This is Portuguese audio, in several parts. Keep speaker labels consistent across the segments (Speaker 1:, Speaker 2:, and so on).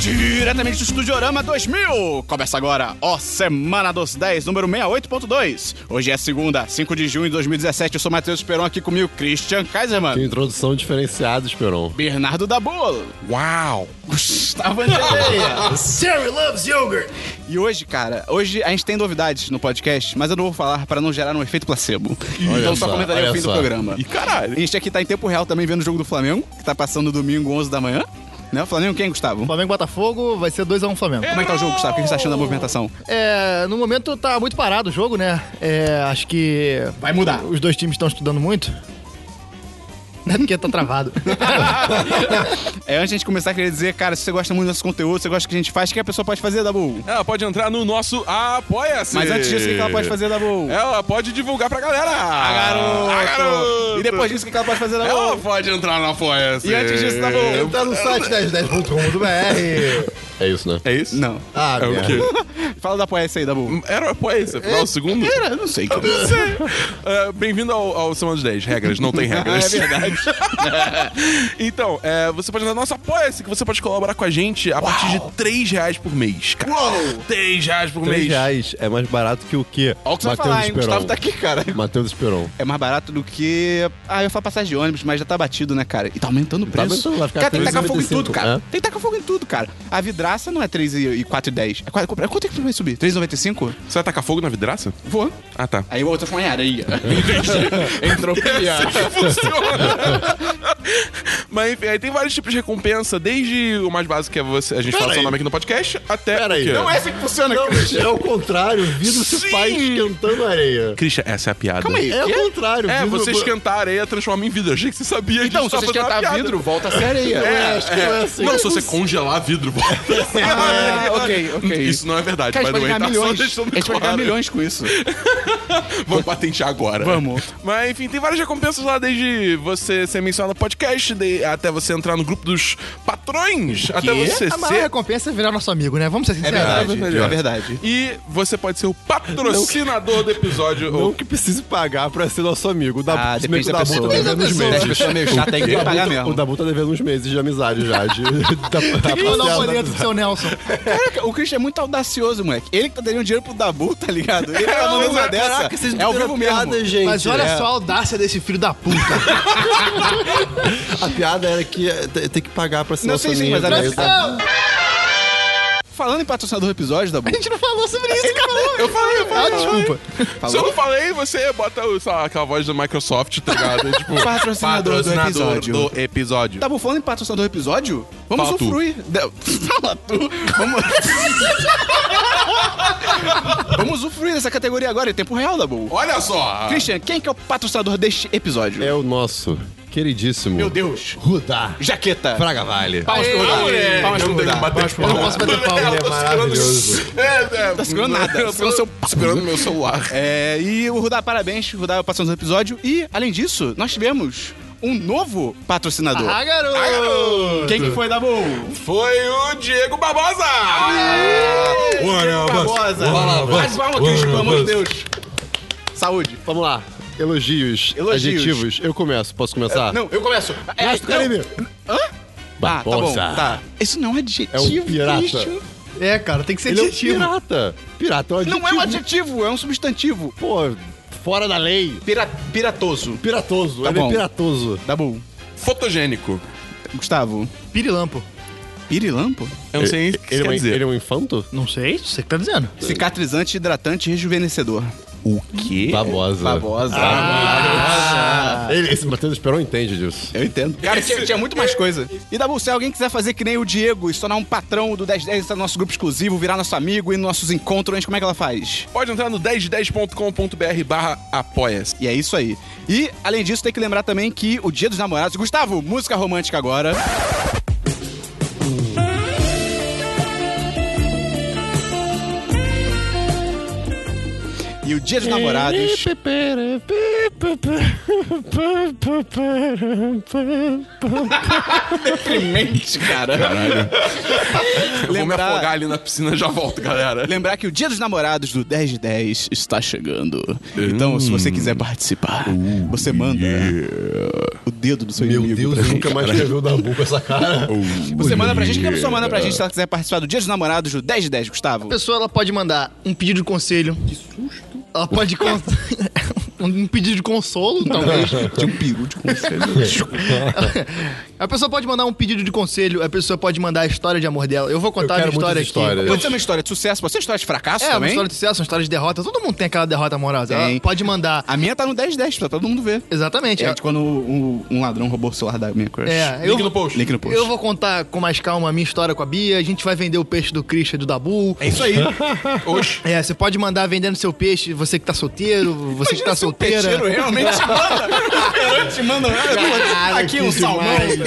Speaker 1: diretamente do Estudiorama 2000. Começa agora, ó, Semana dos 10, número 68.2. Hoje é segunda, 5 de junho de 2017. Eu sou Matheus Esperon, aqui comigo, Christian
Speaker 2: Que
Speaker 1: Kaiserman,
Speaker 2: introdução diferenciada, Esperon.
Speaker 1: Bernardo Dabolo,
Speaker 3: Uau!
Speaker 1: Gustavo Angelia.
Speaker 4: Sarah loves yogurt.
Speaker 1: E hoje, cara, hoje a gente tem novidades no podcast, mas eu não vou falar pra não gerar um efeito placebo. então só,
Speaker 2: só,
Speaker 1: comentarei
Speaker 2: olha
Speaker 1: o fim do
Speaker 2: só.
Speaker 1: programa.
Speaker 3: E caralho!
Speaker 1: A gente aqui tá em tempo real também vendo o jogo do Flamengo, que tá passando domingo, 11 da manhã. Né? O Flamengo quem, Gustavo?
Speaker 4: Flamengo e Botafogo vai ser 2x1 Flamengo.
Speaker 1: Como é que tá o jogo, Gustavo? O que você tá achando da movimentação?
Speaker 4: É, no momento tá muito parado o jogo, né? É, acho que
Speaker 1: Vai mudar.
Speaker 4: os dois times estão estudando muito. Não é porque tá travado.
Speaker 1: É, antes de a gente começar, queria dizer, cara, se você gosta muito do nosso conteúdo, se você gosta do que a gente faz, o que a pessoa pode fazer, Dabu?
Speaker 3: Ela pode entrar no nosso Apoia-se!
Speaker 1: Mas antes disso, o que ela pode fazer, Dabu?
Speaker 3: Ela pode divulgar pra galera!
Speaker 1: É, Ah, garoto!
Speaker 3: Ah, garoto!
Speaker 1: E depois disso, o que ela pode fazer,
Speaker 3: Ela
Speaker 1: Dabu?
Speaker 3: pode entrar no Apoia-se!
Speaker 1: E antes disso, tá bom.
Speaker 4: tá no site 1010.com.br.
Speaker 2: É isso, né?
Speaker 3: É isso?
Speaker 1: Não.
Speaker 4: Ah,
Speaker 3: É o
Speaker 4: merda.
Speaker 3: quê?
Speaker 1: Fala da apoia-se aí, Dabu.
Speaker 3: Era o Apoia-se, afinal, o segundo?
Speaker 1: Cara, É, eu não sei. Cara.
Speaker 3: Não sei. Ah, Bem-vindo ao, ao Semana dos 10. Regras, não tem regras.
Speaker 1: É verdade.
Speaker 3: então, é, você pode entrar no nosso Apoia-se, que você pode colaborar com a gente a partir de 3 reais por mês, cara. Uou! 3 reais por
Speaker 2: 3
Speaker 3: mês.
Speaker 2: reais é mais barato que o quê?
Speaker 1: Olha o que você vai falar, hein?
Speaker 2: Esperon.
Speaker 1: Gustavo tá aqui, cara.
Speaker 2: Matheus Esperon.
Speaker 1: É mais barato do que. Ah, eu ia falar passagem de ônibus, mas já tá batido, né, cara? E tá aumentando o
Speaker 2: Tá
Speaker 1: preço.
Speaker 2: aumentando, vai ficar
Speaker 1: cara, tem que tacar fogo em
Speaker 2: 3,95,
Speaker 1: tudo, cara.
Speaker 2: é?
Speaker 1: Tem que tacar fogo em tudo, cara. A vidraça não é 3 e e 4,10. É quase- é quanto é que vai subir? 3,95?
Speaker 3: Você vai tacar fogo na vidraça?
Speaker 1: Vou.
Speaker 3: Ah, tá.
Speaker 1: Aí o outro foi em areia. Entropia.
Speaker 3: Funciona. Mas enfim, aí tem vários tipos de recompensa, desde o mais básico que é você, a gente fala seu nome aqui no podcast, até.
Speaker 2: Pera aí.
Speaker 3: o quê?
Speaker 1: Não é assim que funciona,
Speaker 2: Não,
Speaker 1: Christian.
Speaker 2: é o contrário. O vidro
Speaker 3: Sim!
Speaker 2: se faz esquentando a areia.
Speaker 3: Christian, essa é a piada.
Speaker 1: Calma aí.
Speaker 2: É o
Speaker 1: Quê?
Speaker 2: contrário. o
Speaker 3: É,
Speaker 2: vidro-
Speaker 3: você esquentar a areia transforma em vidro. Eu achei que você sabia disso.
Speaker 1: Então, se
Speaker 3: só
Speaker 1: você
Speaker 3: fazer uma
Speaker 1: esquentar
Speaker 3: piada.
Speaker 1: vidro, volta a ser areia.
Speaker 2: É, acho que não é assim.
Speaker 3: Não, se você congelar vidro, volta.
Speaker 1: Ah, ok, ok.
Speaker 3: Isso não é verdade,
Speaker 1: Cara, a gente
Speaker 3: by
Speaker 1: pode ganhar
Speaker 3: the way, tá? Só
Speaker 1: milhões. A
Speaker 3: deixando
Speaker 1: gente pode ganhar
Speaker 3: claro.
Speaker 1: milhões com isso.
Speaker 3: Vamos patentear agora.
Speaker 1: Vamos.
Speaker 3: Mas enfim, tem várias recompensas lá, desde você ser mencionado no podcast, de- até você entrar no grupo dos patrões, até você
Speaker 4: A maior
Speaker 3: ser.
Speaker 4: recompensa é virar nosso amigo, né? Vamos ser sinceros.
Speaker 3: verdade.
Speaker 1: É verdade.
Speaker 3: E você pode ser o patrocinador do episódio.
Speaker 2: Não
Speaker 3: ou-
Speaker 2: que precise pagar pra ser nosso amigo. O Dabu,
Speaker 1: Ah,
Speaker 2: se bem que
Speaker 1: depende
Speaker 2: o
Speaker 1: da
Speaker 2: Dabu
Speaker 1: pessoa.
Speaker 2: tá devendo uns
Speaker 1: Se a
Speaker 2: meses.
Speaker 1: pessoa é meio chata, aí tem que pagar
Speaker 2: O
Speaker 1: mesmo.
Speaker 2: Dabu tá devendo uns meses de amizade já. De, da, da
Speaker 4: Tem que mandar
Speaker 2: parcela
Speaker 4: um
Speaker 2: da
Speaker 4: boleto pro
Speaker 1: tá
Speaker 2: amizade.
Speaker 4: seu Nelson.
Speaker 1: Caraca, o Christian é muito audacioso, moleque. Ele que tá dando dinheiro pro Dabu, tá ligado? Ele tá mandando uma dessa. é ao vivo mesmo.
Speaker 2: piada, gente.
Speaker 4: Mas olha
Speaker 2: É.
Speaker 4: só a audácia desse filho da puta.
Speaker 2: A piada era que é, te- tem que pagar pra ser
Speaker 1: Não
Speaker 2: nosso
Speaker 1: sei sim,
Speaker 2: amigo. né? É
Speaker 1: mas a
Speaker 2: daí o Dabu-
Speaker 4: Não,
Speaker 1: Falando em patrocinador do episódio, Dabu.
Speaker 4: a gente não falou sobre isso, cara.
Speaker 3: Eu falei, eu
Speaker 4: Ah,
Speaker 3: falei.
Speaker 4: desculpa.
Speaker 3: Se eu
Speaker 1: Falou?
Speaker 3: não falei, você bota o- sei lá, aquela voz da Microsoft, tá ligado? Tipo,
Speaker 1: Patrocinador do episódio. Tá
Speaker 3: do episódio.
Speaker 1: Dabu, falando em patrocinador do episódio, vamos
Speaker 3: Fala tu.
Speaker 1: usufruir. da- Fala tu. Vamos... vamos usufruir dessa categoria agora, em tempo real, Dabu.
Speaker 3: Olha só!
Speaker 1: Christian, quem que é o patrocinador deste episódio?
Speaker 2: É o nosso queridíssimo...
Speaker 1: Meu Deus.
Speaker 2: Rudá.
Speaker 1: Jaqueta.
Speaker 2: Fraga Vale.
Speaker 1: Palmas pro
Speaker 3: Ah, moleque,
Speaker 1: Rodar. Palmas
Speaker 3: eu
Speaker 1: pro
Speaker 3: não tenho
Speaker 1: Rodar.
Speaker 4: Eu
Speaker 3: que bater palma.
Speaker 4: não posso bater palma,
Speaker 3: Eu
Speaker 4: ele é
Speaker 3: tô segurando-
Speaker 2: maravilhoso.
Speaker 3: É, é,
Speaker 1: Tá segurando nada,
Speaker 3: Eu tô
Speaker 1: segurando seu
Speaker 3: segurando meu celular.
Speaker 1: É, e o Rudá, parabéns, o Rudá passando do episódio. E, além disso, nós tivemos um novo patrocinador.
Speaker 4: Ah, garoto.
Speaker 1: Quem que foi, Dabu?
Speaker 3: Foi o Diego Barbosa!
Speaker 1: Diego Barbosa. Mais palmas, Cristo, pelo amor de Deus. Saúde.
Speaker 2: Vamos lá. Elogios,
Speaker 1: Elogios.
Speaker 2: adjetivos. Eu começo. Posso começar?
Speaker 1: Não, eu começo. É,
Speaker 2: Resto, Caribe.
Speaker 1: Ah, tá bom,
Speaker 2: Barbosa.
Speaker 1: tá. Isso não é um adjetivo,
Speaker 2: É um pirata.
Speaker 1: Christian.
Speaker 4: É, cara, tem que ser
Speaker 2: Ele é um
Speaker 4: adjetivo.
Speaker 2: pirata. Pirata é um adjetivo.
Speaker 1: Não é um adjetivo, é um substantivo.
Speaker 2: Pô, fora da lei.
Speaker 1: Pira, piratoso.
Speaker 2: Piratoso.
Speaker 1: Tá
Speaker 2: ele
Speaker 1: bom.
Speaker 2: é piratoso.
Speaker 1: Dabu.
Speaker 3: Fotogênico.
Speaker 1: Gustavo.
Speaker 4: Pirilampo.
Speaker 1: Pirilampo?
Speaker 3: Eu não sei o que
Speaker 2: ele, é
Speaker 3: quer
Speaker 2: um,
Speaker 3: dizer.
Speaker 2: ele é um infanto?
Speaker 4: Não sei, você que tá dizendo.
Speaker 1: Cicatrizante, hidratante, rejuvenescedor.
Speaker 3: O quê?
Speaker 2: Babosa.
Speaker 1: Babosa. Ah.
Speaker 2: Ele, esse Matheus Esperon entende disso.
Speaker 1: Eu entendo. Cara, tinha, tinha muito mais coisa. E Dabu, se alguém quiser fazer que nem o Diego e se tornar um patrão do 1010, entrar no nosso grupo exclusivo, virar nosso amigo e nossos encontros, como é que ela faz?
Speaker 3: Pode entrar no 1010.com.br barra apoia-se.
Speaker 1: E é isso aí. E, além disso, tem que lembrar também que o Dia dos Namorados. Gustavo, música romântica agora. E o Dia dos Namorados. Deprimente, cara.
Speaker 3: Eu vou me
Speaker 1: Lembrar-
Speaker 3: afogar ali na piscina e já volto, galera.
Speaker 1: Lembrar que o Dia dos Namorados do 10 de 10 está chegando. Então, se
Speaker 4: Hum.
Speaker 1: você quiser participar, você manda o dedo do seu
Speaker 2: É, Meu
Speaker 1: inimigo
Speaker 2: Deus,
Speaker 1: pra gente.
Speaker 2: nunca mais escreveu o Dabu com essa cara.
Speaker 1: Você manda pra gente, que a pessoa manda pra gente se ela quiser participar do Dia dos Namorados do 10 de 10, Gustavo.
Speaker 4: A pessoa ela pode mandar um pedido de conselho. Que susto. Ela pode. Con... um pedido de consolo, talvez.
Speaker 1: De um peru de conselho.
Speaker 4: A pessoa pode mandar um pedido de conselho, a pessoa pode mandar a história de amor dela. Eu vou contar
Speaker 2: Eu
Speaker 4: a
Speaker 2: quero
Speaker 4: minha história
Speaker 2: muitas
Speaker 4: aqui.
Speaker 2: histórias.
Speaker 1: Pode ser uma história de sucesso, pode ser uma história de fracasso
Speaker 4: É, uma
Speaker 1: também.
Speaker 4: história de sucesso, uma história de derrota. Todo mundo tem aquela derrota amorosa. Ela
Speaker 1: Tem.
Speaker 4: pode mandar.
Speaker 1: A minha tá no 10 de 10, pra todo mundo ver.
Speaker 4: Exatamente.
Speaker 1: É de quando um, um ladrão roubou o celular da minha crush.
Speaker 4: É,
Speaker 2: Link no post.
Speaker 1: Link no post.
Speaker 4: Eu vou contar com mais calma a minha história com a Bia. A gente vai vender o peixe do Christian e do Dabu.
Speaker 1: É isso aí.
Speaker 3: Oxe.
Speaker 4: É, você pode mandar vendendo seu peixe, você que tá solteiro, você que
Speaker 1: Imagina
Speaker 4: tá
Speaker 1: se o
Speaker 4: solteira.
Speaker 1: peixeiro realmente manda. O peirante manda.
Speaker 4: Caralho,
Speaker 1: Aqui
Speaker 4: que
Speaker 1: um salmão,
Speaker 4: demais.
Speaker 1: tá ligado?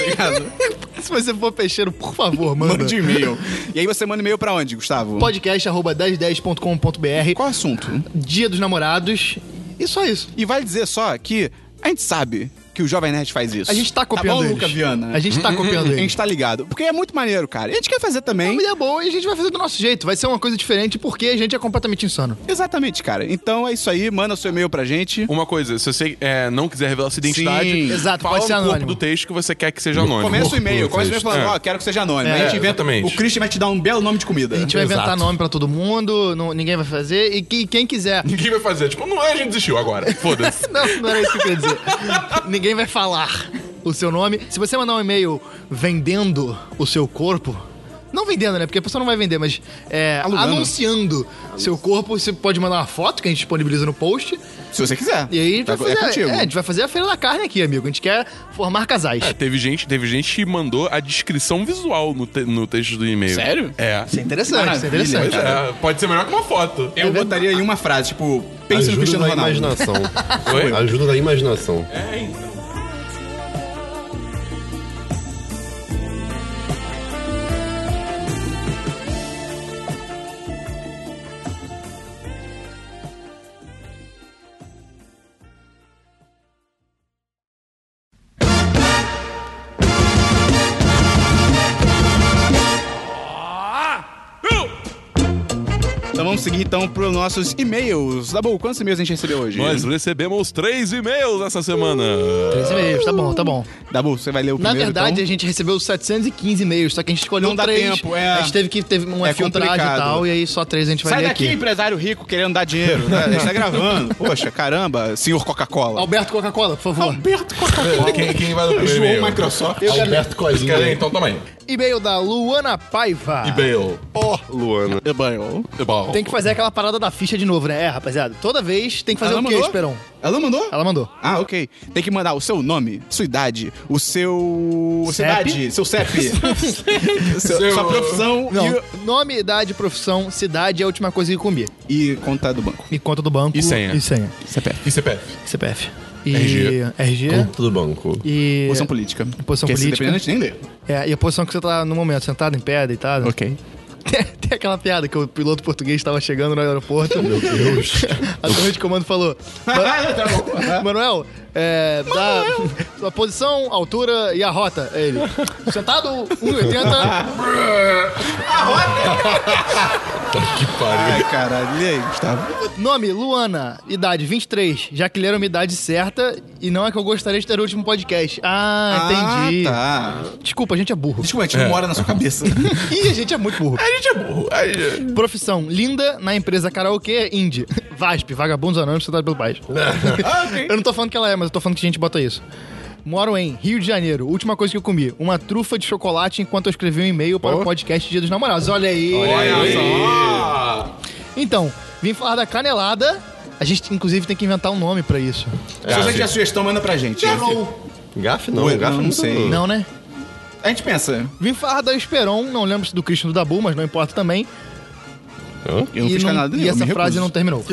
Speaker 4: Se você for peixeiro, por favor, manda.
Speaker 1: Manda um e-mail. E aí você manda e-mail pra onde, Gustavo?
Speaker 4: Podcast arroba 1010.com.br
Speaker 1: Qual o assunto?
Speaker 4: Dia dos Namorados. E só isso.
Speaker 1: E vale dizer só que a gente sabe que o Jovem Nerd faz isso.
Speaker 4: A gente tá copiando
Speaker 1: Tá bom,
Speaker 4: eles.
Speaker 1: Luca Viana?
Speaker 4: A gente tá copiando
Speaker 1: A
Speaker 4: eles.
Speaker 1: gente tá ligado. Porque é muito maneiro, cara. E a gente quer fazer
Speaker 4: É
Speaker 1: também.
Speaker 4: uma ideia boa e a gente vai fazer do nosso jeito. Vai ser uma coisa diferente porque a gente é completamente insano.
Speaker 1: Exatamente, cara. Então é isso aí. Manda seu e-mail pra gente.
Speaker 3: Uma coisa, se você é, não quiser revelar sua identidade,
Speaker 1: Sim.
Speaker 4: Exato,
Speaker 3: fala
Speaker 4: pode ser
Speaker 3: no corpo
Speaker 4: anônimo.
Speaker 3: do texto que você quer que seja anônimo.
Speaker 1: Começa o e-mail.
Speaker 2: Porra,
Speaker 1: Começa o e-mail falando, ó,
Speaker 3: é.
Speaker 1: quero que seja anônimo.
Speaker 4: É,
Speaker 1: a gente inventa.
Speaker 3: exatamente.
Speaker 1: O Christian vai te dar um belo nome de comida.
Speaker 4: A gente vai inventar
Speaker 2: Exato.
Speaker 4: nome pra todo mundo, não- ninguém vai fazer. E que- quem quiser.
Speaker 3: Ninguém vai fazer. Tipo, não é, a gente desistiu agora. Foda-se.
Speaker 4: Não, não era isso que eu queria dizer. Ninguém vai falar o seu nome. Se você mandar um e-mail vendendo o seu corpo. Não vendendo, né? Porque a pessoa não vai vender, mas é,
Speaker 1: Alugando.
Speaker 4: anunciando seu corpo. Você pode mandar uma foto que a gente disponibiliza no post.
Speaker 1: Se você quiser.
Speaker 4: E aí a gente
Speaker 1: Tá-
Speaker 4: vai
Speaker 1: É
Speaker 4: fazer.
Speaker 1: contigo.
Speaker 4: a gente vai fazer a feira da carne aqui, amigo. A gente quer formar casais.
Speaker 3: É, teve gente, teve gente que mandou a descrição visual no, te- no texto do e-mail.
Speaker 1: Sério?
Speaker 3: É.
Speaker 4: Isso é interessante, isso é interessante.
Speaker 3: Pois é, pode ser melhor que uma foto.
Speaker 1: Eu botaria em uma frase, tipo, pense no
Speaker 2: Ajuda
Speaker 1: Cristiano
Speaker 2: na
Speaker 1: Ronaldo.
Speaker 2: imaginação.
Speaker 3: Oi?
Speaker 2: Ajuda na imaginação.
Speaker 1: Então vamos seguir então pros nossos e-mails. Dabu, quantos e-mails a gente recebeu hoje?
Speaker 3: Nós recebemos três e-mails essa semana.
Speaker 4: Três e-mails, tá bom, tá bom.
Speaker 1: Dabu, você vai ler o
Speaker 4: Na
Speaker 1: primeiro,
Speaker 4: verdade, a
Speaker 1: então?
Speaker 4: gente recebeu 715 e-mails, só que a gente escolheu
Speaker 1: Não dá
Speaker 4: três.
Speaker 1: tempo, é.
Speaker 4: A gente teve que teve uma
Speaker 1: É
Speaker 4: filtragem e
Speaker 1: complicado.
Speaker 4: tal, e aí só três a gente vai
Speaker 1: Sai
Speaker 4: ler
Speaker 1: daqui,
Speaker 4: aqui.
Speaker 1: empresário rico querendo dar dinheiro. né? A gente tá gravando. Poxa, caramba, senhor Coca-Cola.
Speaker 4: Alberto Coca-Cola, por favor.
Speaker 1: Alberto Coca-Cola.
Speaker 3: Quem, quem vai no primeiro e-mail?
Speaker 1: Microsoft.
Speaker 2: Alberto Coisinha.
Speaker 3: Quer ler? Então toma aí.
Speaker 4: E-mail da Luana Paiva.
Speaker 3: E-mail.
Speaker 2: Luana.
Speaker 3: Bom.
Speaker 4: Tem que fazer aquela parada da ficha de novo, né? É, rapaziada. Toda vez tem que fazer
Speaker 1: Ela
Speaker 4: o quê,
Speaker 1: mandou?
Speaker 4: Esperão?
Speaker 1: Ela mandou?
Speaker 4: Ela mandou.
Speaker 1: Ah, ok. Tem que mandar o seu nome, sua idade, o seu.
Speaker 4: CEP?
Speaker 1: Cidade, seu CEP. seu, Sua profissão
Speaker 4: Não, nome, idade, profissão, cidade é a última coisa que comi.
Speaker 1: e, e conta do banco.
Speaker 4: E conta do banco.
Speaker 3: E senha.
Speaker 4: E senha.
Speaker 1: CPF.
Speaker 3: E CPF?
Speaker 4: CPF. E
Speaker 3: RG.
Speaker 4: RG.
Speaker 1: é-
Speaker 2: Conta do banco.
Speaker 4: E.
Speaker 1: Posição política.
Speaker 4: É, Posição
Speaker 1: Porque se
Speaker 4: política.
Speaker 1: dependendo, a gente nem lê.
Speaker 4: É, e a posição que você tá no momento, sentado em pé, deitado.
Speaker 1: Ok.
Speaker 4: Tem, tem aquela piada que o piloto português estava chegando no aeroporto. Meu Deus. A torre de comando falou:
Speaker 1: Ah, tá
Speaker 4: Manuel, é, dá sua posição, altura e a rota. Aí Ele, sentado, 1,80.
Speaker 1: Ai, caralho. E aí, Gustavo?
Speaker 4: Nome, Luana. Idade, 23. Já que leram minha idade certa e não é que eu gostaria de ter o último podcast. Ah, entendi.
Speaker 1: Ah, tá.
Speaker 4: Desculpa, a gente é burro.
Speaker 1: Desculpa, a gente não mora na sua cabeça.
Speaker 4: Ih, a gente é muito burro.
Speaker 3: A gente é burro. A gente-
Speaker 4: Profissão, linda, na empresa karaokê, indie. VASP, vagabundos anônimos, sentado pelo país. Eu não tô falando que ela é, mas eu tô falando que a gente bota isso. Moro em Rio de Janeiro. Última coisa que eu comi: uma trufa de chocolate enquanto eu escrevi um e-mail para o podcast Dia dos Namorados. Olha aí. Então, vim falar da canelada. A gente, inclusive, tem que inventar um nome pra isso.
Speaker 1: Se você tiver sugestão, manda pra gente.
Speaker 2: Gafe não,
Speaker 1: Ué,
Speaker 2: gafe
Speaker 1: não
Speaker 2: não
Speaker 1: sei.
Speaker 2: sei.
Speaker 4: Não, né?
Speaker 1: A gente pensa.
Speaker 4: Vim falar da Esperon, não lembro se do Christian ou do Dabu, mas não importa também.
Speaker 1: Eu não
Speaker 4: e
Speaker 1: fiz
Speaker 4: não-
Speaker 1: nada
Speaker 4: e
Speaker 1: nenhum.
Speaker 4: essa
Speaker 1: me
Speaker 4: frase
Speaker 1: recuso.
Speaker 4: não terminou.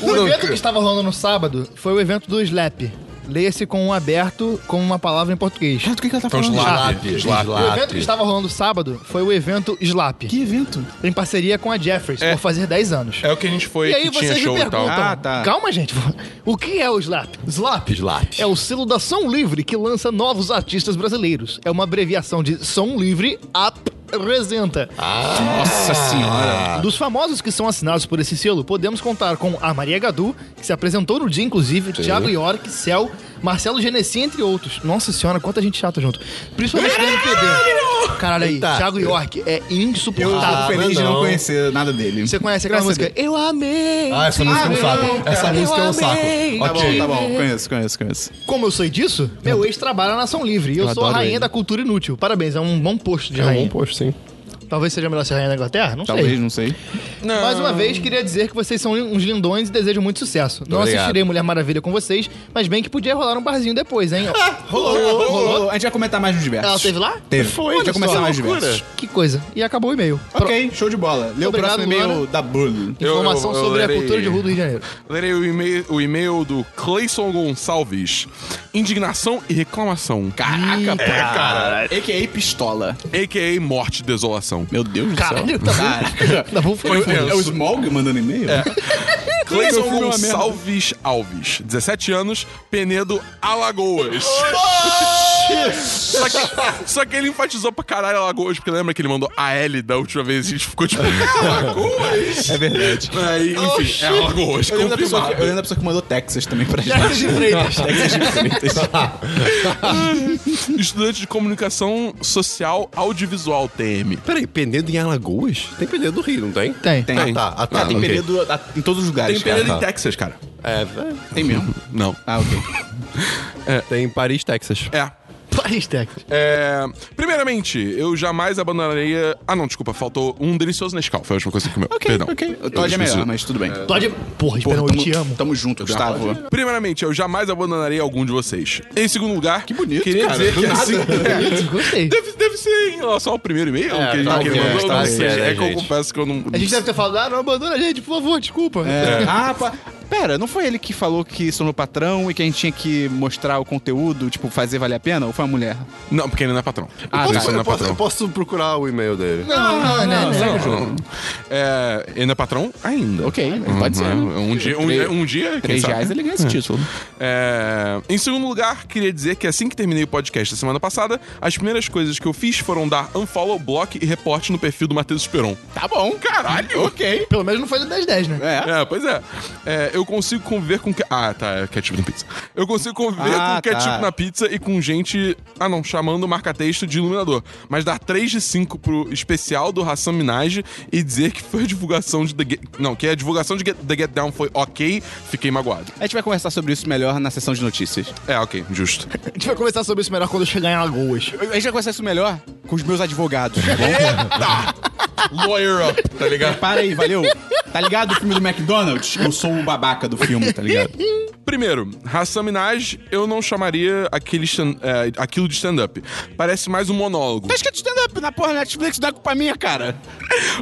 Speaker 4: O evento que estava rolando no sábado foi o evento do Slap. Leia-se com um aberto com uma palavra em português.
Speaker 5: Cara, do que, que ela tá
Speaker 1: É um
Speaker 3: Então,
Speaker 5: falando?
Speaker 1: Ah,
Speaker 3: slap.
Speaker 2: Slap, slap.
Speaker 4: O evento que estava rolando sábado foi o evento Slap,
Speaker 5: Que evento?
Speaker 4: em parceria com a Jeffries, por fazer 10 anos.
Speaker 3: É o que a gente foi,
Speaker 4: E aí
Speaker 3: que tinha
Speaker 4: vocês me
Speaker 3: show e
Speaker 4: perguntam,
Speaker 3: tal.
Speaker 1: Ah, tá.
Speaker 4: calma gente, o que é o Slap? Slap
Speaker 2: Slap.
Speaker 4: é o selo da Som Livre que lança novos artistas brasileiros. É uma abreviação de Som Livre Apresenta.
Speaker 1: Nossa senhora.
Speaker 4: Dos famosos que são assinados por esse selo, podemos contar com a Maria Gadu, que se apresentou no dia, inclusive, Thiago York, Cel, Marcelo Genesi, entre outros. Nossa senhora, quanta gente chata junto. Principalmente do MPB. Caralho aí,
Speaker 2: Eita.
Speaker 4: Thiago York é
Speaker 1: Eu tô
Speaker 4: insuportável.
Speaker 1: tá feliz de Ah, não
Speaker 2: não.
Speaker 1: conhecer nada dele.
Speaker 4: Você conhece aquela
Speaker 1: Graças a
Speaker 4: música? Eu amei!
Speaker 2: Ah, essa música é um saco. Essa música é um saco.
Speaker 1: Tá
Speaker 2: Ok.
Speaker 1: bom, tá bom. Conheço, conheço, conheço.
Speaker 4: Como eu sei disso? Meu ex trabalha na Ação Livre e eu, sou a
Speaker 5: adoro
Speaker 4: rainha
Speaker 5: ele.
Speaker 4: da cultura inútil. Parabéns, é um bom posto de
Speaker 5: É um
Speaker 4: rainha.
Speaker 5: bom post, sim.
Speaker 4: Talvez seja melhor ser rainha da Inglaterra? Não sei.
Speaker 1: Talvez, não sei.
Speaker 4: Mais uma vez, queria dizer que vocês são uns lindões e desejo muito sucesso. Não
Speaker 2: Obrigado.
Speaker 4: assistirei Mulher Maravilha com vocês, mas bem que podia rolar um barzinho depois, hein?
Speaker 1: Rolou, rolou. A gente vai comentar mais nos diversos.
Speaker 4: Ela teve lá?
Speaker 1: Teve. Foi, a gente vai começar mais nos diversos.
Speaker 4: Que coisa. E acabou o e-mail.
Speaker 1: Ok, show de bola. Lê o
Speaker 4: Obrigado,
Speaker 1: próximo e-mail
Speaker 4: Luana.
Speaker 1: da Bully.
Speaker 3: Eu-
Speaker 4: Informação
Speaker 3: eu- eu
Speaker 4: sobre a
Speaker 3: lerei.
Speaker 4: cultura de rua do Rio de Janeiro.
Speaker 3: Lerei o e-mail, o e-mail do Clayson Gonçalves. Indignação e reclamação.
Speaker 1: Caraca, pô, É, cara. A.K.A. pistola.
Speaker 3: A.K.A. morte e desolação.
Speaker 1: Meu Deus do
Speaker 4: Caralho,
Speaker 1: céu.
Speaker 4: tá bom.
Speaker 1: Caraca.
Speaker 4: Tá bom, foi.
Speaker 1: É, é o Smog mandando e-mail?
Speaker 3: Clayson
Speaker 1: Meu filme é uma merda.
Speaker 3: Gonçalves Alves, 17 anos, Penedo, Alagoas. só, que, só que ele enfatizou pra caralho Alagoas, porque lembra que ele mandou a L da última vez e a gente ficou tipo, Alagoas?
Speaker 1: É verdade.
Speaker 3: Aí, enfim, é Alagoas,
Speaker 1: Eu lembro, da pessoa que, eu
Speaker 3: confirmado.
Speaker 1: lembro da pessoa que mandou Texas também pra gente.
Speaker 4: Texas de Freitas.
Speaker 1: Texas de Freitas.
Speaker 3: Estudante de comunicação social audiovisual, TM.
Speaker 5: Peraí, Penedo em Alagoas? Tem Penedo do Rio, não tem?
Speaker 4: Tem.
Speaker 1: Tem.
Speaker 2: Ah, tá. Ah, tá.
Speaker 1: Tem
Speaker 2: ok.
Speaker 1: período a- em todos os lugares.
Speaker 3: Tem Penedo
Speaker 1: cara.
Speaker 3: em Texas, cara.
Speaker 5: É, é,
Speaker 1: Tem mesmo.
Speaker 3: Não.
Speaker 1: Ah, ok.
Speaker 5: tem Paris, Texas.
Speaker 3: É.
Speaker 4: Paris Texas.
Speaker 3: É, Primeiramente, eu jamais abandonaria. Ah, não, desculpa, faltou um delicioso Nescau. Foi a última coisa que comeu. Perdão.
Speaker 1: ok. O Todd é
Speaker 3: Eu
Speaker 1: melhor,
Speaker 3: preciso-
Speaker 1: mas tudo bem.
Speaker 4: Todd.
Speaker 1: Porra,
Speaker 4: Porra, Esperão, eu
Speaker 1: tamo-
Speaker 4: te amo.
Speaker 1: Tamo junto, Gustavo.
Speaker 3: Primeiramente, eu jamais abandonaria algum de vocês. Em segundo lugar, que
Speaker 1: bonito,
Speaker 3: queria
Speaker 1: cara,
Speaker 3: dizer
Speaker 1: do
Speaker 3: que
Speaker 1: nada.
Speaker 3: assim.
Speaker 4: Gostei.
Speaker 3: Deve, deve ser em relação ao primeiro e-mail que ele,
Speaker 2: talvez,
Speaker 3: que ele mandou.
Speaker 2: talvez,
Speaker 3: não sei.
Speaker 2: né,
Speaker 3: é que eu
Speaker 2: gente?
Speaker 3: confesso que eu não.
Speaker 4: A gente deve ter falado, ah, não abandona a gente, por favor, desculpa.
Speaker 1: É. Ah, pa... pera, não foi ele que falou que sou no patrão e que a gente tinha que mostrar o conteúdo, tipo, fazer valer a pena? Ou foi a mulher?
Speaker 3: Não, porque ele não é patrão.
Speaker 1: Ah,
Speaker 3: Por
Speaker 1: tá.
Speaker 3: isso ele
Speaker 5: Eu
Speaker 3: não é
Speaker 5: posso, eu
Speaker 3: patrão.
Speaker 5: posso procurar o e-mail dele.
Speaker 4: Não, não, não. não.
Speaker 3: Não, não. É, ele não é patrão ainda.
Speaker 1: Ok, pode ser. né?
Speaker 3: Um dia, um, dia- um dia quem
Speaker 1: Três
Speaker 3: sabe?
Speaker 1: reais ele ganha esse título.
Speaker 3: É, Em segundo lugar, queria dizer que assim que terminei o podcast da semana passada, as primeiras coisas que eu fiz foram dar unfollow, block e report no perfil do Matheus Esperon.
Speaker 1: Tá bom.
Speaker 3: Caralho!
Speaker 1: Ok.
Speaker 4: Pelo menos não foi do 10-10, né?
Speaker 1: É.
Speaker 3: É, pois é. É, Eu consigo conviver com. que- Ah, tá. É ketchup na pizza. Eu consigo conviver
Speaker 1: Ah,
Speaker 3: com ketchup
Speaker 1: tá.
Speaker 3: na pizza e com gente. Ah, não. Chamando marca-texto de iluminador. Mas dar 3 de 5 pro especial do Hassan Minaj e dizer que foi a divulgação de The Get... Não, que a divulgação de Get- The Get Down foi ok. Fiquei magoado.
Speaker 1: A gente vai conversar sobre isso melhor na sessão de notícias.
Speaker 3: É, ok. Justo.
Speaker 4: A gente vai conversar sobre isso melhor quando eu chegar em Alagoas.
Speaker 1: A gente vai conversar isso melhor com os meus advogados, tá bom?
Speaker 3: Lawyer up, tá ligado?
Speaker 1: Para aí, valeu. Tá ligado o filme do McDonald's? Eu sou o babaca do filme, tá ligado?
Speaker 3: Primeiro, Hassan Minaj, eu não chamaria aquele stand- é, aquilo de stand-up. Parece mais um monólogo.
Speaker 1: Tá escrito stand-up na porra Netflix, não é culpa minha, cara.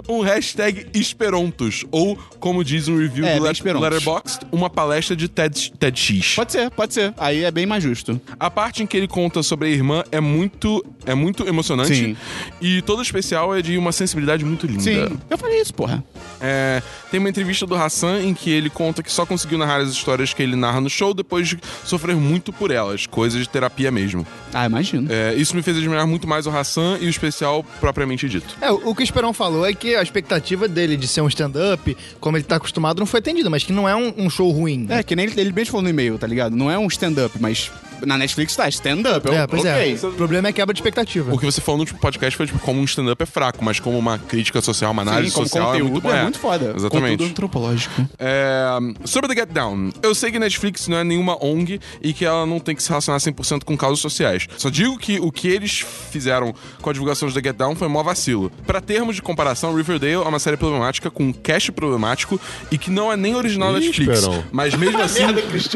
Speaker 3: um hashtag Esperontos, ou, como diz um review
Speaker 1: É,
Speaker 3: do
Speaker 1: bem
Speaker 3: Let-
Speaker 1: Esperontos.
Speaker 3: Letterboxd, uma palestra de TED, TEDx.
Speaker 1: Pode ser, pode ser. Aí é bem mais justo.
Speaker 3: A parte em que ele conta sobre a irmã é muito, é muito emocionante.
Speaker 1: Sim.
Speaker 3: E todo especial é de uma sensibilidade muito linda.
Speaker 1: Eu falei isso, porra.
Speaker 3: É, tem uma entrevista do Hassan em que ele conta que só conseguiu narrar as histórias que ele narra no show depois de sofrer muito por elas, coisas de terapia mesmo.
Speaker 1: Ah, imagino.
Speaker 3: É, isso me fez admirar muito mais o Hassan e o especial propriamente dito.
Speaker 4: É, o o que o Esperão falou é que a expectativa dele de ser um stand-up, como ele tá acostumado, não foi atendida, mas que não é um, um show ruim.
Speaker 1: É, que nem ele, ele mesmo falou no e-mail, tá ligado? Não é um stand-up, mas na Netflix tá stand-up. Eu-
Speaker 4: É, pois
Speaker 1: ok.
Speaker 4: é. O problema é quebra de expectativa.
Speaker 3: O que você falou no último podcast foi tipo, como um stand-up é fraco, mas como uma crítica social, uma análise
Speaker 1: Sim, como
Speaker 3: social
Speaker 1: conteúdo
Speaker 3: é muito, bom. É.
Speaker 1: foda.
Speaker 3: Exatamente.
Speaker 1: Conteúdo antropológico.
Speaker 3: É, sobre The Get Down, eu sei que Netflix não é nenhuma ONG e que ela não tem que se relacionar 100% com causas sociais. Só digo que o que eles fizeram com a divulgação de The Get Down foi mó vacilo. Pra termos de comparação, Riverdale é uma série problemática com um cast problemático e que não é nem original da
Speaker 5: Ih,
Speaker 3: Netflix.
Speaker 5: Esperão.
Speaker 3: Mas mesmo assim,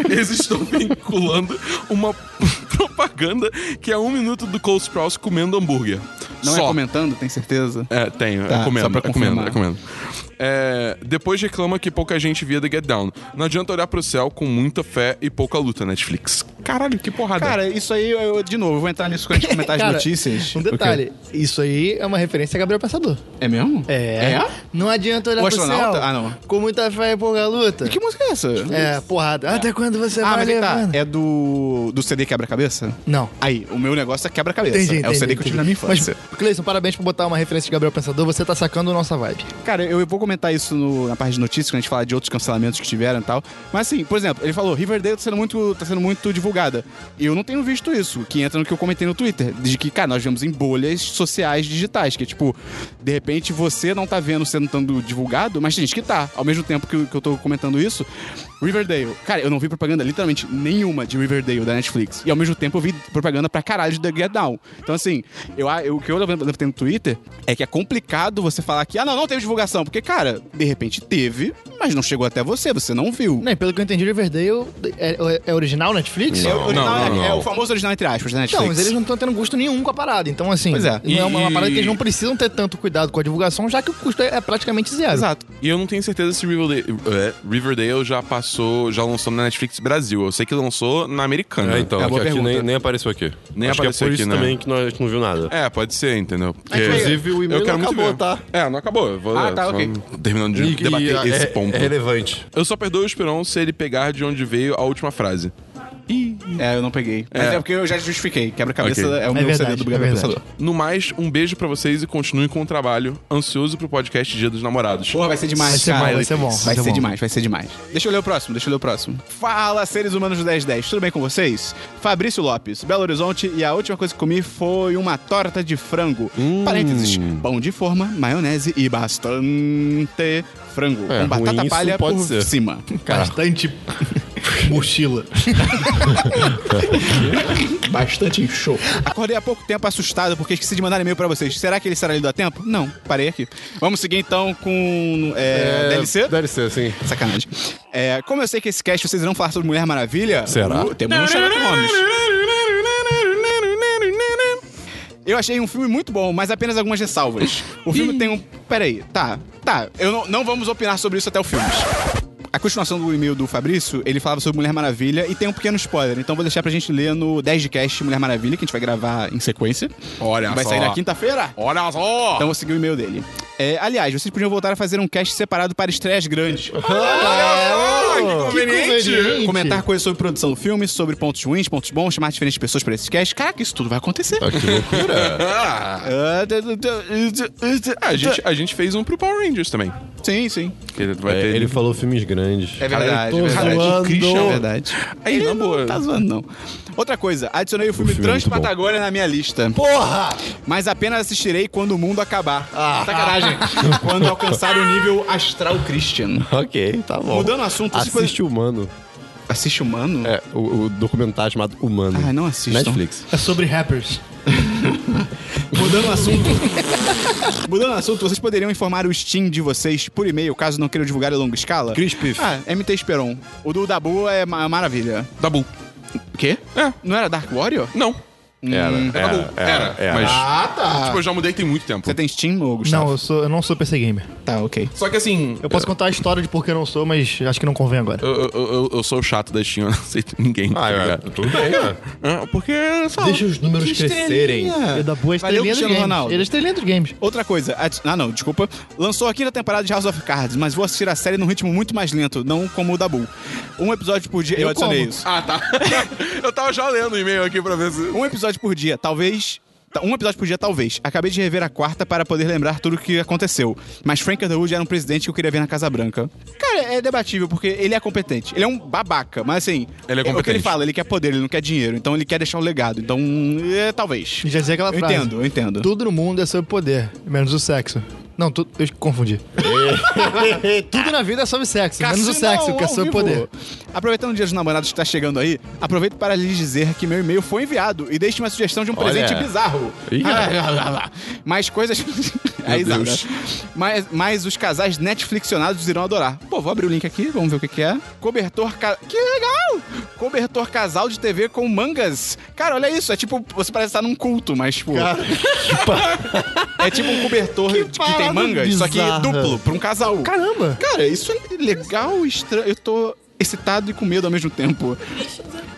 Speaker 3: eles estão vinculando uma propaganda que é um minuto do Cole Sprouse comendo hambúrguer.
Speaker 1: Não é
Speaker 3: Só.
Speaker 1: comentando, tem certeza?
Speaker 3: É, tenho.
Speaker 1: Tá,
Speaker 3: recomendo,
Speaker 1: só pra
Speaker 3: recomendo,
Speaker 1: confirmar.
Speaker 3: recomendo. É, depois reclama que pouca gente via The Get Down. Não adianta olhar pro céu com muita fé e pouca luta, Netflix. Caralho, que porrada.
Speaker 1: Cara, isso aí, eu, de novo, eu vou entrar nisso quando a gente comentar tá as
Speaker 4: Cara,
Speaker 1: notícias.
Speaker 4: Um detalhe, isso aí é uma referência a Gabriel Pensador.
Speaker 1: É mesmo?
Speaker 4: É. Não adianta olhar
Speaker 1: O
Speaker 4: pro céu
Speaker 1: astronauta? Ah, não.
Speaker 4: com muita fé e pouca luta.
Speaker 1: E que música é essa?
Speaker 4: É, porrada. Até quando você
Speaker 1: Ah,
Speaker 4: vai
Speaker 1: mas aí tá.
Speaker 4: levando?
Speaker 1: É do. do CD Quebra-Cabeça?
Speaker 4: Não.
Speaker 1: Aí, o meu negócio é quebra-cabeça.
Speaker 4: Entendi,
Speaker 1: É o
Speaker 4: entendi,
Speaker 1: CD que eu tive
Speaker 4: entendi.
Speaker 1: na minha infância.
Speaker 4: Mas, Cleison, parabéns por botar uma referência de Gabriel Pensador. Você tá sacando nossa vibe.
Speaker 1: Cara, eu eu vou comentar isso no- na parte de notícias, quando a gente falar de outros cancelamentos que tiveram e tal. Mas assim, por exemplo, ele falou, Riverdale tá sendo muito, tá sendo muito divulgada. E eu não tenho visto isso, o que entra no que eu comentei no Twitter. De que, cara, nós vemos em bolhas sociais digitais, que é tipo, de repente você não tá vendo sendo tanto divulgado, mas tem gente que tá. Ao mesmo tempo que, que eu tô comentando isso, Riverdale. Cara, eu não vi propaganda literalmente nenhuma de Riverdale da Netflix. E ao mesmo tempo eu vi propaganda pra caralho de The Get Down. Então, assim, eu, a- eu- o que eu levantei no Twitter é que é complicado você falar que, ah, não, não teve divulgação. Porque, cara, de repente teve, mas não chegou até você, você não viu.
Speaker 4: Não, e pelo que eu entendi, Riverdale é, é original Netflix?
Speaker 1: É, o original,
Speaker 3: não, não,
Speaker 1: é- é
Speaker 3: não.
Speaker 1: o famoso original, entre aspas, da Netflix.
Speaker 4: Não, mas eles não estão tendo gosto nenhum com a parada. Então, assim,
Speaker 1: Pois é.
Speaker 4: não é uma, uma
Speaker 3: E-
Speaker 4: parada que eles não precisam ter tanto cuidado com a divulgação, já que o custo é, é praticamente zero.
Speaker 3: Exato. E eu não tenho certeza se Riverdale, é, Riverdale já passou, já lançou na Netflix Brasil. Eu sei que lançou na americana.
Speaker 5: É, então,
Speaker 1: É,
Speaker 5: que
Speaker 1: boa
Speaker 5: aqui
Speaker 1: pergunta.
Speaker 5: nem, nem apareceu aqui.
Speaker 3: Nem
Speaker 5: Acho
Speaker 3: apareceu
Speaker 5: que é
Speaker 3: aqui,
Speaker 5: por isso
Speaker 3: né?
Speaker 5: também que nós- a gente não viu nada.
Speaker 3: É, pode ser, entendeu? Porque-
Speaker 5: Inclusive, o e-mail
Speaker 3: eu quero
Speaker 5: não
Speaker 3: muito
Speaker 5: acabou,
Speaker 3: ver. É, não acabou. Eu vou
Speaker 1: tá? Ah, tá,
Speaker 3: só
Speaker 1: ok.
Speaker 3: Terminando de
Speaker 5: E- e
Speaker 3: debater
Speaker 5: é-
Speaker 3: esse
Speaker 5: é-
Speaker 3: ponto.
Speaker 5: É relevante.
Speaker 3: Eu só perdoo o Esperon se ele pegar de onde veio a última frase.
Speaker 1: É, eu não peguei. Mas é, porque eu já justifiquei. Quebra-cabeça
Speaker 3: Ok.
Speaker 1: é o
Speaker 4: É
Speaker 1: meu
Speaker 4: verdade,
Speaker 1: CD do
Speaker 4: é
Speaker 1: Gabriel
Speaker 4: verdade.
Speaker 1: Pensador.
Speaker 3: No mais, um beijo pra vocês e continue com o trabalho. Ansioso pro podcast Dia dos Namorados.
Speaker 1: Porra, vai ser demais,
Speaker 4: Vai ser
Speaker 1: cara.
Speaker 4: bom, vai ser
Speaker 1: Vai
Speaker 4: bom, vai
Speaker 1: ser
Speaker 4: ser bom.
Speaker 1: demais, vai ser demais. Deixa eu ler o próximo, deixa eu ler o próximo. Fala, seres humanos do 1010, tudo bem com vocês? Fabrício Lopes, Belo Horizonte, e a última coisa que comi foi uma torta de frango.
Speaker 4: Hum.
Speaker 1: Parênteses, pão de forma, maionese e bastante frango.
Speaker 5: É,
Speaker 1: com
Speaker 5: ruim
Speaker 1: batata
Speaker 5: isso
Speaker 1: palha
Speaker 5: pode
Speaker 1: por
Speaker 5: ser.
Speaker 1: cima.
Speaker 4: Bastante mochila.
Speaker 2: Bastante show.
Speaker 1: Acordei há pouco tempo assustado porque esqueci de mandar e-mail pra vocês. Será que ele será lido a tempo? Não, parei aqui. Vamos seguir então com é, DLC?
Speaker 5: DLC, sim.
Speaker 1: Sacanagem. É, como eu sei que esse cast vocês irão falar sobre Mulher Maravilha,
Speaker 5: Será?
Speaker 1: o- temos um Sherlock Holmes. Eu achei um filme muito bom, mas apenas algumas ressalvas. O filme tem um. Peraí, tá, tá. Eu não, não vamos opinar sobre isso até o filme. A continuação do e-mail do Fabrício, ele falava sobre Mulher Maravilha e tem um pequeno spoiler. Então vou deixar pra gente ler no 10 de cast Mulher Maravilha, que a gente vai gravar em sequência.
Speaker 3: Olha
Speaker 1: Vai
Speaker 3: só.
Speaker 1: sair na quinta-feira.
Speaker 3: Olha só!
Speaker 1: Então vou seguir o e-mail dele. É, aliás, vocês podiam voltar a fazer um cast separado para estreias grandes.
Speaker 3: que conveniente!
Speaker 1: Comentar coisas sobre produção do filme, sobre pontos ruins, pontos bons, chamar diferentes pessoas pra esse cast. Caraca, isso tudo vai acontecer.
Speaker 5: Que loucura.
Speaker 3: Ah, a,
Speaker 1: então-
Speaker 3: gente, a gente fez um pro Power Rangers também.
Speaker 1: Sim, sim.
Speaker 3: Que vai
Speaker 5: É,
Speaker 3: ter-
Speaker 5: ele falou filmes grandes.
Speaker 1: É verdade. é verdade.
Speaker 5: zoando.
Speaker 1: O Christian, é verdade.
Speaker 3: Aí,
Speaker 1: Ele
Speaker 3: na boa.
Speaker 1: não tá zoando, não. Outra coisa, adicionei o filme,
Speaker 5: filme é muito bom.
Speaker 1: Transpatagônia na minha lista.
Speaker 2: Porra!
Speaker 1: Mas apenas assistirei quando o mundo acabar.
Speaker 3: Ah.
Speaker 1: Sacanagem. quando alcançar o nível astral Christian.
Speaker 5: Ok, tá bom.
Speaker 1: Mudando o assunto, se
Speaker 5: Assiste Humano.
Speaker 1: Assiste humano?
Speaker 5: É, o, o documentário chamado Humano.
Speaker 1: Ah, não assistam.
Speaker 5: Netflix.
Speaker 4: É sobre rappers.
Speaker 1: Mudando o assunto. Mudando o assunto, vocês poderiam informar o Steam de vocês por e-mail, caso não queiram divulgar a longa escala?
Speaker 5: Crispif.
Speaker 1: Ah, MT Esperon. O do Dabu é ma- maravilha.
Speaker 3: Dabu.
Speaker 1: O quê?
Speaker 3: É.
Speaker 1: Não era Dark Warrior? Hum,
Speaker 3: Não.
Speaker 5: Hum.
Speaker 3: é
Speaker 5: Era,
Speaker 2: É,
Speaker 3: Dabu. Era. Mas,
Speaker 1: Ah, tá.
Speaker 3: tipo, eu já mudei tem muito tempo.
Speaker 1: Você tem Steam, ô, Gustavo?
Speaker 4: Não, eu, sou, eu não sou PC Gamer.
Speaker 1: Tá, ok.
Speaker 3: Só que assim...
Speaker 4: Eu posso contar a história de por que eu não sou, mas acho que não convém agora.
Speaker 3: Eu, eu- eu- eu sou o chato da Steam, eu não aceito ninguém.
Speaker 5: Ah,
Speaker 3: tá
Speaker 5: é,
Speaker 3: ligado?
Speaker 5: tudo bem, né?
Speaker 3: Ah, Porque, só...
Speaker 2: Deixa os números crescerem.
Speaker 4: Eu da
Speaker 1: Valeu,
Speaker 4: boa estrelinha dos
Speaker 1: Cristiano
Speaker 4: games.
Speaker 1: Ronaldo.
Speaker 4: Ele é estrelinha dos games.
Speaker 1: Outra coisa, adi- ah não, desculpa. Lançou aqui na temporada de House of Cards, mas vou assistir a série num ritmo muito mais lento, não como o Dabu. Um episódio por dia. Eu,
Speaker 4: Eu
Speaker 1: adicionei
Speaker 4: como.
Speaker 1: isso.
Speaker 3: Ah, tá. eu tava já lendo o e-mail aqui pra ver se...
Speaker 1: Um episódio por dia, talvez. ta- Um episódio por dia, talvez. Acabei de rever a quarta para poder lembrar tudo o que aconteceu. Mas Frank Underwood era um presidente que eu queria ver na Casa Branca. Cara, é debatível, porque ele é competente. Ele é um babaca, mas assim.
Speaker 3: Ele é
Speaker 1: O que ele
Speaker 3: competente.
Speaker 1: fala, ele quer poder, ele não quer dinheiro. Então ele quer deixar um legado. Então, é, talvez.
Speaker 4: E já dizia aquela
Speaker 1: Eu
Speaker 4: frase.
Speaker 1: entendo, eu entendo.
Speaker 4: Tudo no mundo é sobre poder, menos o sexo. Não, tu, eu confundi. Tudo na vida é sobre sexo, menos o sexo, que é sobre poder.
Speaker 1: Aproveitando o dia dos namorados que tá chegando aí, aproveito para lhes dizer que meu e-mail foi enviado e deixe uma sugestão de um
Speaker 5: Olha.
Speaker 1: presente bizarro.
Speaker 5: Ih.
Speaker 1: Mais coisas. Aí,
Speaker 5: Deus.
Speaker 1: Mas, mas os casais Netflixionados irão adorar. Pô, vou abrir o link aqui, vamos ver o que, que é. Cobertor. Ca... Que legal! Cobertor casal de TV com mangas. Cara, olha isso. É tipo, você parece estar num culto, mas tipo. é tipo um cobertor que, tem
Speaker 4: parada
Speaker 1: mangas, só
Speaker 4: bizarra.
Speaker 1: que duplo, pra um casal.
Speaker 4: Caramba!
Speaker 1: Cara, isso é legal, estranho. Eu tô excitado e com medo ao mesmo tempo.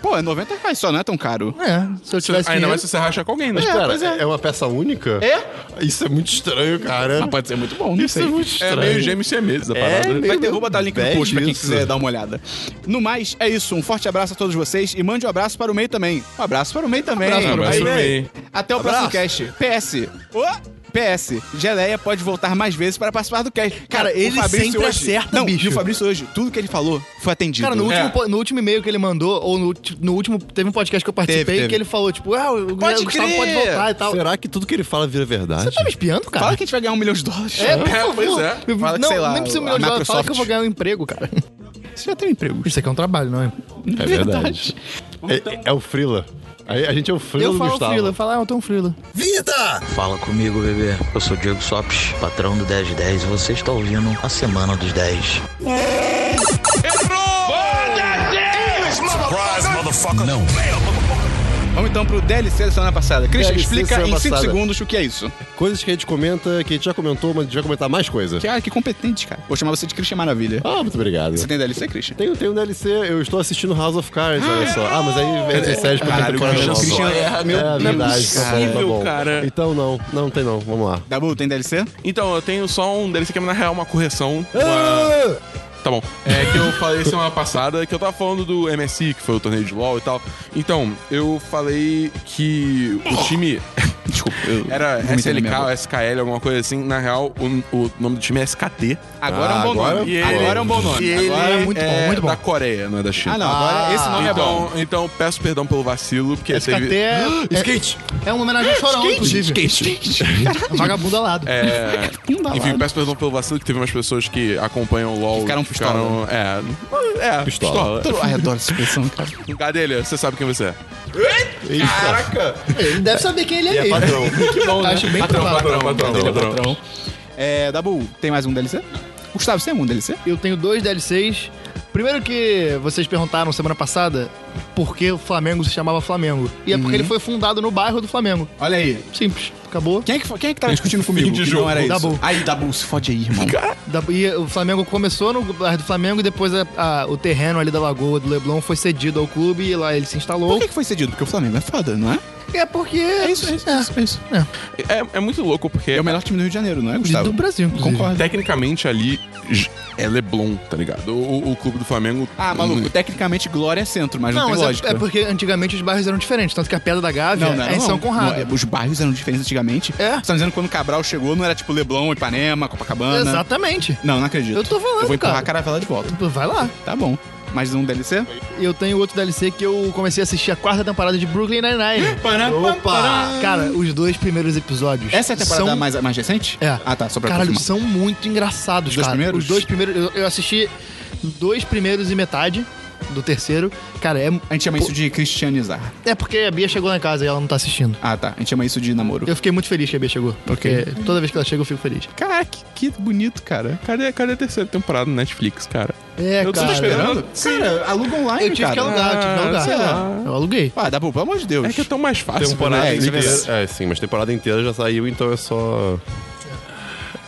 Speaker 1: Pô, é 90 reais só, não é tão caro.
Speaker 4: É, se eu tivesse
Speaker 3: Ainda
Speaker 4: dinheiro...
Speaker 3: mais se você racha com alguém, né?
Speaker 5: Mas,
Speaker 1: É,
Speaker 5: pera,
Speaker 1: pois é.
Speaker 5: é. uma peça única?
Speaker 1: É?
Speaker 5: Isso é muito estranho, cara.
Speaker 1: Mas pode ser muito bom, não
Speaker 5: Isso
Speaker 1: sei.
Speaker 5: é muito
Speaker 3: É,
Speaker 5: estranho.
Speaker 3: meio gêmeo siamês a
Speaker 5: É,
Speaker 3: parada.
Speaker 5: meio-
Speaker 1: Vai ter vou botar o link no
Speaker 5: Bad
Speaker 1: post pra quem
Speaker 5: isso.
Speaker 1: quiser dar uma olhada. No mais, é isso. Um forte abraço a todos vocês e mande um abraço para o MEI também. Um abraço para o MEI também.
Speaker 4: Abraço para o
Speaker 1: Aí,
Speaker 5: né?
Speaker 3: MEI.
Speaker 1: MEI. Até o próximo cast. PS. Ô, PS, Geleia pode voltar mais vezes para participar do cast.
Speaker 4: Cara,
Speaker 1: o
Speaker 4: ele
Speaker 1: Fabrício
Speaker 4: sempre
Speaker 1: hoje...
Speaker 4: acerta,
Speaker 1: Não,
Speaker 4: bicho.
Speaker 1: e o Fabrício hoje, tudo que ele falou foi atendido.
Speaker 4: Cara, no
Speaker 3: É.
Speaker 4: último, po- no último e-mail que ele mandou, ou no, ulti- no último, teve um podcast que eu participei,
Speaker 1: Teve, teve.
Speaker 4: que ele falou, tipo, ah, o,
Speaker 1: Pode
Speaker 4: o Gustavo
Speaker 1: crer.
Speaker 4: pode voltar e tal.
Speaker 5: Será que tudo que ele fala é vira verdade?
Speaker 4: Você tá me espiando, cara?
Speaker 1: Fala que a gente vai ganhar um milhão de dólares.
Speaker 4: É, por
Speaker 3: É,
Speaker 4: favor.
Speaker 3: pois é.
Speaker 4: Eu-
Speaker 1: Fala que,
Speaker 4: não,
Speaker 1: sei lá,
Speaker 4: nem precisa
Speaker 1: a
Speaker 4: me olhar, fala
Speaker 1: Microsoft-
Speaker 4: que eu vou ganhar um emprego, cara.
Speaker 1: Você já tem um emprego.
Speaker 4: Isso aqui é um trabalho, não é?
Speaker 5: É verdade. É, é o Frila. Aí A, gente é o Frila
Speaker 4: Eu
Speaker 5: do
Speaker 4: falo
Speaker 5: Gustavo.
Speaker 4: frila, eu falo, ah, eu tô um frila.
Speaker 6: Fala comigo, bebê. Eu sou Diego Sopes, patrão do 1010 e você está ouvindo a Semana dos 10.
Speaker 1: Vamos então pro DLC da semana passada. Christian,
Speaker 5: DLC
Speaker 1: explica
Speaker 5: semana
Speaker 1: em 5
Speaker 5: passada.
Speaker 1: segundos o que é isso.
Speaker 5: Coisas que a gente comenta, que a gente já comentou, mas a gente vai comentar mais coisa.
Speaker 1: Cara, que competente, cara. Vou chamar você de Christian Maravilha.
Speaker 5: Ah, muito obrigado.
Speaker 1: Você tem DLC, Christian?
Speaker 5: Tem, tem um DLC, eu estou assistindo House of Cards, olha só. Ah, mas aí é, é sério pra
Speaker 1: Caralho,
Speaker 5: temporada
Speaker 1: Christian,
Speaker 5: nova.
Speaker 1: Christian erra, meu
Speaker 5: é
Speaker 1: Deus,
Speaker 5: verdade, tá bom, tá
Speaker 3: possível,
Speaker 5: bom.
Speaker 3: cara.
Speaker 5: Então não, não tem não, vamos lá.
Speaker 1: Dabu, tem DLC?
Speaker 3: Então, eu tenho só um deles que é, na real, uma correção.
Speaker 2: Ah,
Speaker 3: Uma- Tá bom. É que eu falei semana passada que eu tava falando do MSI, que foi o torneio de LoL e tal. Então, eu falei que o time
Speaker 1: Desculpa. eu
Speaker 3: era
Speaker 1: vomitei na
Speaker 3: SLK
Speaker 1: minha boca.
Speaker 3: ou SKL, alguma coisa assim. Na real, o, o nome do time é SKT.
Speaker 1: Agora é um
Speaker 5: Ah,
Speaker 1: bom
Speaker 5: agora-
Speaker 1: nome.
Speaker 5: e ele-
Speaker 1: Agora é um bom nome.
Speaker 3: E ele
Speaker 1: Agora é muito
Speaker 3: é
Speaker 1: bom, muito bom.
Speaker 3: da Coreia, não é da China.
Speaker 1: Ah, não. Agora esse nome é bom.
Speaker 3: Então, então peço perdão pelo vacilo, porque
Speaker 4: SKT
Speaker 3: teve...
Speaker 4: é,
Speaker 5: Skate!
Speaker 4: é uma homenagem ao Chorão, inclusive. Vagabundo alado.
Speaker 3: É,
Speaker 1: dá
Speaker 3: enfim,
Speaker 1: lá.
Speaker 3: peço perdão pelo vacilo que teve umas pessoas que acompanham o LoL.
Speaker 1: Que ficaram né?
Speaker 3: e ficaram- É, é,
Speaker 5: Pistola.
Speaker 1: Todo- Ai, adoro essa expressão, cara.
Speaker 3: pistola. Cadelha, você sabe quem você é.
Speaker 4: Ele deve saber quem ele é, mesmo.
Speaker 5: Patrão.
Speaker 4: Acho bem provável.
Speaker 3: patrão, patrão.
Speaker 1: É, Dabu, tem mais um DLC? Gustavo, você tem um DLC?
Speaker 4: Eu tenho dois DLCs. Primeiro que vocês perguntaram semana passada por que o Flamengo se chamava Flamengo. E é porque
Speaker 1: Uhum.
Speaker 4: ele foi fundado no bairro do Flamengo.
Speaker 1: Olha aí.
Speaker 4: Simples. Acabou.
Speaker 1: Quem é que, foi- quem é que tava discutindo comigo?
Speaker 3: de
Speaker 1: que
Speaker 3: jogo.
Speaker 1: Não era isso.
Speaker 4: Dabu.
Speaker 1: Aí, Dabu, se fode aí, irmão.
Speaker 4: Da- e o Flamengo começou no bairro do Flamengo e depois a- a- o terreno ali da Lagoa do Leblon foi cedido ao clube e lá ele se
Speaker 1: Por
Speaker 4: instalou.
Speaker 1: que, que foi cedido? Porque o Flamengo é foda, não é?
Speaker 4: É porque. É isso, é isso. É,
Speaker 3: É, é muito louco, porque
Speaker 1: É o melhor time do Rio de Janeiro, não é, Gustavo?
Speaker 4: do Brasil. inclusive.
Speaker 1: Concordo.
Speaker 3: tecnicamente ali j- é Leblon, tá ligado? O, o- o clube do Flamengo. Hum.
Speaker 1: Ah, maluco, tecnicamente Glória é centro, mas não,
Speaker 4: Não,
Speaker 1: tem
Speaker 4: mas
Speaker 1: lógica.
Speaker 4: é, é porque antigamente os bairros eram diferentes. Tanto que a Pedra da Gávea
Speaker 1: Não, não,
Speaker 4: é em
Speaker 1: não.
Speaker 4: São Conrado.
Speaker 1: Não, é, os bairros eram diferentes antigamente.
Speaker 4: É.
Speaker 1: Você tá dizendo que quando Cabral chegou não era tipo Leblon, Ipanema, Copacabana.
Speaker 4: Exatamente.
Speaker 1: Não, não acredito.
Speaker 4: Eu tô falando,
Speaker 1: Eu vou empurrar
Speaker 4: cara.
Speaker 1: a caravela de volta.
Speaker 4: Vai lá.
Speaker 1: Tá bom. Mais um DLC?
Speaker 4: Eu tenho outro DLC que eu comecei a assistir a quarta temporada de Brooklyn Nine-Nine.
Speaker 1: Opa!
Speaker 4: Cara, os dois primeiros episódios.
Speaker 1: Essa é a temporada
Speaker 4: são...
Speaker 1: mais, mais recente?
Speaker 4: É.
Speaker 1: Ah, tá. Só pra
Speaker 4: Caralho,
Speaker 1: confirmar.
Speaker 4: são muito engraçados,
Speaker 1: Os dois
Speaker 4: cara.
Speaker 1: primeiros?
Speaker 4: Os dois primeiros. Eu, eu assisti dois primeiros e metade do terceiro. Cara, é.
Speaker 1: A gente chama isso de cristianizar.
Speaker 4: É porque a Bia chegou lá em casa e ela não tá assistindo.
Speaker 1: Ah, tá. A gente chama isso de namoro.
Speaker 4: Eu fiquei muito feliz que a Bia chegou. Porque
Speaker 1: Ok.
Speaker 4: toda vez que ela chega, eu fico feliz.
Speaker 1: Caraca, que bonito, cara.
Speaker 3: Cadê, cadê a terceira temporada do Netflix, cara?
Speaker 4: É,
Speaker 3: Eu tô
Speaker 4: cara.
Speaker 3: esperando.
Speaker 1: Cara, aluga online,
Speaker 4: Eu tive que alugar, eu tive que alugar.
Speaker 1: Ah, sei lá.
Speaker 4: Eu aluguei.
Speaker 1: Ah, dá bom, pelo amor de Deus.
Speaker 3: É que é tão mais fácil.
Speaker 5: Temporada
Speaker 1: É, isso é verdade.
Speaker 5: inteira. É, sim, mas temporada inteira já saiu, então é só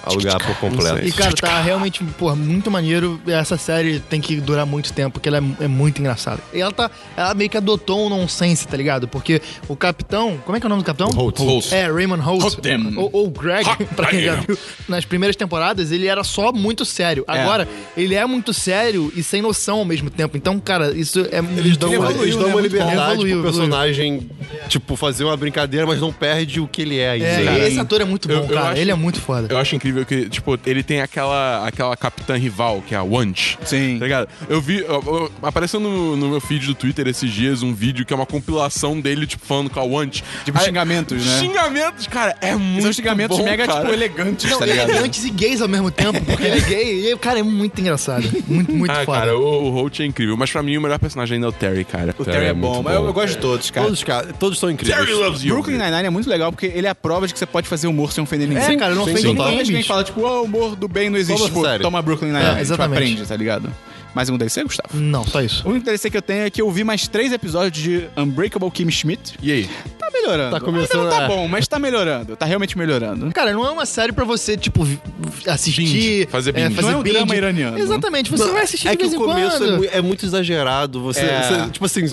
Speaker 5: alugar por completo.
Speaker 4: E, cara, tá realmente, porra, muito maneiro. Essa série tem que durar muito tempo, porque ela é, é muito engraçada. E ela tá. Ela meio que adotou um nonsense, tá ligado? Porque o capitão. Como é que é o nome do capitão?
Speaker 5: Holt.
Speaker 3: Holt.
Speaker 4: É, Raymond Holt.
Speaker 1: Hotem.
Speaker 4: Ou, ou Greg, pra quem já viu. Nas primeiras temporadas, ele era só muito sério. Agora, ele é muito sério e sem noção ao mesmo tempo. Então, cara, isso é
Speaker 5: Eles dão, uma, eles dão uma liberdade
Speaker 4: né? Evoluiu, evoluiu.
Speaker 5: pro personagem, tipo, fazer uma brincadeira, mas não perde o que ele é ainda.
Speaker 4: É,
Speaker 5: Cara,
Speaker 4: esse ator é muito bom,
Speaker 3: Eu- eu
Speaker 4: cara.
Speaker 3: acho-
Speaker 4: Ele é muito foda.
Speaker 3: Eu acho incrível que, tipo, ele tem aquela, aquela capitã rival, que é a Wanch.
Speaker 1: Sim.
Speaker 3: Tá ligado? Eu vi. eu- eu- apareceu no, no meu feed do Twitter esses dias um vídeo que é uma compilação dele, tipo, falando com a Wanch.
Speaker 1: Tipo, xingamentos, né?
Speaker 3: Xingamentos, cara, é muito.
Speaker 1: São xingamentos
Speaker 3: bom,
Speaker 1: mega,
Speaker 3: cara.
Speaker 1: tipo, elegantes,
Speaker 4: Não,
Speaker 1: tá ligado?
Speaker 4: elegantes é e gays ao mesmo tempo, porque ele é gay. E, cara, é muito engraçado. Muito, muito
Speaker 3: Ah,
Speaker 4: foda.
Speaker 3: cara, o, o Holt é incrível. Mas pra mim, o melhor personagem ainda é o Terry, cara.
Speaker 1: O Terry é,
Speaker 5: muito
Speaker 1: bom,
Speaker 5: bom.
Speaker 1: mas eu, eu gosto de todos, cara.
Speaker 5: Todos, cara, todos são incríveis.
Speaker 1: Brooklyn Nine-Nine é muito legal porque ele é a prova de que você pode fazer humor sem ofender ninguém.
Speaker 4: É, cara, não
Speaker 5: Sim,
Speaker 4: ofende
Speaker 5: sim.
Speaker 1: Toda vez
Speaker 4: ninguém,
Speaker 1: que a gente
Speaker 4: bicho.
Speaker 1: fala, tipo, "Ah, o humor do bem não existe,
Speaker 5: Toma
Speaker 1: tipo,
Speaker 5: sério.
Speaker 1: toma Brooklyn Nine-Nine.
Speaker 4: É,
Speaker 1: a gente
Speaker 4: exatamente.
Speaker 1: aprende, tá ligado? Mais um DLC, Gustavo?
Speaker 4: Não, só isso.
Speaker 1: O único DLC que eu tenho é que eu vi mais três episódios de Unbreakable Kim Schmidt.
Speaker 3: E aí?
Speaker 1: Tá melhorando.
Speaker 2: Tá começando
Speaker 1: Ainda não tá
Speaker 2: a-
Speaker 1: bom, mas tá melhorando. Tá realmente melhorando.
Speaker 4: Cara, não é uma série pra você, tipo, vi- assistir.
Speaker 3: Binge, fazer binge.
Speaker 1: Não é um drama iraniano.
Speaker 4: Exatamente, você vai assistir
Speaker 2: é
Speaker 4: de
Speaker 2: que
Speaker 4: vez
Speaker 2: o
Speaker 4: em
Speaker 2: começo é,
Speaker 4: quando.
Speaker 2: mui- é muito exagerado. Você,
Speaker 1: É.
Speaker 2: você- tipo assim,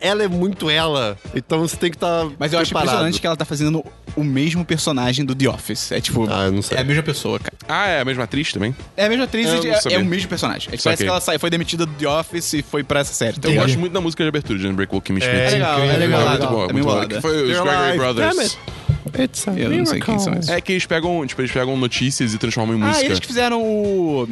Speaker 2: ela é muito ela. Então você tem que estar.
Speaker 1: Mas eu acho impressionante que ela tá fazendo o mesmo personagem do The Office. É tipo.
Speaker 2: Ah, eu não sei.
Speaker 1: É a mesma pessoa, cara.
Speaker 3: Ah, é a mesma atriz também?
Speaker 1: É a mesma atriz
Speaker 3: Eu
Speaker 1: e
Speaker 3: não
Speaker 1: de- é,
Speaker 3: sabia.
Speaker 1: o mesmo personagem. É que parece
Speaker 3: Saquei.
Speaker 1: que ela sai, foi demitida do The Office e foi pra essa série. Então,
Speaker 3: Eu
Speaker 1: eu
Speaker 3: gosto muito da música de abertura de Unbreakable Kimmy Schmidt.
Speaker 1: É legal, é legal,
Speaker 3: É
Speaker 1: é
Speaker 3: muito
Speaker 1: legal.
Speaker 3: boa,
Speaker 1: É
Speaker 3: muito
Speaker 1: bem
Speaker 3: boa.
Speaker 1: bolada.
Speaker 3: Que foi os
Speaker 5: They're
Speaker 3: Gregory
Speaker 5: alive, damn
Speaker 3: Brothers.
Speaker 5: it. It's a
Speaker 1: Eu não sei quem são esses.
Speaker 3: É que eles pegam, tipo, eles pegam notícias e transformam em
Speaker 1: Ah,
Speaker 3: música.
Speaker 1: eles que fizeram o.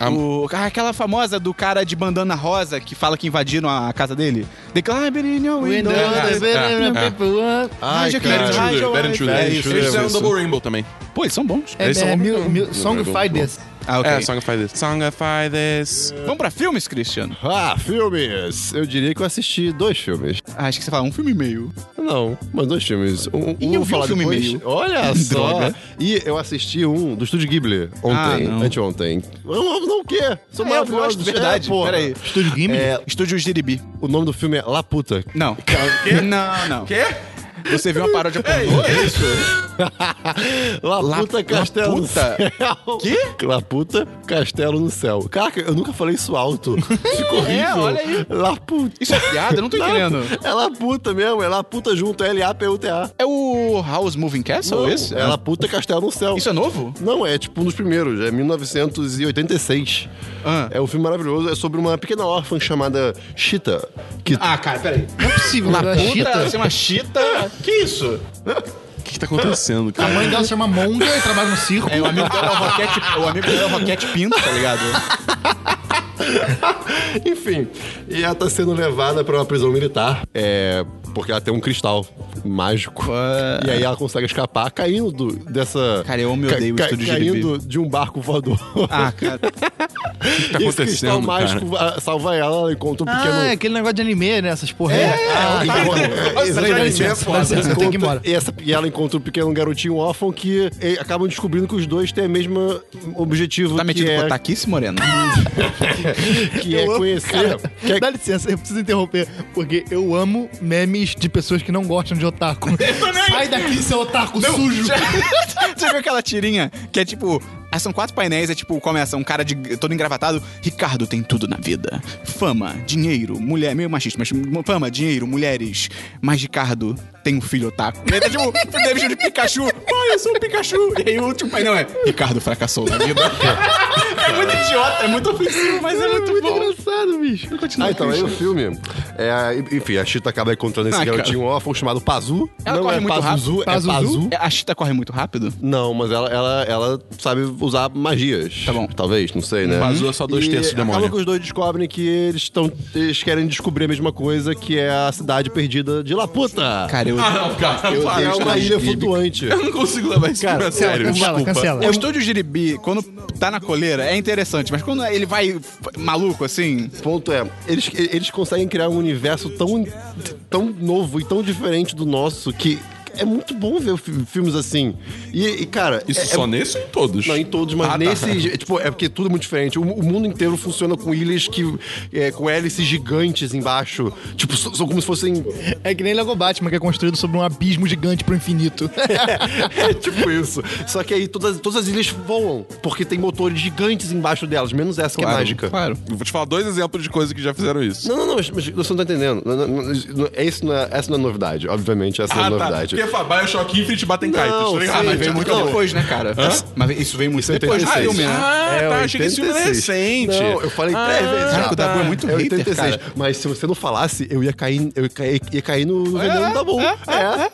Speaker 3: A-
Speaker 1: o- ah, aquela famosa do cara de bandana rosa que fala que invadiram a casa dele. The Climber in your window.
Speaker 3: é, é.
Speaker 1: Ai,
Speaker 3: Bad and
Speaker 1: cara.
Speaker 3: Truder, Bad and Truder.
Speaker 1: É isso,
Speaker 3: Eles
Speaker 1: é
Speaker 3: fizeram
Speaker 1: isso.
Speaker 3: Double Rainbow também.
Speaker 1: Pô, eles são bons.
Speaker 4: É,
Speaker 3: Eles são
Speaker 4: é, mil- mil-
Speaker 3: bom.
Speaker 4: Song
Speaker 3: Bom,
Speaker 4: Fight
Speaker 3: bom.
Speaker 4: This.
Speaker 1: Ah, ok.
Speaker 3: É, Songify This. Songify This.
Speaker 1: Vamos pra filmes, Cristiano?
Speaker 2: Ah, filmes! Eu diria que eu assisti dois filmes.
Speaker 1: Ah, acho que você fala um filme e meio.
Speaker 2: Não, mas dois filmes. Um, um
Speaker 1: Ih, eu vi um
Speaker 2: falar
Speaker 1: filme e
Speaker 2: depois.
Speaker 1: meio.
Speaker 2: Olha só!
Speaker 1: Droga.
Speaker 2: E eu assisti um do Estúdio Ghibli
Speaker 1: Ah,
Speaker 2: ontem,
Speaker 1: não.
Speaker 2: anteontem. Não, não, não o quê?
Speaker 1: Ah, eu
Speaker 2: São maravilhosos.
Speaker 1: gosto, verdade.
Speaker 2: É, porra.
Speaker 1: Peraí.
Speaker 4: Estúdio Ghibli?
Speaker 2: É,
Speaker 1: Estúdio Jiribi.
Speaker 2: o nome do filme é La Puta.
Speaker 1: Não. Não, não.
Speaker 3: Quê?
Speaker 1: Você viu uma paródia pornô?
Speaker 2: La, Puta Castelo
Speaker 1: Puta?
Speaker 2: no Céu. Que? La Puta Castelo no Céu. Caraca, eu nunca falei isso alto. Ficou horrível.
Speaker 1: É, olha aí.
Speaker 2: La Puta.
Speaker 1: Isso é piada? Eu não tô
Speaker 2: La-
Speaker 1: entendendo.
Speaker 2: É La Puta mesmo, é La Puta junto, é L-A-P-U-T-A.
Speaker 1: É o House Moving Castle,
Speaker 2: Não,
Speaker 1: esse?
Speaker 2: É La Puta Castelo no Céu.
Speaker 1: Isso é novo?
Speaker 2: Não, é tipo um dos primeiros, é 1986.
Speaker 1: Ah.
Speaker 2: É um filme maravilhoso, é sobre uma pequena órfã chamada Chita. Que...
Speaker 1: Ah, cara, peraí.
Speaker 4: Não é possível,
Speaker 1: La
Speaker 4: ela é
Speaker 1: puta,
Speaker 4: chita.
Speaker 1: você é uma chita?
Speaker 2: Ah.
Speaker 1: Que isso?
Speaker 3: O que que tá acontecendo,
Speaker 4: A
Speaker 3: cara?
Speaker 4: mãe dela se chama Monga e trabalha no circo.
Speaker 1: É, o amigo dela é o Roquete, o amigo dela é o Roquete Pinto, tá ligado?
Speaker 2: Enfim, e ela tá sendo levada pra uma prisão militar. É. Porque ela tem um cristal mágico. E aí ela consegue escapar caindo do- dessa.
Speaker 1: Cara, eu me odeio o Estúdio
Speaker 2: Caindo de um barco voador.
Speaker 4: tá
Speaker 1: Ah, cara.
Speaker 2: que
Speaker 3: tá
Speaker 2: Esse cristal
Speaker 3: acontecendo,
Speaker 2: mágico va- salva ela, ela encontra um pequeno.
Speaker 4: Ah, é aquele negócio de anime, né? Essas porra. É, ah, tá.
Speaker 2: É, exatamente.
Speaker 4: Dá licença, dá licença, eu tenho que ir embora.
Speaker 2: Encontra- e, essa- e ela encontra um pequeno garotinho órfão que eh, acabam descobrindo que os dois têm o mesmo objetivo
Speaker 1: Tá
Speaker 2: que,
Speaker 1: metido com
Speaker 2: é,
Speaker 1: taquice, Moreno?
Speaker 2: que é
Speaker 4: Eu amo,
Speaker 2: conhecer.
Speaker 4: cara.
Speaker 2: que é-
Speaker 4: Dá licença, eu preciso interromper, porque eu amo memes de pessoas que não gostam de otaku. Sai daqui, seu otaku sujo!
Speaker 1: Você viu aquela tirinha que é tipo. ah, São quatro painéis, é tipo, começa um cara de todo engravatado. Ricardo tem tudo na vida: fama, dinheiro, mulher. Meio machista, mas fama, dinheiro, mulheres. Mas Ricardo tem um filho otaku. E aí tá tipo, tem vestido de Pikachu. Pai, eu sou um Pikachu. E aí o último painel é: Ricardo fracassou na vida. é muito idiota, é muito ofensivo, mas é muito, bom.
Speaker 4: engraçado, bicho.
Speaker 2: Ah, então, aí o filme. É, enfim, a Chita acaba encontrando esse
Speaker 1: Ah, cara.
Speaker 2: garotinho órfão chamado Pazu.
Speaker 1: Ela
Speaker 2: não
Speaker 1: corre
Speaker 2: é
Speaker 1: muito
Speaker 2: Pazuzu, é
Speaker 4: rápido.
Speaker 2: Pazu.
Speaker 4: Pazuzu?
Speaker 1: A Chita corre muito rápido?
Speaker 2: Não, mas ela, ela, ela sabe usar magias.
Speaker 1: Tá bom.
Speaker 2: Talvez, não sei, né?
Speaker 3: Pazu é só dois
Speaker 2: E
Speaker 3: terços do demônio.
Speaker 2: Acaba que os dois descobrem que eles estão. Eles querem descobrir a mesma coisa, que é a cidade perdida de Laputa.
Speaker 1: Cara, eu.
Speaker 3: Ah, Não, cara,
Speaker 2: Eu
Speaker 3: para.
Speaker 2: é uma ilha
Speaker 1: Ghibli.
Speaker 2: flutuante.
Speaker 3: Eu não consigo levar isso pra sério.
Speaker 4: Cancela, cancela.
Speaker 1: O É um estúdio Jiribi, quando tá na coleira, é interessante, mas quando ele vai f- maluco assim.
Speaker 2: O ponto é, eles, eles conseguem criar um universo tão, tão novo e tão diferente do nosso que é muito bom ver fi- filmes assim. E, e, cara.
Speaker 3: Isso
Speaker 2: é-
Speaker 3: só
Speaker 2: é-
Speaker 3: nesse ou em todos?
Speaker 2: Não, em todos, mas
Speaker 3: Ah, tá.
Speaker 2: nesses. é, Tipo, é porque tudo é muito diferente. O, o mundo inteiro funciona com ilhas que. é, com hélices gigantes embaixo. Tipo, so- são como se fossem.
Speaker 4: É que nem Lego Batman, que é construído sobre um abismo gigante pro infinito.
Speaker 2: É tipo isso. Só que aí todas, todas as ilhas voam, porque tem motores gigantes embaixo delas, menos essa que é mágica.
Speaker 1: Claro.
Speaker 3: Eu vou te falar dois exemplos de coisas que já fizeram isso.
Speaker 2: Não, não, não, mas, mas você não tá entendendo. Não, não, não, isso não- isso não é, essa não é novidade, obviamente, essa não é novidade.
Speaker 3: Ah, tá. Porque Fabai é choque infinite batem kaitos, tá ligado?
Speaker 2: sim,
Speaker 3: Ah, mas
Speaker 1: Veio
Speaker 3: vem
Speaker 1: muito depois, né, cara? Mas isso veio muito
Speaker 2: é
Speaker 1: depois do
Speaker 2: 86.
Speaker 1: filme, né?
Speaker 3: Ah,
Speaker 2: É
Speaker 3: tá, achei que esse filme era
Speaker 2: 86.
Speaker 3: recente. Ah.
Speaker 2: Não, eu falei três vezes já.
Speaker 1: Cara, o Dabu é muito
Speaker 2: É
Speaker 1: hater,
Speaker 2: 86.
Speaker 1: cara.
Speaker 2: Mas se você não falasse, eu ia cair, eu ia cair, ia cair no no veneno da Bom. É,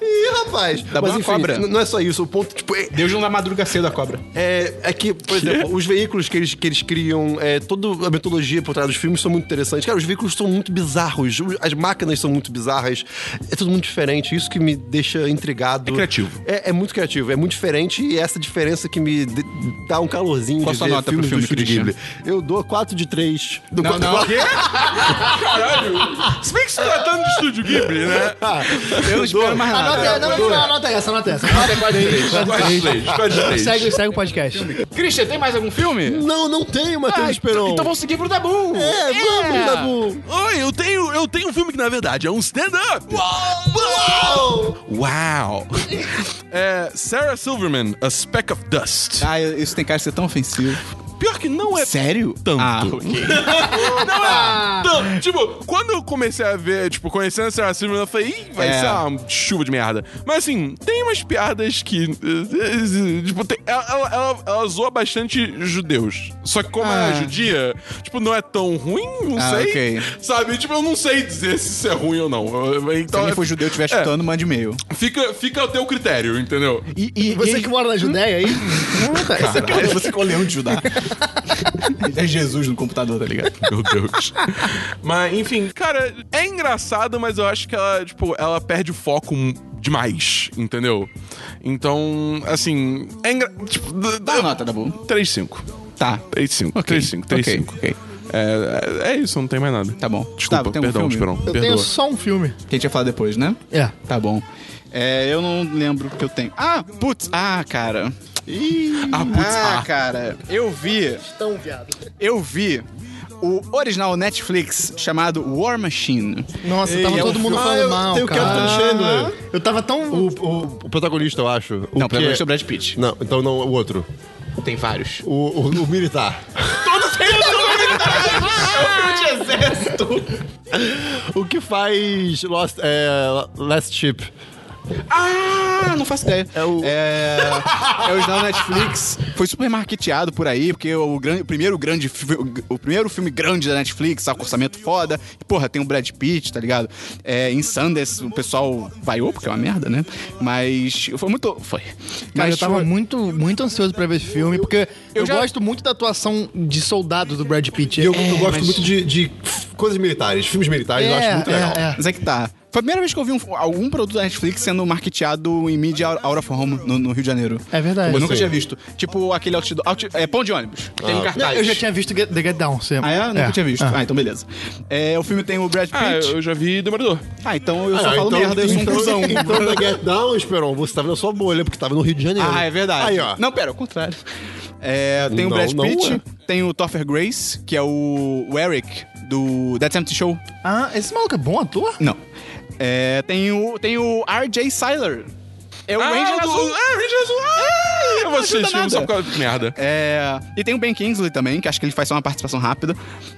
Speaker 2: Ih, rapaz.
Speaker 1: Bom
Speaker 2: mas
Speaker 1: é
Speaker 2: enfim,
Speaker 1: cobra.
Speaker 2: n- não é só isso. O ponto, tipo, é,
Speaker 1: Deus não dá madruga cedo a cobra.
Speaker 2: é, é que, por exemplo, os veículos que eles, que eles criam, é, toda a metodologia por trás dos filmes são muito interessantes. Cara, os veículos são muito bizarros. o- As máquinas são muito bizarras. É tudo muito diferente. Isso que me deixa in- intrigado.
Speaker 3: É criativo.
Speaker 2: É, é muito criativo, é muito diferente e essa diferença que me d- dá um calorzinho
Speaker 1: Qual
Speaker 2: de
Speaker 1: sua
Speaker 2: ver
Speaker 1: nota pro
Speaker 2: filmes
Speaker 1: filme,
Speaker 2: do Estúdio
Speaker 1: Christian?
Speaker 2: Ghibli. Eu dou 4 de 3.
Speaker 1: Não, não,
Speaker 3: Caralho! Se bem que se tratando de estúdio Ghibli, né?
Speaker 1: eu não espero mais nada.
Speaker 4: Anota, Ah, não, não, não, anota essa, anota essa.
Speaker 3: Quase três, quase três.
Speaker 4: Segue, segue o podcast.
Speaker 1: Christian, tem mais algum filme?
Speaker 2: Não, não tenho, Matheus
Speaker 1: Ah,
Speaker 2: Esperon.
Speaker 1: então vamos seguir pro Dabu.
Speaker 2: É, vamos, Dabu.
Speaker 3: Oi, eu tenho, eu tenho um filme que, na verdade, é um stand-up. Uau! Uau! É Sarah Silverman, A Speck of Dust.
Speaker 1: Ah, isso tem cara de ser tão ofensivo.
Speaker 3: Pior que não é
Speaker 1: Sério? Tanto. Ah, ok.
Speaker 3: Não é tão- Tipo, quando eu comecei a ver, tipo, conhecendo a Sarah Silverman, eu falei, Ih, vai
Speaker 1: É.
Speaker 3: ser uma chuva de merda. Mas assim, tem umas piadas que. eh, eh, Tipo, tem- ela, ela, ela- ela zoa bastante judeus. Só que como
Speaker 1: Ah.
Speaker 3: ela é judia, tipo, não é tão ruim, não
Speaker 1: Ah,
Speaker 3: sei.
Speaker 1: ok.
Speaker 3: Sabe? Tipo, eu não sei dizer se isso é ruim ou não. Eu-
Speaker 1: Se
Speaker 3: Então,
Speaker 1: alguém for judeu e estiver
Speaker 3: É.
Speaker 1: chutando, mande e-mail.
Speaker 3: Fica, fica ao teu critério, entendeu?
Speaker 1: E, e-
Speaker 4: Você
Speaker 1: e-
Speaker 4: que mora na Judéia aí. é
Speaker 1: Cara, você ficou leão de Judá. é Jesus no computador, tá ligado?
Speaker 3: Meu Deus. mas, enfim, cara, é engraçado, mas eu acho que ela, tipo, ela perde o foco m- demais, entendeu? Então, assim, é engra... Tipo, d- d-
Speaker 1: Dá uma nota, Dabu.
Speaker 3: 3-5.
Speaker 1: Tá.
Speaker 3: 3-5. 3-5. 3-5.
Speaker 1: Ok, ok.
Speaker 3: É, é- é isso, não tem mais nada.
Speaker 1: Tá bom.
Speaker 3: Desculpa,
Speaker 1: Tá, tem um
Speaker 3: perdão,
Speaker 1: filme?
Speaker 3: Esperão.
Speaker 4: Eu
Speaker 3: Perdoa.
Speaker 4: tenho só um filme.
Speaker 1: Que a gente ia falar depois, né?
Speaker 4: É.
Speaker 1: Tá bom. É, eu não lembro o que eu tenho. Ah, putz. Ah, cara. Ih,
Speaker 3: Ah, putz, ah.
Speaker 1: cara. Eu vi,
Speaker 4: Tão viado.
Speaker 1: eu vi o original Netflix chamado War Machine.
Speaker 4: Nossa,
Speaker 1: Ei,
Speaker 4: tava
Speaker 1: é um
Speaker 4: todo mundo
Speaker 1: filme-
Speaker 4: falando mal,
Speaker 2: Tem o Captain
Speaker 4: cara.
Speaker 2: Chandler.
Speaker 4: Eu tava tão...
Speaker 2: O, o- o protagonista, eu acho. O
Speaker 1: Não,
Speaker 2: que-
Speaker 1: pra mim é o Brad Pitt.
Speaker 2: Não, então não, o outro.
Speaker 1: Tem vários.
Speaker 2: O, o, o militar. O que faz Lost, é, Last Ship?
Speaker 1: Ah, não faço ideia. É
Speaker 2: o-
Speaker 1: É, é o original Netflix. Foi super marketeado por aí, porque o, gran- o primeiro grande fi- o primeiro filme grande da Netflix, tá, com orçamento foda. E, porra, tem o Brad Pitt, tá ligado? É, em Sundance, o pessoal vaiou, porque é uma merda, né? Mas foi muito... Foi.
Speaker 4: Cara,
Speaker 1: Mas
Speaker 4: eu tava
Speaker 1: foi-
Speaker 4: muito, muito ansioso pra ver esse filme, porque eu,
Speaker 1: eu já-
Speaker 4: gosto muito da atuação de soldado do Brad Pitt. É,
Speaker 2: Eu, eu gosto muito de, de coisas militares, filmes militares, eu acho muito legal.
Speaker 4: É, é.
Speaker 1: Mas é que tá. Foi a primeira vez que eu vi um- algum produto da Netflix sendo marketeado em mídia out of home no, no Rio de Janeiro.
Speaker 4: É verdade.
Speaker 1: Eu nunca
Speaker 2: assim?
Speaker 1: tinha visto. Tipo aquele outdoor. out- é, pão de ônibus. Tem um cartaz.
Speaker 4: Não, eu já tinha visto Get- The Get Down. Você...
Speaker 1: Ah, é? Nunca tinha visto. Ah, então beleza. É, o filme tem o Brad
Speaker 3: Ah,
Speaker 1: Pitt.
Speaker 3: eu já vi Demolidor.
Speaker 1: Ah, então eu só
Speaker 2: Ah,
Speaker 1: falo merda, eu sou um cuzão.
Speaker 2: Então, The Get Down, Esperon, você tava na sua bolha, porque tava no Rio de Janeiro.
Speaker 1: Ah, é verdade.
Speaker 2: Aí, ó.
Speaker 1: Não, pera, é o contrário. É, tem o
Speaker 2: Não,
Speaker 1: Brad
Speaker 2: não
Speaker 1: Pitt,
Speaker 2: é.
Speaker 1: tem o Topher Grace, que é o, o Eric do That Empty Show.
Speaker 4: Ah, esse maluco é bom ator?
Speaker 1: Não. É, tem o, tem o R.J. Siler. É o
Speaker 3: Ah,
Speaker 1: Ranger
Speaker 3: do-
Speaker 1: Azul.
Speaker 3: Ah, Ranger Azul. Ah, eu vou assistir
Speaker 1: ajuda
Speaker 3: esse filme só
Speaker 1: nada.
Speaker 3: por causa de merda.
Speaker 1: É, e tem o Ben Kingsley também, que acho que ele faz só uma participação rápida.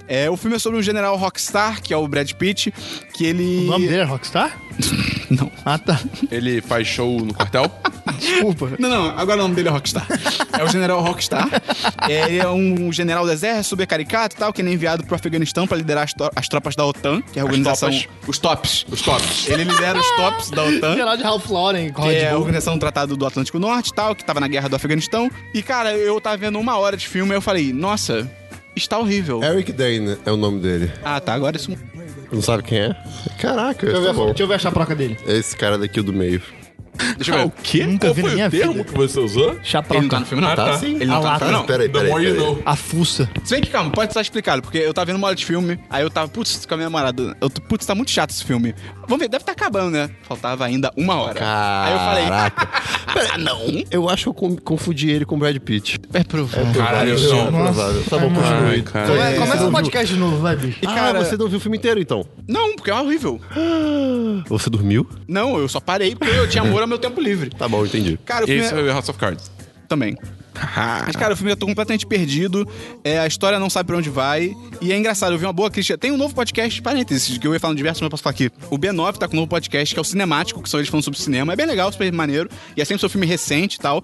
Speaker 1: É, o filme é sobre um general rockstar, que é o Brad Pitt, que ele...
Speaker 4: O nome dele é Rockstar?
Speaker 1: Não.
Speaker 4: Ah, tá.
Speaker 3: Ele faz show no quartel.
Speaker 4: Desculpa.
Speaker 1: Não, não, agora o nome dele é Rockstar. É o General Rockstar. É, ele é um general do exército, super caricato e tal, que ele é enviado pro Afeganistão pra liderar as, to- as tropas da OTAN, que é a organização.
Speaker 3: topas.
Speaker 1: Os tops. Os tops. Ele lidera os tops da OTAN.
Speaker 4: Geral de né? Ralph Lauren,
Speaker 1: Que
Speaker 4: Rod
Speaker 1: é a
Speaker 4: Bull.
Speaker 1: organização do Tratado do Atlântico Norte e tal, que tava na guerra do Afeganistão. E, cara, eu tava vendo uma hora de filme e eu falei, nossa, está horrível.
Speaker 2: Eric Dane é o nome dele.
Speaker 1: Ah, tá, agora isso.
Speaker 2: Não sabe quem é? Caraca,
Speaker 4: Deixa
Speaker 2: tá
Speaker 4: eu ver-
Speaker 2: bom.
Speaker 4: Deixa eu ver a chaproca dele.
Speaker 2: É Esse cara daqui do meio.
Speaker 1: Deixa eu ver.
Speaker 3: quê?
Speaker 4: Nunca
Speaker 3: Qual
Speaker 4: vi na
Speaker 3: foi
Speaker 4: minha
Speaker 3: o termo
Speaker 4: vida.
Speaker 3: que você usou?
Speaker 4: Chaproca.
Speaker 1: Ele não tá no filme, não.
Speaker 3: Ah, tá.
Speaker 1: Ele não
Speaker 4: Ah,
Speaker 1: tá
Speaker 4: lá,
Speaker 1: no filme, não.
Speaker 2: Peraí,
Speaker 3: The
Speaker 2: peraí,
Speaker 3: more you
Speaker 2: peraí.
Speaker 3: know.
Speaker 4: A fuça.
Speaker 1: Se bem que, calma, pode estar explicado, porque eu tava vendo uma hora de filme, aí eu tava, putz, com a minha namorada, eu, tô, putz, tá muito chato esse filme. Vamos ver, deve estar acabando, né? Faltava ainda uma hora. Aí eu falei, ah, não.
Speaker 2: Eu acho que eu com- confundi ele com o Brad Pitt.
Speaker 1: É provável.
Speaker 2: né?
Speaker 3: Caralho, não.
Speaker 2: Provável. Tá bom, continue.
Speaker 3: Ai, cara.
Speaker 1: é,
Speaker 4: Vai, Começa
Speaker 2: não
Speaker 4: o podcast de novo, vai, bicho.
Speaker 2: E cara, Ah, você não viu o filme inteiro, então?
Speaker 1: Não, porque é horrível.
Speaker 2: Você dormiu?
Speaker 1: Não, eu só parei porque eu tinha amor ao meu tempo livre.
Speaker 2: Tá bom, entendi.
Speaker 1: Cara, o
Speaker 3: E
Speaker 1: filme
Speaker 3: aí você
Speaker 1: é-
Speaker 3: vai ver House of Cards.
Speaker 1: também. Mas, cara, o filme eu tô completamente perdido. é, a história não sabe pra onde vai. E é engraçado, eu vi uma boa crítica. Tem um novo podcast, parênteses, que eu ia falar no diverso, mas eu posso falar aqui. O B9 tá com um novo podcast, que é o Cinemático, que são eles falando sobre cinema. É bem legal, super maneiro. E é sempre sobre filme recente e tal.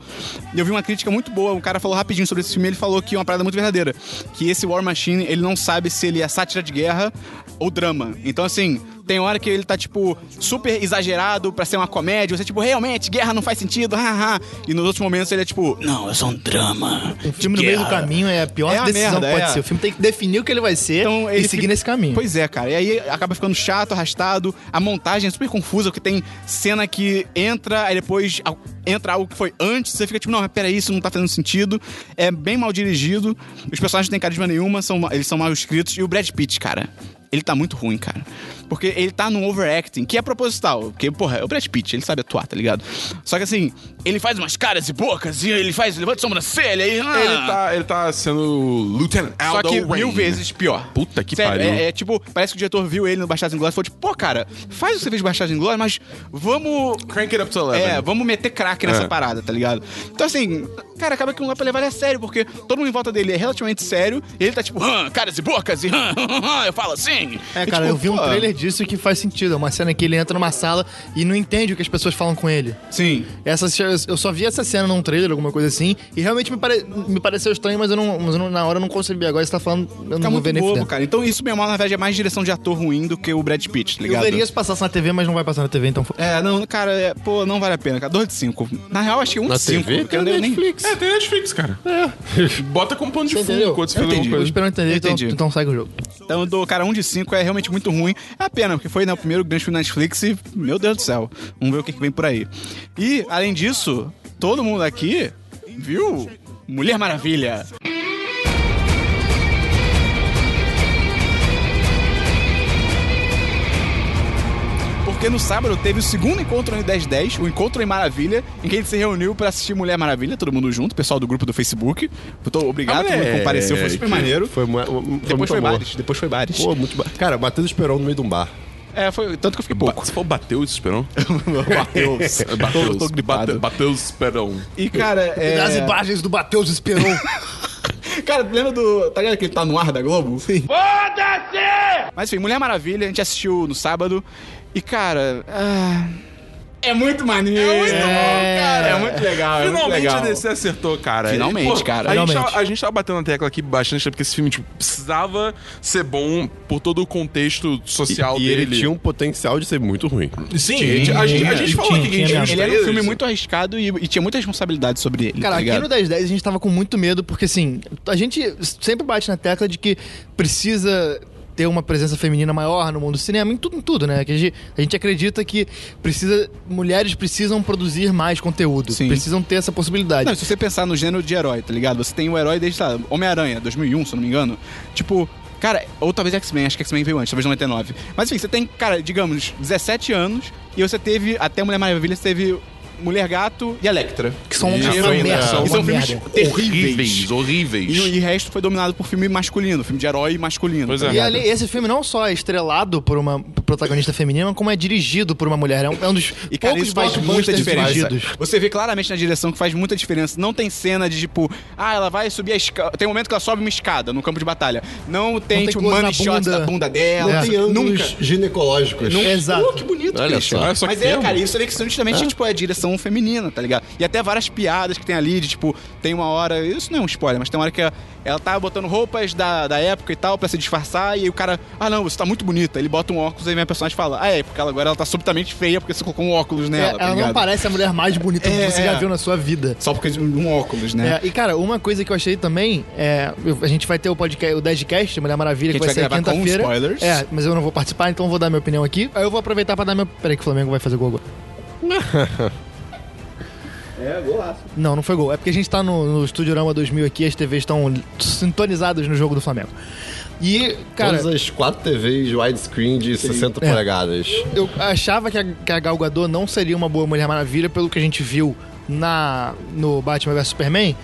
Speaker 1: E eu vi uma crítica muito boa. O cara falou rapidinho sobre esse filme. Ele falou que é uma parada muito verdadeira. Que esse War Machine, ele não sabe se ele é sátira de guerra ou drama. Então, assim, Tem hora que ele tá, tipo, super exagerado pra ser uma comédia. Você, tipo, realmente, guerra não faz sentido, haha. E nos outros momentos ele é tipo, não, é só um drama.
Speaker 4: O filme no meio do caminho é a pior
Speaker 1: É a
Speaker 4: decisão
Speaker 1: merda,
Speaker 4: que pode
Speaker 1: é.
Speaker 4: ser. O filme tem que definir o que ele vai ser
Speaker 1: Então,
Speaker 4: e
Speaker 1: ele
Speaker 4: seguir
Speaker 1: fica-
Speaker 4: nesse caminho.
Speaker 1: Pois é, cara. E aí acaba ficando chato, arrastado. A montagem é super confusa, porque tem cena que entra, aí depois al- entra algo que foi antes. Você fica tipo, não, mas peraí, isso não tá fazendo sentido. É bem mal dirigido. Os personagens não têm carisma nenhuma, são, ma- eles são mal escritos. E o Brad Pitt, cara. Ele tá muito ruim, cara. Porque ele tá num overacting, que é proposital. Porque, porra, é o Brad Pitt, ele sabe atuar, tá ligado? Só que assim, ele faz umas caras e bocas, e ele faz, levanta sobrancelha, e. ah.
Speaker 3: Ele tá, ele tá sendo Lieutenant
Speaker 1: Só
Speaker 3: Aldo
Speaker 1: que
Speaker 3: Wayne.
Speaker 1: mil vezes pior.
Speaker 3: Puta que
Speaker 1: Sério,
Speaker 3: pariu.
Speaker 1: É, é tipo, parece que o diretor viu ele no Bastardos Inglórios e falou tipo, pô, cara, faz o que você fez de Bastardos Inglórios, mas vamos...
Speaker 3: Crank it up to 11.
Speaker 1: É, vamos meter crack nessa
Speaker 3: né? É.
Speaker 1: parada, tá ligado? Então assim, cara, acaba que não dá pra levar ele a sério, porque todo mundo em volta dele é relativamente sério, e ele tá tipo, "Hã, caras e bocas, e hã, hã, hã, hã", eu falo assim.
Speaker 4: É,
Speaker 1: E,
Speaker 4: cara,
Speaker 1: tipo,
Speaker 4: eu vi um
Speaker 1: pô,
Speaker 4: trailer disso que faz sentido. É uma cena que ele entra numa sala e não entende o que as pessoas falam com ele.
Speaker 1: Sim.
Speaker 4: Essa, eu só vi essa cena num trailer, alguma coisa assim, e realmente me, pare- me pareceu estranho, mas eu não, mas eu não- na hora eu não concebi. Agora você tá falando, eu
Speaker 1: Fica
Speaker 4: não vou
Speaker 1: muito
Speaker 4: ver nem
Speaker 1: bobo,
Speaker 4: fudendo.
Speaker 1: cara. Então isso, meu mal, na verdade, é mais direção de ator ruim do que o Brad Pitt, tá
Speaker 4: Eu
Speaker 1: ligado?
Speaker 4: veria se passasse na TV, mas não vai passar na TV, então... foda.
Speaker 1: É, não, cara, é, pô, não vale a pena, cara. 2 de 5. Na real, acho que 1
Speaker 2: Na
Speaker 1: de 5.
Speaker 2: TV,
Speaker 1: porque eu
Speaker 2: tem
Speaker 1: nem- nem-
Speaker 2: Netflix.
Speaker 3: É, tem Netflix, cara. Bota como pano de
Speaker 4: Você
Speaker 3: fundo
Speaker 4: entendeu?
Speaker 3: quando você
Speaker 4: Eu
Speaker 3: fez alguma
Speaker 4: entendi. Eu
Speaker 3: coisa.
Speaker 4: espero entender, então,
Speaker 1: Entendi.
Speaker 4: então segue o jogo.
Speaker 1: Então eu dou, cara, um de cinco é realmente muito ruim. É a pena, porque foi né, o primeiro grande filme da Netflix e, meu Deus do céu, vamos ver o que, que vem por aí. E, além disso, todo mundo aqui viu Mulher Maravilha. Porque no sábado teve o segundo encontro no 1010, o Encontro em Maravilha, em que a gente se reuniu pra assistir Mulher Maravilha, todo mundo junto, pessoal do grupo do Facebook. Eu tô obrigado, todo mundo que É, compareceu, foi super maneiro.
Speaker 2: Foi, mu- mu- Ah, foi
Speaker 1: Depois
Speaker 2: muito
Speaker 1: foi
Speaker 2: amor.
Speaker 1: bares, depois foi bares.
Speaker 2: Pô, muito ba... Cara, Matheus esperou no meio de um bar.
Speaker 1: É, foi tanto que eu fiquei pouco.
Speaker 3: Você falou bateu esse esperão?
Speaker 1: Bateu.
Speaker 3: Bateu,
Speaker 1: tô gripado.
Speaker 3: bateu, bateu esse esperão.
Speaker 1: E, cara, é...
Speaker 4: Das imagens do Bateus Esperon.
Speaker 1: Cara, lembra do... Tá ligado que ele tá no ar da Globo? Sim. Foda-se! Mas, enfim, Mulher Maravilha, a gente assistiu no sábado. E, cara... ah, É muito maneiro. É muito bom, cara. É muito
Speaker 3: Ah,
Speaker 1: legal, é muito
Speaker 3: Finalmente a
Speaker 1: legal.
Speaker 3: DC acertou, cara.
Speaker 1: Finalmente,
Speaker 3: E, pô,
Speaker 1: cara.
Speaker 3: A, Gente
Speaker 4: Finalmente.
Speaker 3: tava, a gente tava batendo na tecla aqui bastante, né, porque esse filme tipo, precisava ser bom por todo o contexto social
Speaker 2: e
Speaker 3: dele.
Speaker 2: ele tinha um potencial de ser muito ruim.
Speaker 3: Sim, a gente- a gente, a gente
Speaker 4: Tinha,
Speaker 3: falou aqui que a
Speaker 4: tinha
Speaker 3: gente viu
Speaker 4: é mesmo.
Speaker 3: os
Speaker 1: Ele era um
Speaker 3: trailers.
Speaker 1: filme muito arriscado e, e tinha muita responsabilidade sobre ele,
Speaker 4: Cara,
Speaker 1: tá
Speaker 4: aqui
Speaker 1: ligado?
Speaker 4: no 1010 a gente tava com muito medo, porque assim, a gente sempre bate na tecla de que precisa ter uma presença feminina maior no mundo do cinema, em tudo, em tudo, né? Que a, gente, a gente acredita que precisa. Mulheres precisam produzir mais conteúdo.
Speaker 1: Sim.
Speaker 4: Precisam ter essa possibilidade.
Speaker 1: Não, é se você pensar no gênero de herói, tá ligado? Você tem o herói desde, tá, Homem-Aranha, 2001, se eu não me engano. Tipo, cara, ou talvez X-Men, acho que X-Men veio antes, talvez 99. Mas enfim, você tem, cara, digamos, 17 anos e você teve, até Mulher Maravilha, você teve Mulher Gato e Electra.
Speaker 4: que são
Speaker 3: Isso
Speaker 4: uma
Speaker 3: ainda
Speaker 4: merda. é
Speaker 3: são
Speaker 1: E
Speaker 4: uma
Speaker 1: são filmes
Speaker 4: merda.
Speaker 1: terríveis.
Speaker 3: Ah, horríveis, horríveis.
Speaker 1: E, o- e o resto foi dominado por filme masculino, filme de herói masculino.
Speaker 3: Pois é.
Speaker 1: tá
Speaker 4: E
Speaker 1: ligado?
Speaker 4: ali, esse filme não só é estrelado por uma protagonista feminina, como é dirigido por uma mulher. É um, é um dos
Speaker 1: E cara,
Speaker 4: poucos
Speaker 1: isso faz muita
Speaker 4: blockbusters
Speaker 1: diferença.
Speaker 4: dirigidos.
Speaker 1: Você vê claramente na direção que faz muita diferença. Não tem cena de tipo, ah, ela vai subir a escada. Tem um momento que ela sobe uma escada no campo de batalha. Não tem,
Speaker 4: tem
Speaker 1: tipo,
Speaker 4: close na
Speaker 1: money shot
Speaker 4: bunda.
Speaker 1: da bunda dela.
Speaker 4: Não
Speaker 1: não
Speaker 4: tem
Speaker 1: sei-
Speaker 2: ângulos
Speaker 1: Nunca.
Speaker 2: ginecológicos.
Speaker 1: Nunca.
Speaker 4: Exato.
Speaker 1: Pô, que bonito,
Speaker 2: Olha
Speaker 1: Christian.
Speaker 2: só.
Speaker 3: Olha só que
Speaker 1: Mas é,
Speaker 3: termo.
Speaker 1: cara, isso é que justamente tipo, é a direção feminina, tá ligado? E até várias piadas que tem ali, de tipo, tem uma hora. Isso não é um spoiler, mas tem uma hora que ela, ela tá botando roupas da, da época e tal pra se disfarçar, e aí o cara, ah não, você tá muito bonita. Ele bota um óculos e aí minha personagem fala, ah é, porque ela, agora ela tá subitamente feia porque você colocou um óculos
Speaker 4: É,
Speaker 1: nela. tá
Speaker 4: ela não
Speaker 1: ligado?
Speaker 4: parece a mulher mais bonita
Speaker 1: É,
Speaker 4: que você já
Speaker 1: é.
Speaker 4: viu na sua vida.
Speaker 1: Só porque de um óculos, né?
Speaker 4: É, e cara, uma coisa que eu achei também, é, eu- a gente vai ter o podcast, o 10cast, Mulher Maravilha,
Speaker 1: Que
Speaker 4: que,
Speaker 1: a gente
Speaker 4: vai ser
Speaker 1: vai gravar com
Speaker 4: quinta-feira.
Speaker 1: spoilers.
Speaker 4: É, mas eu não vou participar, então eu vou dar minha opinião aqui. Aí eu vou aproveitar pra dar meu. Peraí que o Flamengo vai fazer gol agora. Não, não foi gol. É porque a gente tá no, no Estúdio Rama 2000 aqui, as TVs estão sintonizadas no jogo do Flamengo. E, cara,
Speaker 2: Todas as quatro TVs widescreen de 60
Speaker 4: É.
Speaker 2: polegadas.
Speaker 4: eu achava que a, que a Gal Gadot não seria uma boa Mulher Maravilha pelo que a gente viu na no Batman vs Superman,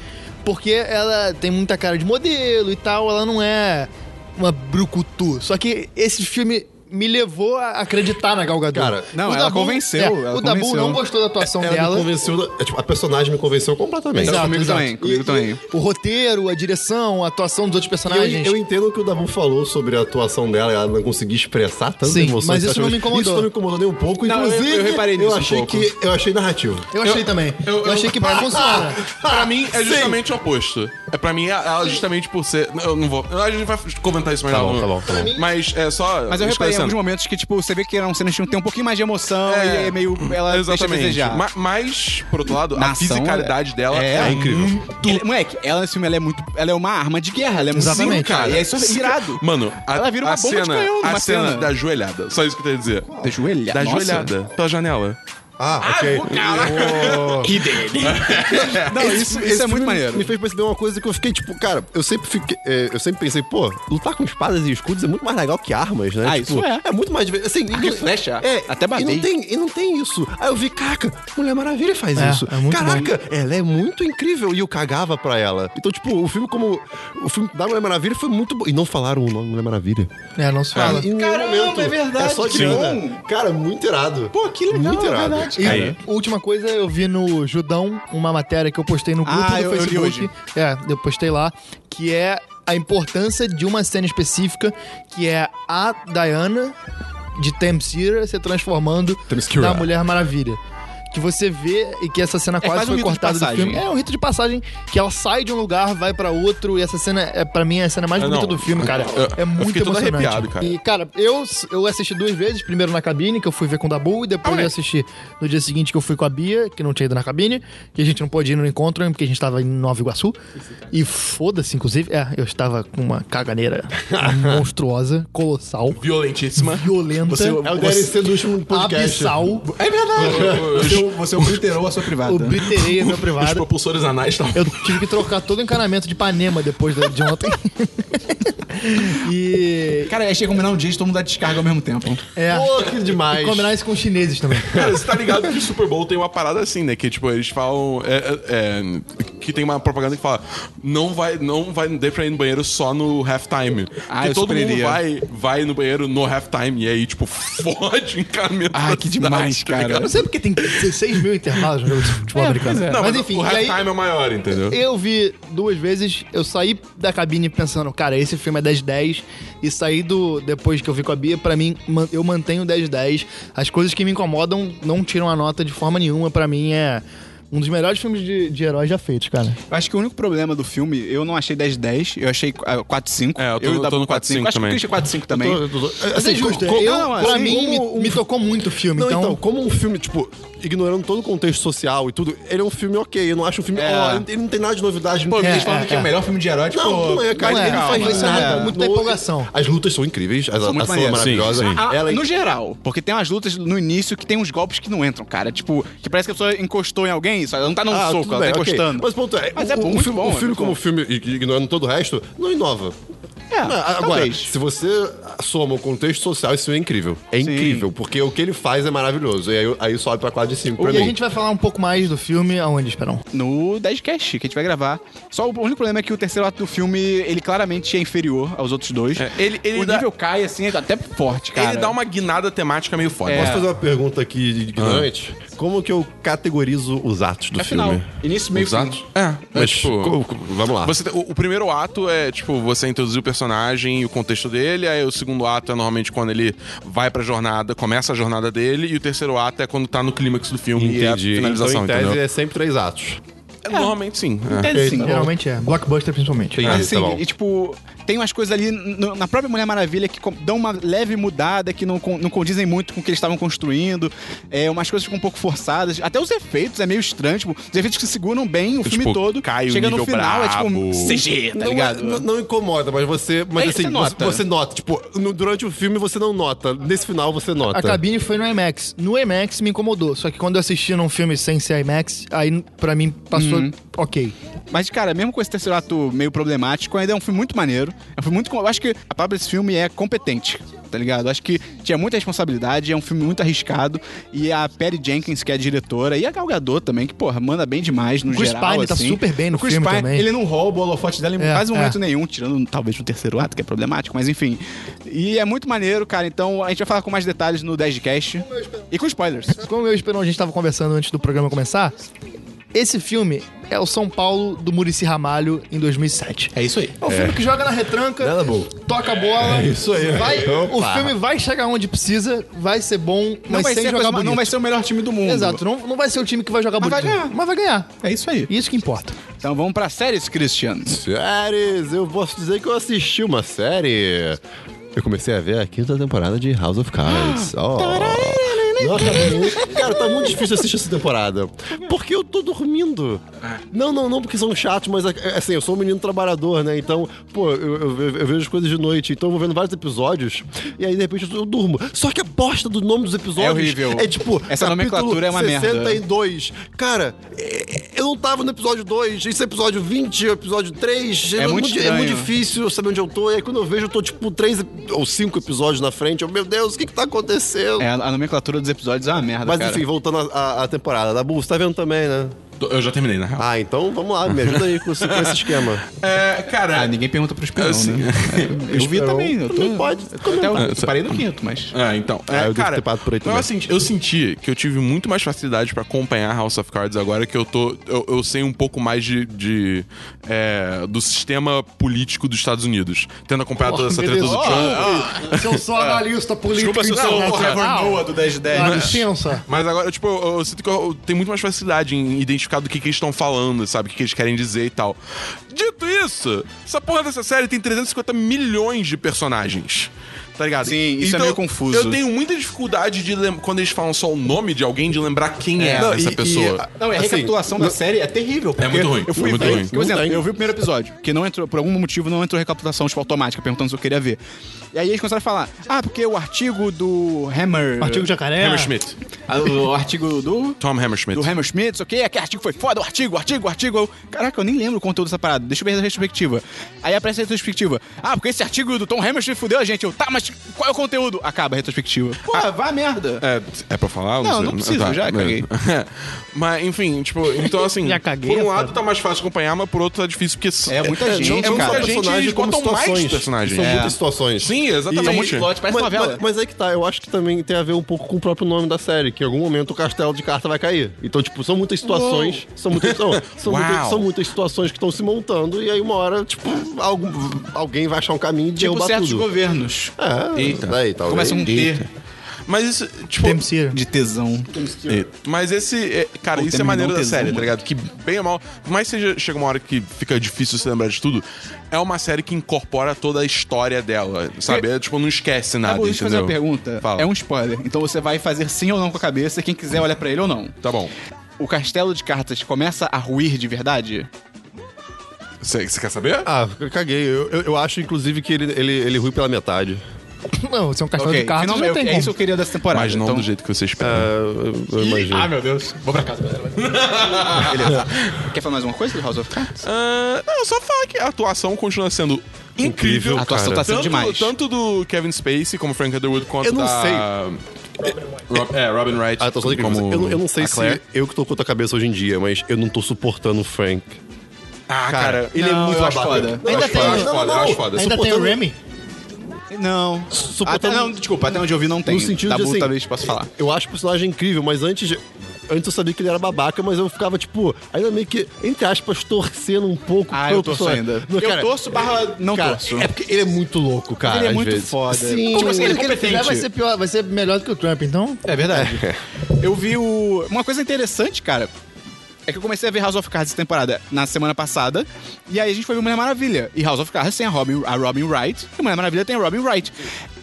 Speaker 4: porque ela tem muita cara de modelo e tal, ela não é uma brucutu. Só que esse filme me levou a acreditar na Gal Gadot. é,
Speaker 2: Cara,
Speaker 1: não, ela convenceu, ela
Speaker 4: o Dabu
Speaker 1: convenceu.
Speaker 4: não gostou da atuação
Speaker 2: Ela me
Speaker 4: dela.
Speaker 2: convenceu, da- é, tipo, a personagem me convenceu completamente.
Speaker 4: Exato,
Speaker 1: comigo
Speaker 4: exato.
Speaker 1: também, comigo
Speaker 4: E-
Speaker 1: também.
Speaker 4: O roteiro, a direção, a atuação dos outros
Speaker 2: E Eu,
Speaker 4: personagens.
Speaker 2: eu entendo o que o Dabu falou sobre a atuação dela, ela não conseguia expressar tanta
Speaker 4: Sim,
Speaker 2: emoção.
Speaker 4: mas
Speaker 2: que
Speaker 4: isso
Speaker 2: ela
Speaker 4: não
Speaker 2: achou-
Speaker 4: me incomodou.
Speaker 2: Isso não me incomodou nem um pouco,
Speaker 1: Não, eu-
Speaker 2: inclusive.
Speaker 1: eu reparei nisso um
Speaker 2: achei
Speaker 1: pouco.
Speaker 2: que Eu achei narrativo.
Speaker 4: Eu achei também. Eu,
Speaker 3: eu-
Speaker 4: achei que pra funcionar.
Speaker 3: Pra mim, é justamente o oposto. É, pra mim, ela justamente por ser. Eu não vou. A gente vai comentar isso mais
Speaker 5: Tá
Speaker 3: logo.
Speaker 5: bom, tá bom, tá bom.
Speaker 3: Mas é só.
Speaker 1: Mas eu reparei em
Speaker 3: esclarecendo.
Speaker 1: alguns momentos que, tipo, você vê que eram cenas que tem um pouquinho mais de emoção e é meio. Ela deixa a desejar.
Speaker 3: Ma- mas, por outro lado, a
Speaker 1: Narração,
Speaker 3: fisicalidade dela
Speaker 1: é-
Speaker 3: é,
Speaker 1: é
Speaker 3: incrível.
Speaker 1: Ele- moleque, ela nesse filme ela é muito. Ela é uma arma de guerra, ela é muito
Speaker 4: Exatamente.
Speaker 1: Sim, cara. E é isso é irado.
Speaker 3: Mano, a,
Speaker 1: Ela vira uma
Speaker 3: a
Speaker 1: bomba de
Speaker 3: cena,
Speaker 1: canhão numa
Speaker 3: a cena,
Speaker 1: cena.
Speaker 3: da joelhada. Só isso que eu tenho a dizer.
Speaker 1: Da joelha.
Speaker 3: Da
Speaker 1: Nossa.
Speaker 3: joelhada pela janela.
Speaker 2: Ah, ok.
Speaker 1: Não, isso, isso
Speaker 2: Esse
Speaker 1: é muito
Speaker 2: filme
Speaker 1: maneiro.
Speaker 2: Me fez perceber uma coisa que eu fiquei, tipo, cara, eu sempre fiquei. é, eu sempre pensei, pô, lutar com espadas e escudos é muito mais legal que armas, né?
Speaker 1: Ah,
Speaker 2: Tipo,
Speaker 1: isso é.
Speaker 2: muito mais divertido. Assim, e não-
Speaker 1: flecha.
Speaker 2: É,
Speaker 1: Até
Speaker 2: E
Speaker 1: batei.
Speaker 2: não, tem, e não tem isso. Aí eu vi, caraca, Mulher Maravilha faz
Speaker 4: É,
Speaker 2: isso.
Speaker 4: é muito
Speaker 2: caraca, ela é muito incrível. E eu cagava pra ela. Então, tipo, o filme como. O filme da Mulher Maravilha foi muito bom. E não falaram o nome Mulher Maravilha.
Speaker 4: É, não se fala.
Speaker 2: E em nenhum
Speaker 1: Caramba,
Speaker 2: momento.
Speaker 1: é verdade,
Speaker 2: É só
Speaker 1: que
Speaker 2: Diana.
Speaker 1: bom.
Speaker 2: Cara, muito irado.
Speaker 1: Pô, que legal,
Speaker 2: Muito
Speaker 1: é
Speaker 2: irado.
Speaker 1: verdade.
Speaker 4: E
Speaker 5: Aí.
Speaker 4: a última coisa, eu vi no Judão uma matéria que eu postei no grupo
Speaker 1: Ah,
Speaker 4: do
Speaker 1: eu- eu li
Speaker 4: Facebook.
Speaker 1: hoje.
Speaker 4: É, eu postei lá, que é a importância de uma cena específica, que é a Diana de Tamsira se transformando
Speaker 5: Themyscira.
Speaker 4: na Mulher Maravilha. Que você vê e que essa cena quase
Speaker 1: quase um
Speaker 4: foi
Speaker 1: rito de
Speaker 4: cortada do
Speaker 1: passagem.
Speaker 4: filme. É um rito de passagem que ela sai de um lugar, vai pra outro, e essa cena, é, pra mim, é a cena mais
Speaker 3: Ah,
Speaker 4: bonita
Speaker 3: não.
Speaker 4: do filme, cara.
Speaker 3: Eu-
Speaker 4: é
Speaker 3: eu
Speaker 4: muito
Speaker 3: fiquei todo
Speaker 4: emocionante.
Speaker 3: arrepiado, cara.
Speaker 4: E, cara, eu, eu assisti duas vezes, primeiro na cabine, que eu fui ver com o Dabu, e depois eu assisti no dia seguinte que eu fui com a Bia, que não tinha ido na cabine, que a gente não pôde ir no encontro, porque a gente tava em Nova Iguaçu. E foda-se, inclusive, é, eu estava com uma caganeira monstruosa, colossal,
Speaker 3: Violentíssima.
Speaker 4: violenta,
Speaker 2: É o DLC do último podcast.
Speaker 4: abissal,
Speaker 1: É verdade. você, você obliterou a sua
Speaker 2: É.
Speaker 1: privada.
Speaker 4: obliterei a minha
Speaker 3: Os
Speaker 4: privada.
Speaker 3: propulsores anais estavam.
Speaker 4: Eu tive que trocar todo o encanamento de Ipanema depois da- de ontem. e.
Speaker 1: Cara, achei combinar um dia de todo mundo dar descarga ao mesmo tempo.
Speaker 4: É.
Speaker 2: Pô, que demais.
Speaker 4: E combinar isso com os chineses também.
Speaker 3: Cara, você tá ligado que o Super Bowl tem uma parada assim, né? Que, tipo, eles falam... é, é, é, que tem uma propaganda que fala não vai, não vai dê pra ir no banheiro só no halftime.
Speaker 1: Ah,
Speaker 3: Porque
Speaker 1: eu
Speaker 3: todo
Speaker 1: super
Speaker 3: mundo
Speaker 1: iria.
Speaker 3: vai, vai no banheiro no halftime e aí, tipo, fode o encaminhamento
Speaker 1: Ah,
Speaker 3: da
Speaker 1: que
Speaker 3: cidade,
Speaker 1: demais,
Speaker 3: tá ligado?
Speaker 1: cara.
Speaker 4: Não sei porque tem 16 mil intervalos no jogo de futebol americano.
Speaker 3: Não,
Speaker 4: mas, enfim,
Speaker 3: o
Speaker 4: e aí
Speaker 3: halftime é maior, entendeu?
Speaker 4: eu vi duas vezes, eu saí da cabine pensando, cara, esse filme é 10 10 e saí do depois que eu vi com a Bia, pra mim man- eu mantenho 10 10. As coisas que me incomodam não tiram a nota de forma nenhuma, pra mim é um dos melhores filmes de, de heróis já feitos, cara.
Speaker 1: Eu acho que o único problema do filme, eu não achei 10-10, eu achei ah, 4-5.
Speaker 3: É, eu tô-
Speaker 1: e o
Speaker 3: tô
Speaker 1: Dabu
Speaker 3: no 4-5
Speaker 1: Acho que o
Speaker 3: também.
Speaker 1: Christian 4-5 também.
Speaker 2: assim,
Speaker 4: Mas é justo,
Speaker 1: co-
Speaker 4: eu,
Speaker 1: não,
Speaker 4: pra
Speaker 1: assim,
Speaker 4: mim me,
Speaker 1: como
Speaker 4: me tocou muito o filme,
Speaker 2: Não,
Speaker 4: então...
Speaker 2: então, como um filme, tipo, ignorando todo o contexto social e tudo, ele é um filme ok. Eu não acho um filme.
Speaker 1: É.
Speaker 2: ó, ele não tem nada de novidade.
Speaker 1: Pô,
Speaker 2: não-
Speaker 1: eles
Speaker 4: É,
Speaker 1: falam
Speaker 4: é,
Speaker 1: que é o
Speaker 4: é.
Speaker 1: melhor filme de herói, tipo...
Speaker 2: não, não é, cara.
Speaker 4: não é,
Speaker 2: ele faz
Speaker 4: calma,
Speaker 2: isso.
Speaker 4: é,
Speaker 2: nada.
Speaker 4: é, muita
Speaker 2: No-
Speaker 4: empolgação.
Speaker 2: As lutas são incríveis, a,
Speaker 1: São muito
Speaker 2: a ação é
Speaker 1: maneiras.
Speaker 2: maravilhosa.
Speaker 5: Sim, sim.
Speaker 1: Ah,
Speaker 2: Ela,
Speaker 1: no geral, porque tem umas lutas no início que tem uns golpes que não entram, cara. Tipo, que parece que a pessoa encostou em alguém, só ela não tá num
Speaker 2: Ah,
Speaker 1: soco,
Speaker 2: tudo
Speaker 1: ela
Speaker 2: bem,
Speaker 1: tá
Speaker 2: ok.
Speaker 1: encostando.
Speaker 2: Mas o ponto é,
Speaker 1: Mas
Speaker 2: o,
Speaker 1: é bom,
Speaker 2: o
Speaker 1: muito
Speaker 2: filme,
Speaker 1: bom,
Speaker 2: o
Speaker 1: é
Speaker 2: filme
Speaker 1: muito
Speaker 2: como
Speaker 1: bom.
Speaker 2: filme, ig- ignorando todo o resto, não inova.
Speaker 1: É,
Speaker 2: Não, agora,
Speaker 1: talvez.
Speaker 2: se você soma o contexto social, isso é incrível. É
Speaker 1: Sim.
Speaker 2: incrível, porque o que ele faz é maravilhoso. E aí, aí sobe pra 4 de 5 pra
Speaker 4: E
Speaker 2: mim.
Speaker 4: a gente vai falar um pouco mais do filme aonde, Esperão?
Speaker 1: Tá no 10cast que a gente vai gravar. Só o único problema é que o terceiro ato do filme, ele claramente é inferior aos outros dois.
Speaker 3: É, ele- ele
Speaker 1: o
Speaker 3: dá-
Speaker 1: nível cai, assim, é até forte, cara. É.
Speaker 3: Ele dá uma guinada temática meio foda.
Speaker 2: Posso fazer uma pergunta aqui ignorante? Como que eu categorizo os atos do
Speaker 1: É
Speaker 2: filme?
Speaker 1: final. Início, meio,
Speaker 3: Os
Speaker 1: fim.
Speaker 3: atos? É, é,
Speaker 2: Mas,
Speaker 3: tipo,
Speaker 2: como- como- vamos lá.
Speaker 3: Você tem- o, o primeiro ato é, tipo, você introduzir o personagem e o contexto dele, aí o segundo ato é normalmente quando ele vai pra jornada, começa a jornada dele, e o terceiro ato é quando tá no clímax do filme e é a
Speaker 5: Entendi.
Speaker 2: então,
Speaker 3: finalização,
Speaker 2: em tese,
Speaker 3: entendeu?
Speaker 2: é sempre três atos.
Speaker 3: É, Normalmente sim. é.
Speaker 1: Entende, sim.
Speaker 4: Geralmente é, blockbuster principalmente.
Speaker 2: Entendi,
Speaker 1: Assim,
Speaker 2: tá bom.
Speaker 1: e tipo, tem umas coisas ali no- na própria Mulher Maravilha que com- dão uma leve mudada, que não, con- não condizem muito com o que eles estavam construindo. É, umas coisas ficam um pouco forçadas. Até os efeitos é meio estranho, tipo, os efeitos que seguram bem o filme
Speaker 3: tipo,
Speaker 1: todo.
Speaker 3: cai o
Speaker 1: chega no
Speaker 3: nível
Speaker 1: final,
Speaker 3: brabo.
Speaker 1: é tipo CG, tá
Speaker 2: não,
Speaker 1: ligado?
Speaker 2: é- não- não incomoda, mas você. Mas
Speaker 1: Aí
Speaker 2: assim,
Speaker 1: você
Speaker 2: você
Speaker 1: nota.
Speaker 2: nota. Você, nota. Tipo, no- durante o filme você não nota. Nesse final você nota.
Speaker 4: A cabine foi no IMAX. No IMAX me incomodou, só que quando eu assisti num filme sem ser IMAX, aí pra mim passou
Speaker 7: Uhum.
Speaker 4: ok.
Speaker 1: Mas, cara, mesmo com esse terceiro ato meio problemático, ainda é um filme muito maneiro. É um filme muito. com- Eu acho que a palavra desse filme é competente, tá ligado? Eu acho que tinha muita responsabilidade, é um filme muito arriscado. E a Perry Jenkins, que é a diretora, e a Gal Gadot também, que, porra, manda bem demais no
Speaker 4: O Chris
Speaker 1: geral.
Speaker 4: Pine tá
Speaker 1: assim.
Speaker 4: super bem no
Speaker 1: o Chris
Speaker 4: filme
Speaker 1: Pine,
Speaker 4: também.
Speaker 1: Ele não rouba o holofote dela em
Speaker 4: É,
Speaker 1: quase momento
Speaker 4: é.
Speaker 1: nenhum, tirando talvez no terceiro ato, que é problemático, mas enfim. E é muito maneiro, cara. Então a gente vai falar com mais detalhes no 10 de cast. E com spoilers.
Speaker 4: Como eu e o Esperão, a gente tava conversando antes do programa começar, Esse filme é o São Paulo do Murici Ramalho em 2007.
Speaker 7: É isso aí.
Speaker 4: É um filme que joga na retranca,
Speaker 2: Nada bom.
Speaker 4: toca a bola.
Speaker 2: isso aí.
Speaker 4: Vai, o
Speaker 2: Opa.
Speaker 4: filme vai chegar onde precisa, vai ser bom, mas
Speaker 7: Não vai,
Speaker 4: sem
Speaker 7: ser a
Speaker 4: jogar
Speaker 7: coisa-
Speaker 4: bonito.
Speaker 7: não vai ser o melhor time do mundo.
Speaker 4: Exato, não, não vai ser o time que vai jogar
Speaker 7: Mas vai
Speaker 4: bonito.
Speaker 7: ganhar.
Speaker 4: Mas vai ganhar.
Speaker 7: É isso aí.
Speaker 4: Isso que importa.
Speaker 1: Então vamos pra séries, Christian.
Speaker 2: Séries, eu posso dizer que eu assisti uma série. Eu comecei a ver a quinta temporada de House of Cards. Oh.
Speaker 1: né,
Speaker 2: Não acabei. Cara, tá muito difícil assistir essa temporada. Porque eu tô dormindo.
Speaker 1: É.
Speaker 2: Não, não, não porque são chatos, mas é, assim, eu sou um menino trabalhador, né? Então, pô, eu, eu ve- eu vejo as coisas de noite, então eu vou vendo vários episódios e aí de repente eu, eu durmo. Só que a bosta do nome dos episódios
Speaker 1: É horrível.
Speaker 2: é tipo.
Speaker 1: Essa
Speaker 2: capítulo
Speaker 1: nomenclatura é uma merda.
Speaker 2: 60 e 2. Cara, é- eu não tava no episódio 2, isso é episódio 20, episódio 3.
Speaker 1: É muito
Speaker 2: é
Speaker 1: estranho.
Speaker 2: muito difícil saber onde eu tô. E aí quando eu vejo, eu tô tipo três ou cinco episódios na frente. Eu, meu Deus, o que que tá acontecendo?
Speaker 1: É, a nomenclatura dos episódios é uma merda,
Speaker 2: Mas
Speaker 1: cara.
Speaker 2: enfim, voltando à- à à temporada. Da você tá vendo também, né?
Speaker 3: Tô- Eu já terminei, na real.
Speaker 2: Ah, então vamos lá, me ajuda aí com esse, com esse esquema.
Speaker 3: É, cara.
Speaker 1: Ah, ninguém pergunta pro Esperão,
Speaker 3: Eu sim.
Speaker 1: né? Eu vi
Speaker 2: Esperão
Speaker 1: também. Eu tô,
Speaker 2: também pode
Speaker 1: até o-
Speaker 3: comentar.
Speaker 1: parei no quinto, mas...
Speaker 3: É, então. É,
Speaker 2: Ah, eu devo
Speaker 3: cara,
Speaker 2: ter parado por aí
Speaker 3: mas eu,
Speaker 2: também.
Speaker 3: senti, eu senti que eu tive muito mais facilidade pra acompanhar House of Cards agora que eu tô. Eu, eu sei um pouco mais de. de, é, do sistema político dos Estados Unidos. Tendo acompanhado toda essa treta do Trump.
Speaker 4: Se eu sou analista político
Speaker 7: Ah. Desculpa se eu sou o Trevor Noah do 10 de 10.
Speaker 4: Ah, licença.
Speaker 3: Mas agora, tipo, eu, eu sinto que eu, eu tenho muito mais facilidade em identificar do que, que eles estão falando, sabe? O que, que eles querem dizer e tal. Dito isso, essa porra dessa série tem 350 milhões de personagens. Tá ligado?
Speaker 1: Sim, isso é meio confuso.
Speaker 3: Eu tenho muita dificuldade de lem- quando eles falam só o nome de alguém, de lembrar quem é,
Speaker 2: Não,
Speaker 3: essa
Speaker 2: e-
Speaker 3: pessoa.
Speaker 7: Não,
Speaker 2: Assim,
Speaker 7: e a recapitulação da série é terrível. porque
Speaker 3: muito ruim.
Speaker 7: Eu fui
Speaker 3: É muito
Speaker 7: ver-
Speaker 3: ruim.
Speaker 1: Por exemplo, eu vi o primeiro episódio, que não entrou, por algum motivo não entrou recapitulação tipo, automática, perguntando se eu queria ver. E aí eles começaram a falar, ah, porque o artigo do É. Hammer.
Speaker 4: Artigo jacaré.
Speaker 3: Hammerschmidt.
Speaker 1: Ah, o artigo do.
Speaker 3: Tom Hammerschmidt.
Speaker 1: Do Hammer Schmidt, ok? Aquele artigo foi foda, o artigo, o artigo, o artigo. Eu, caraca, eu nem lembro o conteúdo dessa parada. Deixa eu ver a retrospectiva. Aí aparece a retrospectiva. Ah, porque esse artigo do Tom Hammer Schmidt fudeu a gente. Eu, tá, mas qual é o conteúdo? Acaba a retrospectiva. Ah. Pô, vai a merda.
Speaker 3: É, é pra falar?
Speaker 1: Não,
Speaker 3: sei.
Speaker 1: não preciso, já
Speaker 3: é.
Speaker 1: caguei.
Speaker 3: mas, enfim, tipo, então assim.
Speaker 4: Já caguei,
Speaker 3: Por um
Speaker 4: é
Speaker 3: lado
Speaker 4: foda.
Speaker 3: tá mais fácil acompanhar, mas por outro tá difícil, porque.
Speaker 1: É muita gente,
Speaker 3: é muita
Speaker 1: cara.
Speaker 3: gente
Speaker 2: Personagens
Speaker 3: eles
Speaker 2: como
Speaker 3: botam mais
Speaker 2: situações.
Speaker 3: personagens.
Speaker 2: São
Speaker 3: É.
Speaker 2: muitas situações.
Speaker 3: Sim, exatamente.
Speaker 2: E-
Speaker 1: é plot, parece
Speaker 2: mas,
Speaker 1: novela.
Speaker 2: mas- mas aí que tá, eu acho que também tem a ver um pouco com o próprio nome da série, que em algum momento o castelo de carta vai cair. Então, tipo, são muitas situações, são muitas, são, são
Speaker 3: Uau.
Speaker 2: muitas, são muitas situações que estão se montando, e aí uma hora, tipo, algum- alguém vai achar um caminho de
Speaker 1: tipo
Speaker 2: derrubar
Speaker 1: certos
Speaker 2: tudo.
Speaker 1: governos.
Speaker 3: Ah,
Speaker 2: É,
Speaker 3: Eita.
Speaker 2: daí, talvez.
Speaker 1: Começa com T
Speaker 3: Mas isso, tipo.
Speaker 4: Dempsey.
Speaker 1: de tesão.
Speaker 3: É, Mas esse. é, Cara,
Speaker 1: Pô, um
Speaker 3: isso é
Speaker 1: terminou
Speaker 3: maneiro da
Speaker 1: tesão,
Speaker 3: série, tá
Speaker 1: mano.
Speaker 3: ligado? Que bem ou mal. por mais que seja, chega uma hora que fica difícil se lembrar de tudo. É uma série que incorpora toda a história dela, sabe? É, tipo, não esquece nada.
Speaker 1: Tá bom, deixa eu fazer uma
Speaker 3: entendeu?
Speaker 1: pergunta.
Speaker 3: Fala.
Speaker 1: É um spoiler. Então você vai fazer sim ou não com a cabeça, quem quiser olha pra ele ou não.
Speaker 3: Tá bom.
Speaker 1: O castelo de cartas começa a ruir de verdade?
Speaker 3: Você você quer saber?
Speaker 2: Ah, eu caguei. Eu, eu, eu acho, inclusive, que ele, ele, ele rui pela metade.
Speaker 4: Não, se é um castelo de cartas,
Speaker 1: Final-
Speaker 4: não,
Speaker 1: eu-
Speaker 4: tem
Speaker 1: é
Speaker 4: como.
Speaker 1: isso que eu queria dessa temporada.
Speaker 3: Mas não
Speaker 1: então,
Speaker 3: do jeito que você espera.
Speaker 2: É, eu, eu imagino.
Speaker 7: Ah, meu Deus. Vou pra casa, galera.
Speaker 3: é.
Speaker 1: Quer falar mais uma coisa do House of Cards?
Speaker 3: Ah, não, só falar que a atuação continua sendo incrível.
Speaker 1: A atuação
Speaker 3: cara.
Speaker 1: tá sendo
Speaker 3: tanto,
Speaker 1: demais.
Speaker 3: Tanto do Kevin Spacey como Frank Underwood quanto
Speaker 2: Eu não
Speaker 3: da...
Speaker 2: sei.
Speaker 3: Rob, é, Robin Wright.
Speaker 2: Ah, tô só de
Speaker 3: como...
Speaker 2: eu, não- eu não sei
Speaker 3: a
Speaker 2: se
Speaker 3: Claire.
Speaker 2: eu que tô com a cabeça hoje em dia, mas eu não tô suportando o Frank.
Speaker 3: Ah, cara.
Speaker 2: ele
Speaker 1: não,
Speaker 2: é muito
Speaker 1: eu acho
Speaker 2: babaca.
Speaker 1: foda.
Speaker 2: Eu
Speaker 4: Ainda
Speaker 2: acho
Speaker 4: tem-
Speaker 2: foda, eu acho
Speaker 4: Não,
Speaker 2: foda,
Speaker 3: não,
Speaker 2: eu acho
Speaker 3: não.
Speaker 2: foda.
Speaker 4: Ainda tem o
Speaker 2: Suportando-
Speaker 4: Remy?
Speaker 1: Não.
Speaker 2: Suportando-
Speaker 1: Até, não, desculpa, até onde eu vi não tem.
Speaker 2: No sentido
Speaker 1: Dabu,
Speaker 2: de assim,
Speaker 1: talvez possa falar.
Speaker 2: Eu acho o personagem incrível, mas antes. Antes eu sabia que ele era babaca, mas eu ficava, tipo, ainda meio que, entre aspas, torcendo um pouco
Speaker 1: Ah,
Speaker 2: pelo
Speaker 1: eu torço
Speaker 2: personagem.
Speaker 1: ainda.
Speaker 2: Não, cara,
Speaker 1: eu torço barra não
Speaker 2: cara,
Speaker 1: torço.
Speaker 2: É porque ele é muito louco, cara.
Speaker 1: ele é
Speaker 2: às
Speaker 1: muito
Speaker 2: vezes.
Speaker 1: foda.
Speaker 2: Sim,
Speaker 1: Tipo assim, ele é
Speaker 4: O que ele fizer
Speaker 1: competente.
Speaker 4: vai ser pior, vai ser melhor do que o Trump, então.
Speaker 1: É verdade. Eu vi o. Uma coisa interessante, cara. É que eu comecei a ver House of Cards essa temporada na semana passada. E aí a gente foi ver Mulher Maravilha. E House of Cards tem a Robin, a Robin Wright. E Mulher Maravilha tem a Robin Wright.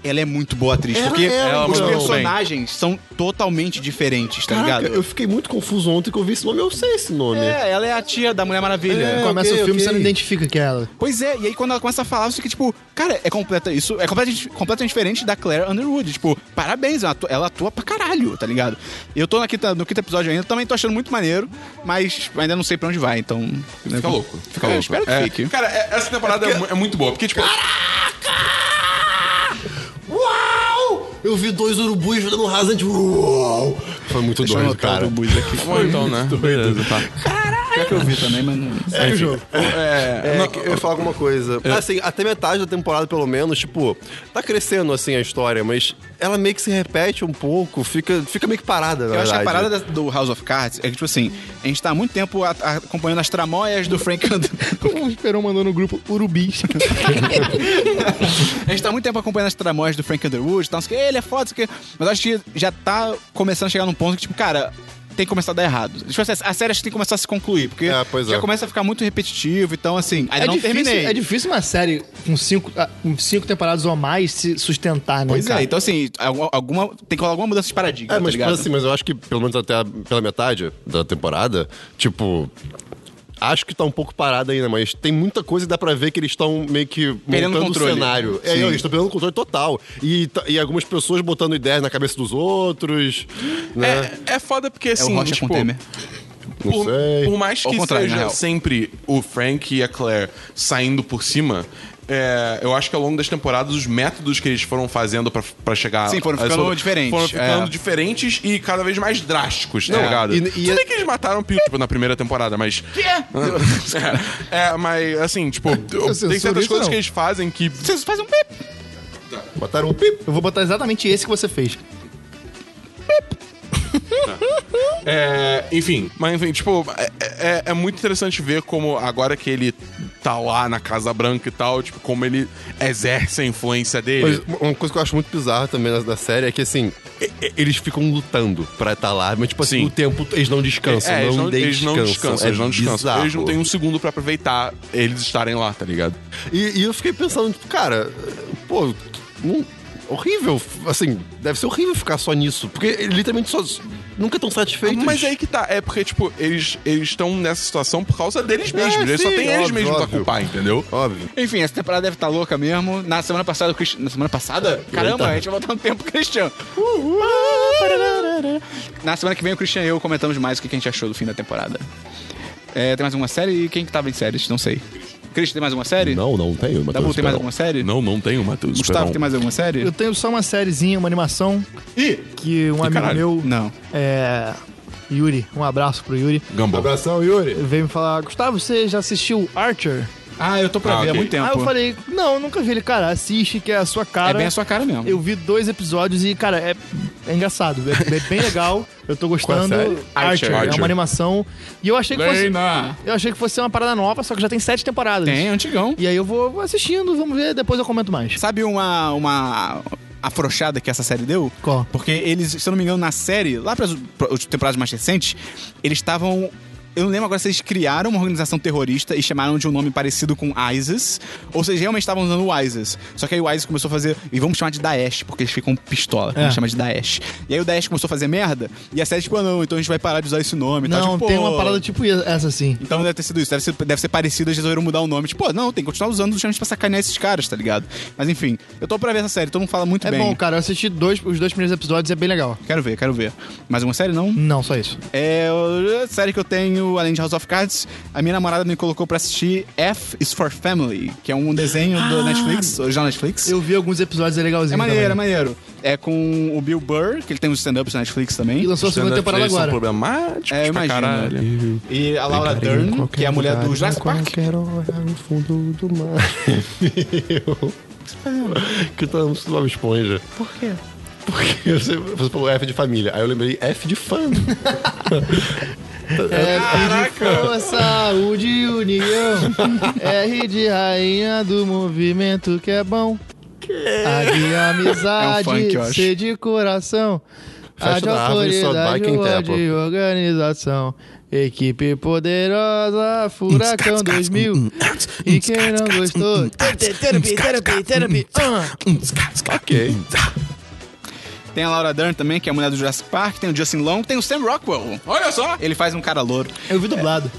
Speaker 1: Ela é muito boa atriz,
Speaker 2: Ela-
Speaker 1: porque
Speaker 2: ela
Speaker 1: os
Speaker 2: mandou bem.
Speaker 1: personagens são totalmente diferentes, tá
Speaker 2: Caraca,
Speaker 1: ligado?
Speaker 2: eu fiquei muito confuso ontem que eu vi esse nome, eu sei esse nome.
Speaker 1: É, ela é a tia da Mulher Maravilha.
Speaker 2: É,
Speaker 4: Começa
Speaker 2: ok,
Speaker 4: o filme e
Speaker 2: ok.
Speaker 4: você não identifica que é ela.
Speaker 1: Pois é, e aí quando ela começa a falar, você fica tipo, cara, é completa isso, é completamente, completamente diferente da Claire Underwood. Tipo, parabéns, ela atua, ela atua pra caralho, tá ligado? Eu tô na quinta, no quinto episódio ainda, também tô achando muito maneiro, mas ainda não sei pra onde vai, então. né,
Speaker 3: Fica
Speaker 1: eu-
Speaker 3: louco. Fica
Speaker 1: É,
Speaker 3: louco.
Speaker 1: espero que
Speaker 3: É,
Speaker 1: fique.
Speaker 3: Cara, é- essa temporada é, mu- é muito boa. Porque, tipo,
Speaker 2: Uau! Eu vi dois urubus dando rasante. Uau! Foi muito
Speaker 1: Deixa eu
Speaker 2: doido,
Speaker 1: anotar
Speaker 2: cara.
Speaker 1: o bus aqui.
Speaker 3: bom, então, né? Beleza, tá.
Speaker 1: Pior que
Speaker 7: que eu vi também, mas não.
Speaker 4: Segue o jogo.
Speaker 3: É,
Speaker 5: É,
Speaker 3: não,
Speaker 5: que eu ia falar alguma coisa. Assim, até metade da temporada, pelo menos, tipo, tá crescendo assim a história, mas ela meio que se repete um pouco, fica, fica meio que parada, na
Speaker 1: Eu acho
Speaker 5: verdade.
Speaker 1: que a parada da- do House of Cards é que, tipo assim, a gente tá há muito tempo a- a- acompanhando as tramóias do Frank Underwood.
Speaker 4: O Esperão mandou no grupo Urubis.
Speaker 1: A gente tá há muito tempo acompanhando as tramóias do Frank Underwood, tal, não sei o que, ele é foda, não sei o que. Mas acho que já tá começando a chegar num ponto que, tipo, cara, tem que começar a dar errado. Tipo assim, a série acho que tem que começar a se concluir, porque
Speaker 5: É, pois
Speaker 1: já
Speaker 5: é.
Speaker 1: começa a ficar muito repetitivo, então assim, ainda
Speaker 4: é
Speaker 1: não
Speaker 4: difícil,
Speaker 1: terminei.
Speaker 4: É difícil uma série com cinco, ah, com cinco temporadas ou mais se sustentar, né?
Speaker 1: Pois
Speaker 4: cara?
Speaker 1: é, então assim, algu- alguma, tem que rolar alguma mudança de paradigma,
Speaker 5: É,
Speaker 1: tá
Speaker 5: mas,
Speaker 1: ligado?
Speaker 5: mas assim, mas eu acho que pelo menos até a- pela metade da temporada, tipo. Acho que tá um pouco parada ainda, mas tem muita coisa que dá pra ver que eles estão meio que
Speaker 1: Perdendo
Speaker 5: montando
Speaker 1: controle.
Speaker 5: o cenário. É,
Speaker 1: Sim.
Speaker 5: eles estão perdendo o controle total. E, ta- e algumas pessoas botando ideias na cabeça dos outros, né?
Speaker 3: é, é foda porque
Speaker 1: é o
Speaker 3: assim,
Speaker 1: Rocha
Speaker 3: tipo,
Speaker 1: com Temer.
Speaker 5: Não
Speaker 3: por,
Speaker 5: sei.
Speaker 3: por mais
Speaker 1: Ao
Speaker 3: que
Speaker 1: contrário, na
Speaker 3: seja
Speaker 1: real.
Speaker 3: sempre o Frank e a Claire saindo por cima, é, eu acho que ao longo das temporadas os métodos que eles foram fazendo pra, pra chegar...
Speaker 1: Sim, foram
Speaker 3: a-
Speaker 1: ficando
Speaker 3: foram-
Speaker 1: diferentes,
Speaker 3: Foram ficando
Speaker 1: é.
Speaker 3: diferentes e cada vez mais drásticos, tá
Speaker 5: Não,
Speaker 3: ligado?
Speaker 5: e-
Speaker 3: E,
Speaker 5: e-
Speaker 1: é-
Speaker 3: Tudo bem que eles mataram o Pio, tipo, na primeira temporada, mas... é, é, mas assim, tipo, tem
Speaker 4: censuro
Speaker 3: certas
Speaker 4: isso,
Speaker 3: coisas
Speaker 4: não.
Speaker 3: que eles fazem que...
Speaker 1: Vocês fazem um pip.
Speaker 5: Botaram um pip.
Speaker 4: Eu vou botar exatamente esse que você fez.
Speaker 3: É, enfim, mas enfim, tipo, é, é- é muito interessante ver como agora que ele tá lá na Casa Branca e tal, tipo, como ele exerce a influência
Speaker 5: Mas
Speaker 3: dele.
Speaker 5: uma coisa que eu acho muito bizarra também da, da série é que, assim, e- e- eles ficam lutando pra estar lá, mas, tipo assim,
Speaker 3: Sim.
Speaker 5: o tempo eles não descansam.
Speaker 3: É,
Speaker 5: não
Speaker 3: eles não, eles
Speaker 5: descansam.
Speaker 3: não descansam,
Speaker 5: é
Speaker 3: eles não descansam.
Speaker 5: bizarro.
Speaker 3: Eles não têm um segundo pra aproveitar eles estarem lá, tá ligado?
Speaker 5: E, e eu fiquei pensando, tipo, cara, pô, não- horrível. Assim, deve ser horrível ficar só nisso. Porque literalmente só nunca tão satisfeitos.
Speaker 3: Mas aí que tá, é porque, tipo, eles eles estão nessa situação por causa deles mesmos. eles só
Speaker 5: É, sim,
Speaker 3: têm eles
Speaker 5: óbvio,
Speaker 3: mesmos pra
Speaker 5: óbvio.
Speaker 3: culpar, entendeu?
Speaker 5: Óbvio.
Speaker 1: Enfim, essa temporada deve estar louca mesmo. Na semana passada, o Christian. Na semana passada? Caramba, a gente vai voltar no tempo, Christian. Na semana que vem, o Christian e eu comentamos mais o que a gente achou do fim da temporada. É, tem mais alguma série? E quem que tava em séries? Não sei. Christian, tem mais alguma série?
Speaker 5: Não, não tenho,
Speaker 1: Dabu,
Speaker 5: Matheus.
Speaker 1: tem mais
Speaker 5: Esperon.
Speaker 1: alguma série?
Speaker 3: Não, não tem o Matheus.
Speaker 1: Gustavo,
Speaker 3: perdão.
Speaker 1: tem mais alguma série?
Speaker 4: Eu tenho só uma sériezinha, uma animação. Que um amigo
Speaker 3: caralho.
Speaker 4: meu.
Speaker 1: Não.
Speaker 4: É. Yuri, um abraço pro Yuri.
Speaker 3: Gumball.
Speaker 5: Abração, Yuri.
Speaker 4: Veio me falar, Gustavo, você já assistiu Archer?
Speaker 1: Ah, eu tô pra
Speaker 3: Ah,
Speaker 1: ver
Speaker 3: ok.
Speaker 1: há muito tempo.
Speaker 4: Aí eu falei, não, nunca vi ele, cara, assiste, que é a sua cara.
Speaker 1: é bem a sua cara mesmo.
Speaker 4: Eu vi dois episódios e, cara, é, é engraçado. É, é bem legal. Eu tô gostando.
Speaker 5: Qual é a série?
Speaker 4: Archer, É
Speaker 3: Archer.
Speaker 4: uma animação. E eu achei que fosse.
Speaker 7: Lena.
Speaker 4: Eu achei que fosse ser uma parada nova, só que já tem sete temporadas.
Speaker 1: Tem, Tá antigão.
Speaker 4: E aí eu vou vou assistindo, vamos ver, depois eu comento mais.
Speaker 1: Sabe uma, uma afrouxada que essa série deu?
Speaker 4: Qual?
Speaker 1: Porque eles, se eu não me engano, na série, lá para as temporadas mais recentes, eles estavam. Eu não lembro agora se eles criaram uma organização terrorista e chamaram de um nome parecido com ISIS, ou se eles realmente estavam usando o ISIS. Só que aí o ISIS começou a fazer. E vamos chamar de Daesh, porque eles ficam pistola, a
Speaker 4: É.
Speaker 1: gente chama de Daesh. E aí o Daesh começou a fazer merda, e a série, tipo, ah, não, então a gente vai parar de usar esse nome. e tal.
Speaker 4: Não,
Speaker 1: Tipo,
Speaker 4: tem
Speaker 1: pô,
Speaker 4: uma parada tipo essa assim.
Speaker 1: então deve ter sido isso, deve ser, deve ser parecido, eles resolveram mudar o nome. Tipo, pô, não, tem que continuar usando justamente pra sacanear esses caras, tá ligado? Mas enfim, eu tô pra ver essa série, todo mundo fala muito
Speaker 4: É
Speaker 1: bem.
Speaker 4: bom, cara. Eu assisti dois, os dois primeiros episódios e é bem legal.
Speaker 1: Quero ver, quero ver. Mais uma série, não?
Speaker 4: Não, só isso.
Speaker 1: É a série que eu tenho, além de House of Cards, a minha namorada me colocou pra assistir F is for Family, que é um desenho do Netflix, original Netflix.
Speaker 4: Ah! Eu vi alguns episódios, é legalzinho.
Speaker 1: É maneiro, é
Speaker 4: também.
Speaker 1: maneiro. É com o Bill Burr, que ele tem uns stand-ups na Netflix também.
Speaker 4: E lançou a segunda temporada
Speaker 5: é um
Speaker 3: Eles são
Speaker 4: agora.
Speaker 3: problemáticos
Speaker 1: É, eu
Speaker 3: pra
Speaker 1: imagino.
Speaker 3: caralho.
Speaker 1: E a Laura Dern, que é a mulher
Speaker 4: né?
Speaker 1: do Jurassic Park.
Speaker 5: hora no fundo do mar.
Speaker 1: É
Speaker 5: que tá no Bob Esponja. Por quê? Porque você, você falou F de família. Aí eu lembrei F de fã.
Speaker 4: R de força, saúde e união. R de rainha do movimento que é bom. A de
Speaker 1: É um funk,
Speaker 4: amizade,
Speaker 1: eu acho.
Speaker 4: C de coração. A
Speaker 5: Festa
Speaker 4: de
Speaker 5: da árvore só vai
Speaker 4: autoridade,
Speaker 5: quem
Speaker 4: o
Speaker 5: tem,
Speaker 4: A de organização. Equipe poderosa, furacão 2000. E quem não gostou... Therapy, therapy, therapy. Ah.
Speaker 5: ok.
Speaker 1: Tem a Laura Dern também, que é a mulher do Jurassic Park. Tem o Justin Long, tem o Sam Rockwell.
Speaker 3: Olha só!
Speaker 1: Ele faz um cara louro.
Speaker 4: Eu vi dublado.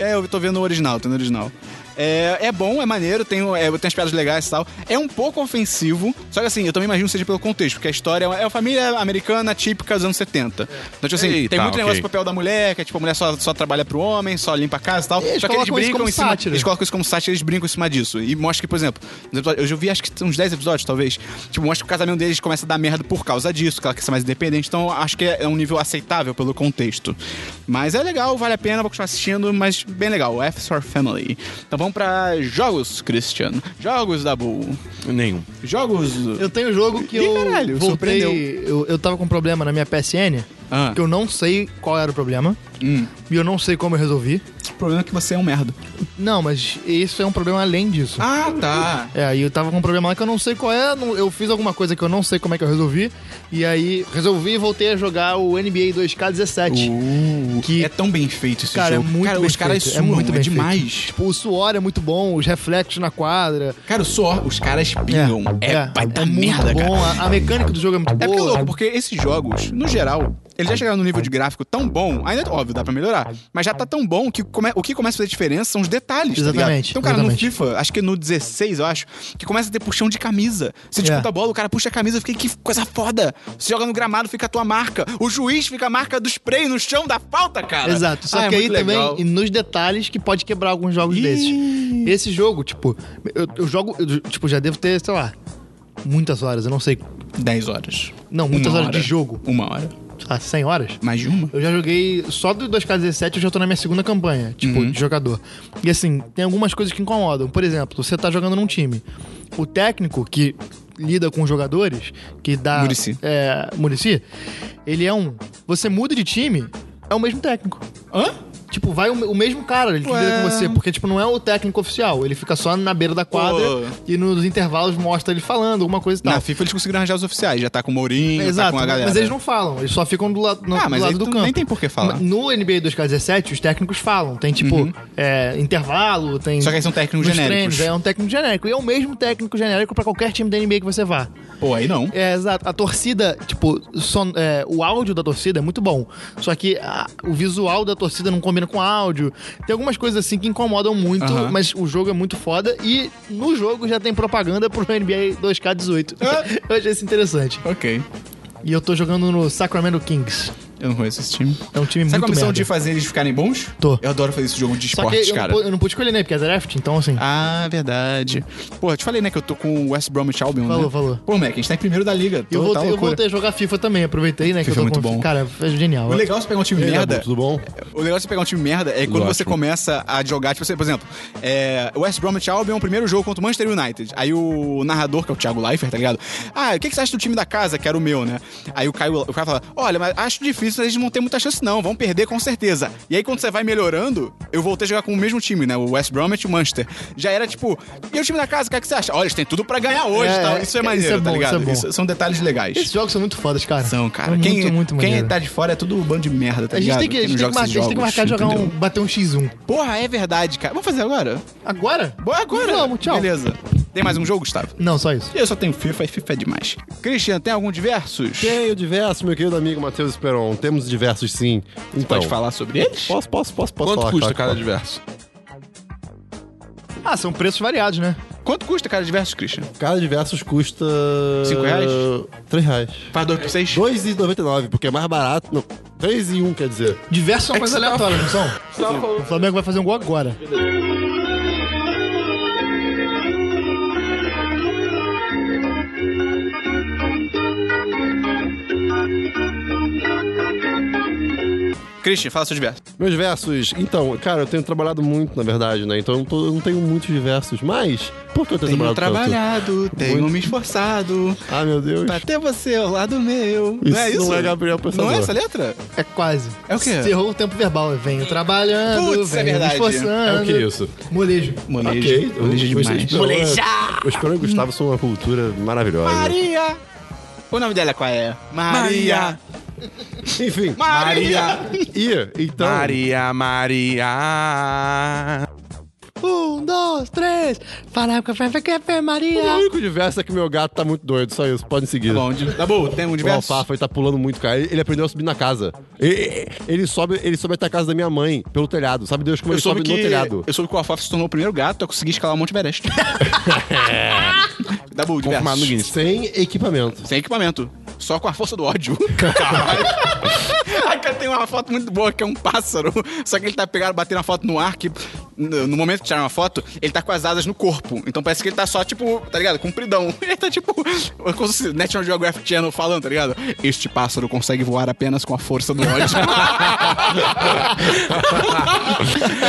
Speaker 1: É, eu tô vendo o original, tô no original. É, é bom, é maneiro, tem, é, tem as piadas legais e tal. É um pouco ofensivo, só que assim, eu também imagino que seja pelo contexto, porque a história é uma, é uma família americana típica dos anos 70. Então, tipo assim,
Speaker 3: Eita,
Speaker 1: tem muito negócio
Speaker 3: ok.
Speaker 1: do papel da mulher, que é, tipo, a mulher só, só trabalha pro homem, só limpa a casa e tal.
Speaker 4: Eles
Speaker 1: só que eles
Speaker 4: colocam isso
Speaker 1: brincam
Speaker 4: como
Speaker 1: em cima.
Speaker 4: sátira.
Speaker 1: Eles colocam isso como sátira, eles brincam em cima disso. E mostra que, por exemplo, nos episódios- eu já vi acho que uns 10 episódios, talvez. Tipo, mostra que o casamento deles começa a dar merda por causa disso, que ela quer ser mais independente. Então, acho que é um nível aceitável pelo contexto. Mas é legal, vale a pena, vou continuar assistindo, mas bem legal. F for Family. Então vamos pra jogos, Christian. Jogos da Bull.
Speaker 3: Nenhum.
Speaker 1: Jogos.
Speaker 4: Eu tenho um jogo que
Speaker 1: Ih,
Speaker 4: eu
Speaker 1: caralho,
Speaker 4: voltei.
Speaker 1: surpreendeu.
Speaker 4: Eu, eu tava com um problema na minha PSN,
Speaker 1: Ah. Hum.
Speaker 4: que eu não sei qual era o problema. E eu não sei como eu resolvi.
Speaker 1: O problema é que você é um merda.
Speaker 4: Não, mas isso é um problema além disso.
Speaker 1: Ah, tá.
Speaker 4: É, e eu tava com um problema lá que eu não sei qual é. não- Eu fiz alguma coisa que eu não sei como é que eu resolvi. E aí resolvi e voltei a jogar o NBA 2K17.
Speaker 1: que é tão bem feito esse
Speaker 4: Cara,
Speaker 1: jogo.
Speaker 4: é muito
Speaker 1: cara,
Speaker 4: bem
Speaker 1: os caras
Speaker 4: feito, é
Speaker 1: suam,
Speaker 4: muito bem
Speaker 1: demais.
Speaker 4: Tipo, o suor é muito bom, os reflexos na quadra.
Speaker 1: Cara, o suor, os caras pingam. É, vai dar
Speaker 4: muito
Speaker 1: merda, cara.
Speaker 4: bom. A, a mecânica do jogo é muito
Speaker 1: É porque, é
Speaker 4: boa.
Speaker 1: louco, porque esses jogos, no geral, eles já chegaram num nível de gráfico tão bom, ainda, é óbvio, dá pra melhorar, mas já tá tão bom que come- o que começa a fazer diferença são os detalhes, tá ligado?
Speaker 4: Exatamente,
Speaker 1: Então, cara,
Speaker 4: exatamente.
Speaker 1: no FIFA, acho que no 16, eu acho, que começa a ter puxão de camisa. Você
Speaker 4: É.
Speaker 1: disputa a bola, o cara puxa a camisa, eu fiquei, que coisa foda. Você joga no gramado, fica a tua marca. O juiz fica a marca do spray no chão da falta, cara.
Speaker 4: Exato. Só
Speaker 1: Ah, é
Speaker 4: que aí
Speaker 1: muito
Speaker 4: também,
Speaker 1: legal.
Speaker 4: e nos detalhes, que pode quebrar alguns jogos desses. Esse jogo, tipo, eu, eu jogo, eu, tipo, já devo ter, sei lá, muitas horas, eu não sei.
Speaker 1: 10 horas.
Speaker 4: Não, muitas
Speaker 1: Uma
Speaker 4: horas de
Speaker 1: hora.
Speaker 4: jogo.
Speaker 1: Uma hora.
Speaker 4: Sei lá, 100 horas.
Speaker 1: Mais de uma?
Speaker 4: Eu já joguei só do 2K17, eu já tô na minha segunda campanha, tipo,
Speaker 1: Uhum.
Speaker 4: de jogador. E assim, tem algumas coisas que incomodam. Por exemplo, você tá jogando num time. O técnico que lida com os jogadores, que dá.
Speaker 1: Muricy.
Speaker 4: É, Murici, ele é um. Você muda de time, é o mesmo técnico.
Speaker 1: Hã?
Speaker 4: Tipo, vai o, o mesmo cara ele que lida com você, porque, tipo, não é o técnico oficial. Ele fica só na beira da quadra
Speaker 1: Pô.
Speaker 4: e nos intervalos mostra ele falando, alguma coisa e tal.
Speaker 1: Na FIFA eles conseguiram arranjar os oficiais, já tá com o Mourinho, tá
Speaker 4: Exato,
Speaker 1: com a galera.
Speaker 4: mas eles não falam, eles só ficam do, la no,
Speaker 1: Ah, mas
Speaker 4: do
Speaker 1: aí
Speaker 4: lado do
Speaker 1: tu
Speaker 4: campo.
Speaker 1: nem tem por que falar.
Speaker 4: No NBA 2K17, os técnicos falam. Tem, tipo, é, intervalo, tem...
Speaker 1: Só que aí são técnicos
Speaker 4: nos
Speaker 1: genéricos.
Speaker 4: treinos, é um técnico genérico. E é o mesmo técnico genérico pra qualquer time da NBA que você vá.
Speaker 1: Pô, aí não.
Speaker 4: É, exato. A torcida, tipo, son- é, o áudio da torcida é muito bom. Só que a- o visual da torcida não combina com o áudio. Tem algumas coisas assim que incomodam muito,
Speaker 1: Aham.
Speaker 4: mas o jogo é muito foda. E no jogo já tem propaganda pro NBA 2K18. Eu achei isso interessante.
Speaker 1: Ok.
Speaker 4: E eu tô jogando no Sacramento Kings.
Speaker 1: Eu não conheço esse time.
Speaker 4: É um time
Speaker 1: Sabe
Speaker 4: muito
Speaker 1: qual a missão
Speaker 4: merda.
Speaker 1: de fazer eles ficarem bons?
Speaker 4: Tô.
Speaker 1: Eu adoro fazer esse jogo de
Speaker 4: Só que
Speaker 1: esportes,
Speaker 4: eu, não
Speaker 1: cara.
Speaker 4: pu- eu não pude escolher, né? Porque é draft, então assim.
Speaker 1: Ah, verdade. Porra, eu te falei, né, que eu tô com o West Bromwich Albion,
Speaker 4: Falou,
Speaker 1: né?
Speaker 4: falou.
Speaker 1: Pô, moleque, a gente tá em primeiro da liga. Tô,
Speaker 4: eu,
Speaker 1: tá
Speaker 4: voltei, eu
Speaker 1: loucura.
Speaker 4: voltei a jogar FIFA também, aproveitei, né?
Speaker 1: FIFA é
Speaker 4: que eu
Speaker 1: muito
Speaker 4: tô
Speaker 1: bom.
Speaker 4: Cara, é genial.
Speaker 1: O legal de você pegar um time merda.
Speaker 2: Tudo bom?
Speaker 1: O legal de você pegar um time merda é quando você começa a jogar, tipo, você, por exemplo, é, West Bromwich Albion, o primeiro jogo contra o Manchester United. Aí o narrador, que é o Thiago Leifert, tá ligado? Ah, o que, que você acha do time da casa, que era o meu, né? Aí o Caio, o cara fala, olha, mas acho difícil, eles não têm muita chance não, vão perder com certeza. E aí quando você vai melhorando, eu voltei a jogar com o mesmo time, né? O West Bromwich e o Manchester. Já era tipo, e o time da casa, o que, é que você acha? Olha, eles têm tudo pra ganhar hoje,
Speaker 4: É,
Speaker 1: tal. Isso é
Speaker 4: isso
Speaker 1: maneiro,
Speaker 4: é
Speaker 1: tá
Speaker 4: bom,
Speaker 1: ligado?
Speaker 4: isso é bom.
Speaker 1: são detalhes legais.
Speaker 4: Esses jogos são muito fodas, cara.
Speaker 1: São, cara.
Speaker 4: É
Speaker 1: quem,
Speaker 4: muito, muito
Speaker 1: quem
Speaker 4: maneiro.
Speaker 1: tá de fora é tudo um bando de merda, tá
Speaker 4: A gente
Speaker 1: ligado?
Speaker 4: tem que, a
Speaker 1: Quem não
Speaker 4: gente tem que
Speaker 1: joga
Speaker 4: marcar, a
Speaker 1: esses
Speaker 4: gente tem que
Speaker 1: jogos,
Speaker 4: marcar de jogar um.
Speaker 1: entendeu?
Speaker 4: bater um X1.
Speaker 1: Porra, é verdade, cara. Vamos fazer agora?
Speaker 4: Agora?
Speaker 1: Bora agora.
Speaker 4: Vamos, tchau.
Speaker 1: Beleza. Tem mais um jogo, Gustavo?
Speaker 4: Não, só isso.
Speaker 1: Eu só tenho FIFA e FIFA é demais. Christian, tem algum diversos?
Speaker 2: Tenho diversos, meu querido amigo Matheus Esperon. Temos diversos, sim. Então,
Speaker 1: Pode falar sobre eles?
Speaker 2: Posso, posso, posso, posso
Speaker 3: Quanto
Speaker 2: falar,
Speaker 3: custa
Speaker 2: claro que
Speaker 3: cada
Speaker 2: posso.
Speaker 3: diverso?
Speaker 4: Ah, são preços variados, né?
Speaker 1: Quanto custa cada diversos, Christian?
Speaker 2: Cada diversos custa...
Speaker 1: Cinco reais?
Speaker 2: 3 reais.
Speaker 1: Faz dois por seis?
Speaker 2: 2,99, porque é mais barato. Não, 3 e 1, quer dizer.
Speaker 4: Diversos são coisas aleatórias, não são? O Flamengo vai fazer um gol agora.
Speaker 1: Christian, fala seus diversos.
Speaker 2: Meus versos, então, cara, eu tenho trabalhado muito, na verdade, né? Então eu não, tô- eu não tenho muitos diversos, mas por que eu tenho,
Speaker 1: Tenho
Speaker 2: trabalhado tanto?
Speaker 1: trabalhado, tenho me esforçado
Speaker 2: Ah, meu Deus.
Speaker 1: pra ter você ao lado meu.
Speaker 2: Isso
Speaker 1: não é isso?
Speaker 2: não é Gabriel Pensador.
Speaker 1: Não é essa letra?
Speaker 4: É quase.
Speaker 1: É o quê?
Speaker 4: Você errou o tempo verbal. Venho trabalhando,
Speaker 1: Putz,
Speaker 4: venho
Speaker 1: é verdade.
Speaker 4: me esforçando.
Speaker 2: É o que isso?
Speaker 4: Molejo.
Speaker 1: Molejo.
Speaker 2: eu-
Speaker 1: Molejo
Speaker 2: eu-
Speaker 1: demais.
Speaker 2: eu- Eu espero que o Gustavo são uma cultura maravilhosa.
Speaker 1: Maria! O nome dela qual é? Maria!
Speaker 2: Enfim,
Speaker 1: Maria!
Speaker 2: e então.
Speaker 3: Maria, Maria.
Speaker 4: Um,
Speaker 2: dois,
Speaker 4: dois,
Speaker 2: três.
Speaker 4: Falar com a
Speaker 2: O
Speaker 4: enfermaria.
Speaker 2: único diverso é que meu gato tá muito doido, só isso. Podem seguir.
Speaker 1: Bom, de- Dabu, tem um
Speaker 2: O
Speaker 1: diverso?
Speaker 2: Alfafa, ele tá pulando muito, cara. Ele ele aprendeu a subir na casa. Ele, ele sobe, ele sobe até a casa da minha mãe, pelo telhado. Sabe Deus como
Speaker 1: Eu
Speaker 2: ele sobe
Speaker 1: soube, que,
Speaker 2: no telhado.
Speaker 1: eu soube que o Alfafa se tornou o primeiro gato a conseguir escalar o Monte Everest. Dabu, diverso.
Speaker 3: Confirmado no Guinness.
Speaker 2: Sem equipamento.
Speaker 1: Sem equipamento. Só com a força do ódio. Ai, cara, tem uma foto muito boa que é um pássaro. Só que ele tá pegado, batendo a foto no ar, que no no momento que tiraram a foto, ele tá com as asas no corpo. Então parece que ele tá só, tipo, tá ligado? Compridão. Ele tá tipo. Como se fosse National Geographic Channel falando, tá ligado? Este pássaro consegue voar apenas com a força do ódio.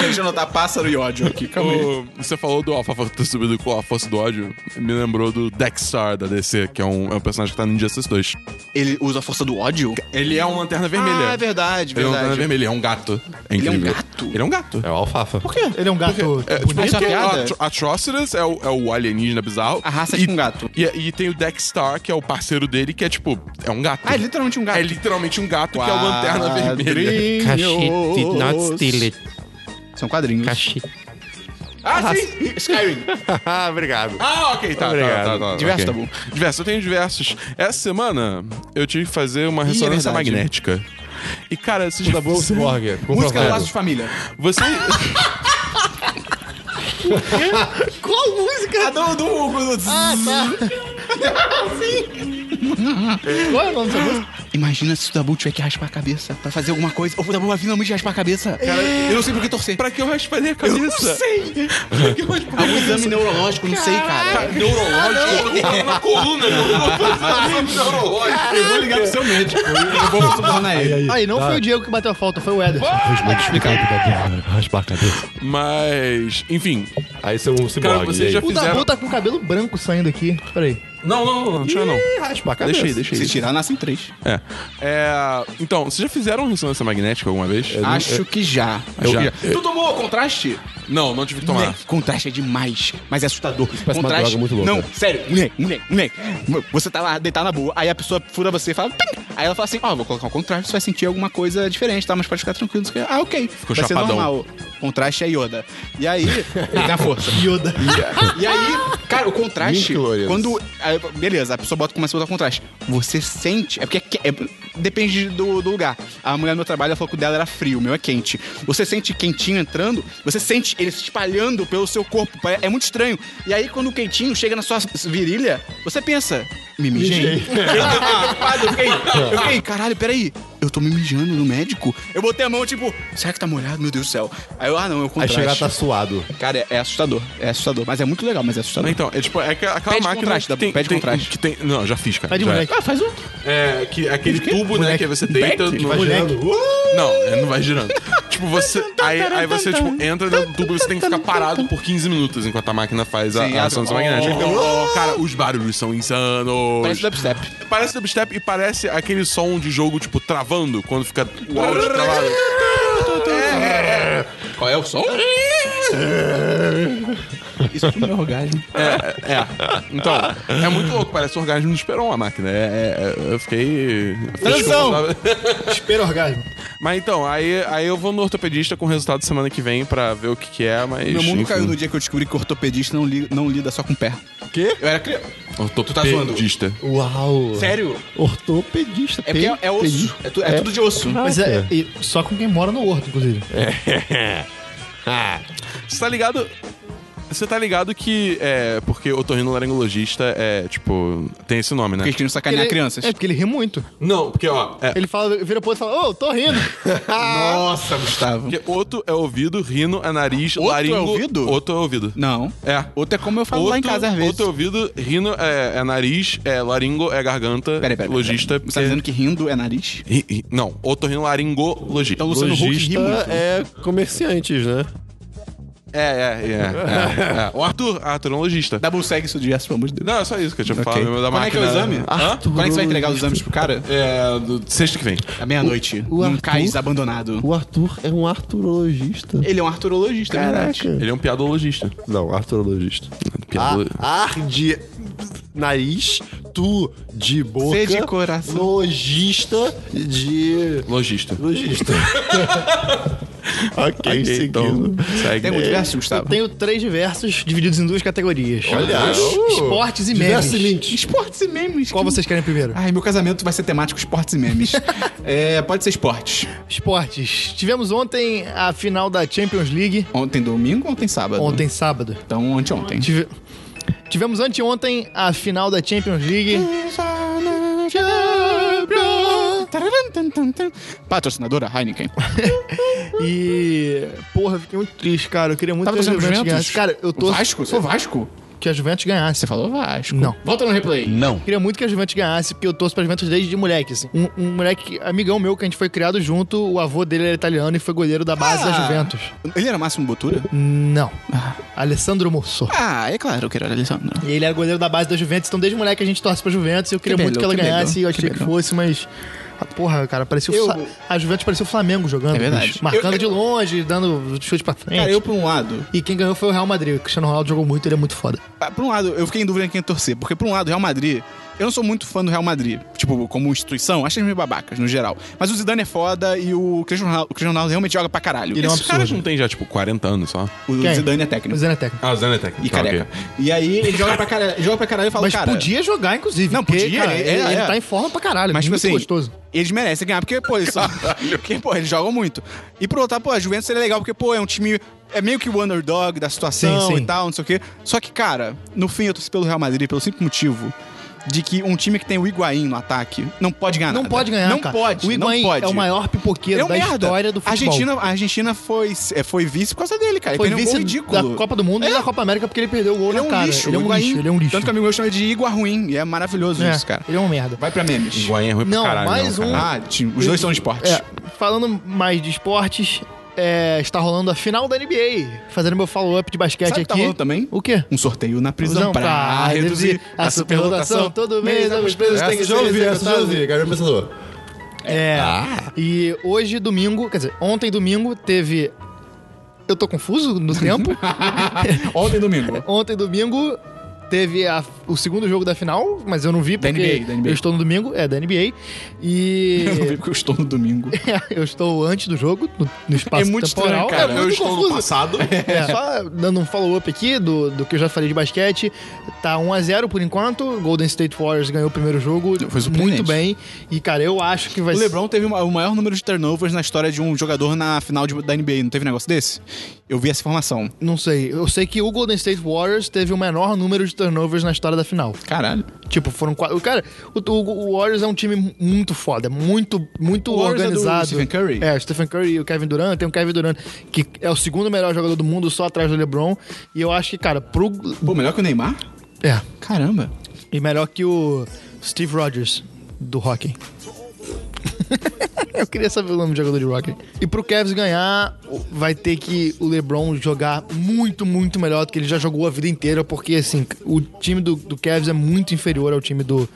Speaker 1: Deixa eu notar pássaro e ódio aqui, calma aí.
Speaker 3: Ô, você falou do Alfafa ter subido com a força do ódio. Me lembrou do Dexstar da DC, que é um, é um personagem que tá no Injustice 2.
Speaker 1: Ele usa a força do ódio?
Speaker 3: Ele é um lanterna vermelha.
Speaker 1: Ah, é verdade,
Speaker 3: Ele é um lanterna
Speaker 1: verdade.
Speaker 3: vermelha, ele é um gato. É
Speaker 1: Ele é um
Speaker 3: incrível.
Speaker 1: gato?
Speaker 3: Ele é um gato.
Speaker 2: É o alfafa. Por
Speaker 4: Ele é um gato.
Speaker 3: É, tipo,
Speaker 1: Mas isso é
Speaker 3: porque
Speaker 1: piada?
Speaker 3: Atro- Atrocitus é o, é o alienígena bizarro.
Speaker 1: A raça é
Speaker 3: e,
Speaker 1: tipo um gato.
Speaker 3: E, e tem o Dexstar, que é o parceiro dele, que é tipo, é um gato.
Speaker 1: Ah, é literalmente um gato.
Speaker 3: É literalmente um gato que é o lanterna
Speaker 1: Quadrinhos.
Speaker 3: vermelha.
Speaker 8: Kashi did not steal it.
Speaker 1: São quadrinhos.
Speaker 8: Kashi.
Speaker 1: Ah, sim! Skyrim.
Speaker 2: ah, obrigado.
Speaker 3: Ah, ok, tá, tá,
Speaker 2: Obrigado.
Speaker 3: tá, tá, tá,
Speaker 1: Diverso,
Speaker 3: ok.
Speaker 1: Dabu.
Speaker 3: Diverso, eu tenho diversos. Essa semana eu tive que fazer uma
Speaker 1: é
Speaker 3: ressonância
Speaker 1: verdade.
Speaker 3: magnética. E, cara, vocês
Speaker 2: Da Boa Borger.
Speaker 1: Música do Laço de Família.
Speaker 3: Você.
Speaker 4: Qual música?
Speaker 1: do, do,
Speaker 4: Ah, tá. Sim. Qual é o nome
Speaker 2: Ah.
Speaker 4: dessa música?
Speaker 1: Imagina se o Dabu tiver que raspar a cabeça pra fazer alguma coisa. Ou o Dabu vai finalmente raspar a cabeça. Cara, eu não sei por que torcer.
Speaker 3: pra que eu rasparei a cabeça? Eu não sei! Pra que eu rasparei
Speaker 7: Algum exame neurológico, não sei, cara.
Speaker 3: Neurológico, eu tô na coluna, meu. Eu vou fazer exame neurológico.
Speaker 1: Eu vou ligar pro seu médico. Eu vou subornar ele.
Speaker 4: Aí, não foi o Diego que bateu a falta, foi o Ederson.
Speaker 2: Raspar a cabeça.
Speaker 3: Mas, enfim.
Speaker 2: Aí você é um
Speaker 3: Cara,
Speaker 2: ciborgue.
Speaker 3: vocês já
Speaker 4: O
Speaker 3: fizeram.
Speaker 4: Dabu tá com o cabelo branco saindo aqui. Peraí.
Speaker 3: Não, não, não, não tira não.
Speaker 2: raspa a cabeça.
Speaker 3: Deixa aí, deixa
Speaker 1: Se
Speaker 3: aí.
Speaker 1: tirar, nascem três.
Speaker 3: É. É, Então, vocês já fizeram ressonância magnética alguma vez?
Speaker 1: Acho que já.
Speaker 3: Eu-
Speaker 1: Acho que
Speaker 3: eu-
Speaker 1: Tu tomou contraste?
Speaker 3: Não, não tive que tomar.
Speaker 1: Moleque, contraste é demais, mas é assustador.
Speaker 2: parece uma
Speaker 1: contraste.
Speaker 2: droga muito louca.
Speaker 1: Não, sério, moleque, moleque, moleque. Você tá lá deitado na boa, aí a pessoa fura você e fala. "Pim!" Aí ela fala assim: Ó, vou colocar um contraste, você vai sentir alguma coisa diferente, tá? Mas pode ficar tranquilo. não sei o quê." Ah, ok. Ficou vai
Speaker 3: chapadão.
Speaker 1: ser normal. Contraste é Yoda. E aí. Ele tem a força. Yoda. E aí, cara, o contraste.
Speaker 2: Mil calorias.
Speaker 1: Quando. aí, beleza, a pessoa bota, começa a botar contraste. Você sente. É porque é que- é- depende do, do lugar. A mulher do meu trabalho ela falou que o dela era frio, o meu é quente. Você sente quentinho entrando, você sente ele se espalhando pelo seu corpo. pare- É muito estranho. E aí, quando o quentinho chega na sua virilha, você pensa. Me mijei. Eu fiquei preocupado, eu fiquei, eu fiquei, caralho, peraí. Eu tô me mijando no médico? Eu botei a mão, tipo, será que tá molhado? Meu Deus do céu. Aí eu, ah, não, eu
Speaker 2: Aí
Speaker 1: contraste.
Speaker 2: chegar tá suado.
Speaker 1: Cara, é, é assustador. É assustador. Mas é muito legal, mas é assustador.
Speaker 3: Então, é tipo, é que- aquela
Speaker 1: Pede
Speaker 3: máquina.
Speaker 1: contraste,
Speaker 3: que
Speaker 1: Dabu, pede
Speaker 3: tem,
Speaker 1: contraste.
Speaker 3: Que tem, não, já fiz, cara.
Speaker 4: Pede
Speaker 3: já.
Speaker 4: moleque.
Speaker 1: Ah, faz um.
Speaker 3: É, que, aquele tubo, né, que você deita no...
Speaker 4: Moleque.
Speaker 3: Não, é, não vai girando. tipo, você... Aí, aí você, tipo, entra no tubo e você tem que ficar parado por 15 minutos enquanto a máquina faz a,
Speaker 1: Sim,
Speaker 3: a
Speaker 1: a-
Speaker 3: ação magnética. Cara, os barulhos são insanos.
Speaker 1: Parece dubstep.
Speaker 3: Então, oh. Parece dubstep e parece aquele som de jogo, tipo, travando, quando fica o áudio travado. É,
Speaker 1: Qual é o som? Isso aqui não é orgasmo.
Speaker 3: É, é. Então, é muito louco. Parece o orgasmo do Esperon, a máquina. É, é, é, eu fiquei...
Speaker 1: Transão!
Speaker 4: Espera orgasmo.
Speaker 3: Mas então, aí, aí eu vou no ortopedista com o resultado semana que vem pra ver o que que é, mas...
Speaker 1: Meu mundo
Speaker 3: enfim.
Speaker 1: caiu no dia que eu descobri que o ortopedista não, li- não lida só com o pé.
Speaker 2: Quê?
Speaker 1: Eu era criança.
Speaker 3: Ortopedista.
Speaker 1: tá zoando?
Speaker 2: Uau.
Speaker 1: Sério?
Speaker 2: Ortopedista.
Speaker 1: É porque é, é osso. É, tu- é tudo de osso.
Speaker 4: Mas é, e só com quem mora no horto, inclusive.
Speaker 3: Você tá ligado? Você tá ligado que é porque otorrinolaringologista é tipo tem esse nome, né?
Speaker 1: Porque eles queriam sacanear
Speaker 4: Ele-
Speaker 1: crianças.
Speaker 4: É, porque ele ri muito.
Speaker 3: Não, porque ó, é
Speaker 4: Ele fala, vira pro outro e fala, ô, tô rindo. Ah,
Speaker 1: Nossa, Gustavo.
Speaker 3: porque outro é ouvido, rino é nariz,
Speaker 1: Outro é
Speaker 3: laringo.
Speaker 1: ouvido?
Speaker 3: Outro é ouvido.
Speaker 1: Não.
Speaker 3: É.
Speaker 1: Outro é como eu falo lá em
Speaker 3: Outro-
Speaker 1: casa às vezes.
Speaker 3: Outro é ouvido, rino é, é nariz, é laringo é garganta,
Speaker 1: Peraí, peraí.
Speaker 3: logista.
Speaker 1: Você tá dizendo que rindo é nariz?
Speaker 3: Ri, ri, não, otorrinolaringologista.
Speaker 1: Então Luciano Huck ri muito.
Speaker 2: Logista é comerciantes, né?
Speaker 3: É, é, é, é, é. O Arthur, Arthur é um logista.
Speaker 1: Double segue isso direto, pelo amor de Deus.
Speaker 3: Não, é só isso que eu tinha
Speaker 1: Ok.
Speaker 3: falado. meu, Da
Speaker 1: Quando é que é o
Speaker 3: máquina-
Speaker 1: exame?
Speaker 3: Hã?
Speaker 1: Quando é que você vai entregar os exames pro cara?
Speaker 3: É, do- sexta que vem.
Speaker 1: À meia-noite.
Speaker 2: o
Speaker 1: Num
Speaker 2: Arthur?
Speaker 1: cais abandonado.
Speaker 2: O Arthur é um arturologista.
Speaker 1: Ele é um arturologista, é verdade.
Speaker 3: Ele é um piadologista.
Speaker 2: Não, é um arturologista.
Speaker 3: Piadolo-
Speaker 2: ar de nariz, tu de boca.
Speaker 1: C é de coração.
Speaker 2: Logista de.
Speaker 3: Logista.
Speaker 2: Logista. ok, seguindo.
Speaker 3: então, segue.
Speaker 1: Tem muito verso, Gustavo?
Speaker 4: Tenho três diversos divididos em duas categorias.
Speaker 2: Olha,
Speaker 4: Esportes e memes.
Speaker 1: Esportes e memes.
Speaker 4: Qual
Speaker 1: que-
Speaker 4: vocês querem primeiro?
Speaker 1: Ai, meu casamento vai ser temático esportes e memes. é, pode ser esportes.
Speaker 4: Esportes. Tivemos ontem a final da Champions League.
Speaker 1: Ontem domingo, ontem sábado.
Speaker 4: Ontem, sábado.
Speaker 1: Então, anteontem.
Speaker 4: Tive- Tivemos anteontem a final da Champions League.
Speaker 1: Patrocinadora Heineken.
Speaker 4: E. Porra, eu fiquei muito triste, cara. Eu queria muito
Speaker 1: Tava
Speaker 4: que a
Speaker 1: torcendo pro
Speaker 4: Juventus
Speaker 1: Juventus?
Speaker 4: ganhasse. Cara, eu tô.
Speaker 1: Vasco? Sou Vasco?
Speaker 4: Que a Juventus ganhasse.
Speaker 1: Você falou Vasco.
Speaker 4: Não.
Speaker 1: Volta no replay.
Speaker 8: Não.
Speaker 4: Queria muito que a Juventus ganhasse, porque eu torço pra Juventus desde de moleque, assim. Um, um moleque, amigão meu, que a gente foi criado junto, o avô dele era italiano e foi goleiro da base da
Speaker 1: Ah.
Speaker 4: Juventus.
Speaker 1: Ele era Máximo Botura?
Speaker 4: Não. Alessandro Musso.
Speaker 1: Ah, é claro que era Alessandro.
Speaker 4: E ele era goleiro da base da Juventus, então desde moleque a gente torce pra Juventus. Eu queria
Speaker 1: Que
Speaker 4: muito que
Speaker 1: belo,
Speaker 4: ela
Speaker 1: que
Speaker 4: ganhasse,
Speaker 1: belo,
Speaker 4: eu
Speaker 1: que
Speaker 4: achei que,
Speaker 1: belo.
Speaker 4: fosse, mas. ah, Porra, cara, parecia o
Speaker 1: Eu-
Speaker 4: Fla... a Juventus parecia o Flamengo jogando.
Speaker 1: É verdade.
Speaker 4: bicho. Marcando
Speaker 1: Eu-
Speaker 4: de longe, dando chute pra frente.
Speaker 1: Cara, eu por um lado,
Speaker 4: E quem ganhou foi o Real Madrid. O Cristiano Ronaldo jogou muito, ele é muito foda.
Speaker 1: Ah, Por um lado, eu fiquei em dúvida em quem torcer. Porque, por um lado, Real Madrid. Eu não sou muito fã do Real Madrid, tipo, como instituição, acho eles meio babacas, no geral. Mas o Zidane é foda e o Cristiano Ronaldo, o Cristiano Ronaldo realmente joga pra caralho.
Speaker 4: Ele é um
Speaker 3: Esses caras
Speaker 4: absurdo.
Speaker 3: não tem já, tipo, 40 anos só.
Speaker 1: O
Speaker 4: Quem?
Speaker 1: Zidane é técnico.
Speaker 4: O Zé é técnico.
Speaker 3: Ah, o Zé não é técnico.
Speaker 1: E
Speaker 3: Tá, ok.
Speaker 1: careca. E aí ele joga pra caralho, joga pra caralho e fala,
Speaker 4: Mas
Speaker 1: cara...
Speaker 4: podia jogar, inclusive.
Speaker 1: Não,
Speaker 4: porque,
Speaker 1: podia,
Speaker 4: Cara,
Speaker 1: é,
Speaker 4: ele, ele
Speaker 1: é.
Speaker 4: tá em forma pra caralho.
Speaker 1: Mas,
Speaker 4: Mas,
Speaker 1: tipo
Speaker 4: muito
Speaker 1: assim,
Speaker 4: gostoso.
Speaker 1: eles merecem ganhar, porque, pô, eles são... porque, pô, eles jogam muito. E por outro lado, pô, a Juventus seria legal, porque, pô, é um time... É meio que o underdog da situação
Speaker 4: Sim, sim.
Speaker 1: e tal, não sei o quê. Só que, cara, no fim eu torci pelo Real Madrid pelo simples motivo de que um time que tem o Higuaín no ataque não pode ganhar
Speaker 4: Não
Speaker 1: nada.
Speaker 4: pode ganhar,
Speaker 1: Não
Speaker 4: cara.
Speaker 1: pode,
Speaker 4: O Higuaín
Speaker 1: não pode.
Speaker 4: é o maior pipoqueiro
Speaker 1: É um
Speaker 4: da
Speaker 1: merda.
Speaker 4: história do
Speaker 1: A
Speaker 4: futebol.
Speaker 1: Argentina, a Argentina foi, é, foi vice por causa dele, cara. Ele
Speaker 4: foi
Speaker 1: perdeu um
Speaker 4: vice
Speaker 1: gol ridículo. É.
Speaker 4: da Copa do Mundo e da Copa América porque ele perdeu o gol
Speaker 1: Ele é
Speaker 4: na
Speaker 1: um
Speaker 4: cara.
Speaker 1: lixo.
Speaker 4: ele é um
Speaker 1: o Higuaín.
Speaker 4: lixo, ele é um lixo.
Speaker 1: Tanto que o amigo meu chama de Igua ruim. E é maravilhoso
Speaker 4: É,
Speaker 1: isso, cara.
Speaker 4: Ele é um merda.
Speaker 1: Vai pra memes.
Speaker 3: Higuaín é ruim pra
Speaker 4: Não,
Speaker 3: caralho.
Speaker 4: mais
Speaker 3: não,
Speaker 4: um.
Speaker 3: cara.
Speaker 1: Ah, ti- os dois são de esporte.
Speaker 4: É, falando mais de esportes, é, está rolando a final da NBA. Fazendo meu follow-up de basquete
Speaker 1: Sabe o que tá
Speaker 4: aqui.
Speaker 1: rolando também?
Speaker 4: O quê?
Speaker 1: Um sorteio na prisão
Speaker 4: Prisão Ah,
Speaker 1: pra, reduzir a superlotação.
Speaker 4: Todo mês os presos têm que
Speaker 2: Essa
Speaker 4: ser
Speaker 2: já ouvi, essa já
Speaker 4: executados.
Speaker 2: ouvi. Garoto tá? pensador.
Speaker 4: É.
Speaker 1: Ah.
Speaker 4: E hoje, domingo, quer dizer, ontem, domingo, teve. Eu tô confuso no tempo.
Speaker 1: Ontem e domingo.
Speaker 4: ontem, domingo, teve a- o segundo jogo da final, mas eu não vi
Speaker 1: Da
Speaker 4: porque
Speaker 1: NBA, da NBA.
Speaker 4: eu estou no domingo, é, da NBA. E.
Speaker 1: Eu não vi porque eu estou no domingo.
Speaker 4: eu estou antes do jogo, no, no espaço
Speaker 1: É muito
Speaker 4: temporal.
Speaker 1: estranho, cara.
Speaker 4: É
Speaker 3: eu
Speaker 4: muito
Speaker 3: estou no
Speaker 4: confuso.
Speaker 3: passado.
Speaker 4: É, só dando um follow-up aqui do, do que eu já falei de basquete. Tá 1x0 por enquanto. Golden State Warriors ganhou o primeiro jogo.
Speaker 1: Foi surpreendente.
Speaker 4: muito bem. E, cara, eu acho que vai
Speaker 1: O
Speaker 4: ser.
Speaker 1: LeBron teve uma- o maior número de turnovers na história de um jogador na final de- da NBA. Não teve negócio desse? Eu vi essa informação.
Speaker 4: Não sei. Eu sei que o Golden State Warriors teve o menor número de turnovers na história da final.
Speaker 1: Caralho.
Speaker 4: Tipo, foram quatro. Cara, o, o- o Warriors é um time muito foda, muito, muito
Speaker 1: O Warriors é do
Speaker 4: organizado.
Speaker 1: Stephen Curry?
Speaker 4: É, o Stephen Curry e o Kevin Durant. Tem o Kevin Durant, que é o segundo melhor jogador do mundo, só atrás do LeBron. E eu acho que, cara, pro.
Speaker 1: Pô, melhor que o Neymar?
Speaker 4: É.
Speaker 1: Caramba.
Speaker 4: E melhor que o Steve Rogers, do hockey. Eu queria saber o nome do jogador de hockey. E pro Cavs ganhar, o- vai ter que o LeBron jogar muito, muito melhor do que ele já jogou a vida inteira, porque, assim, o time do, do Cavs é muito inferior ao time do,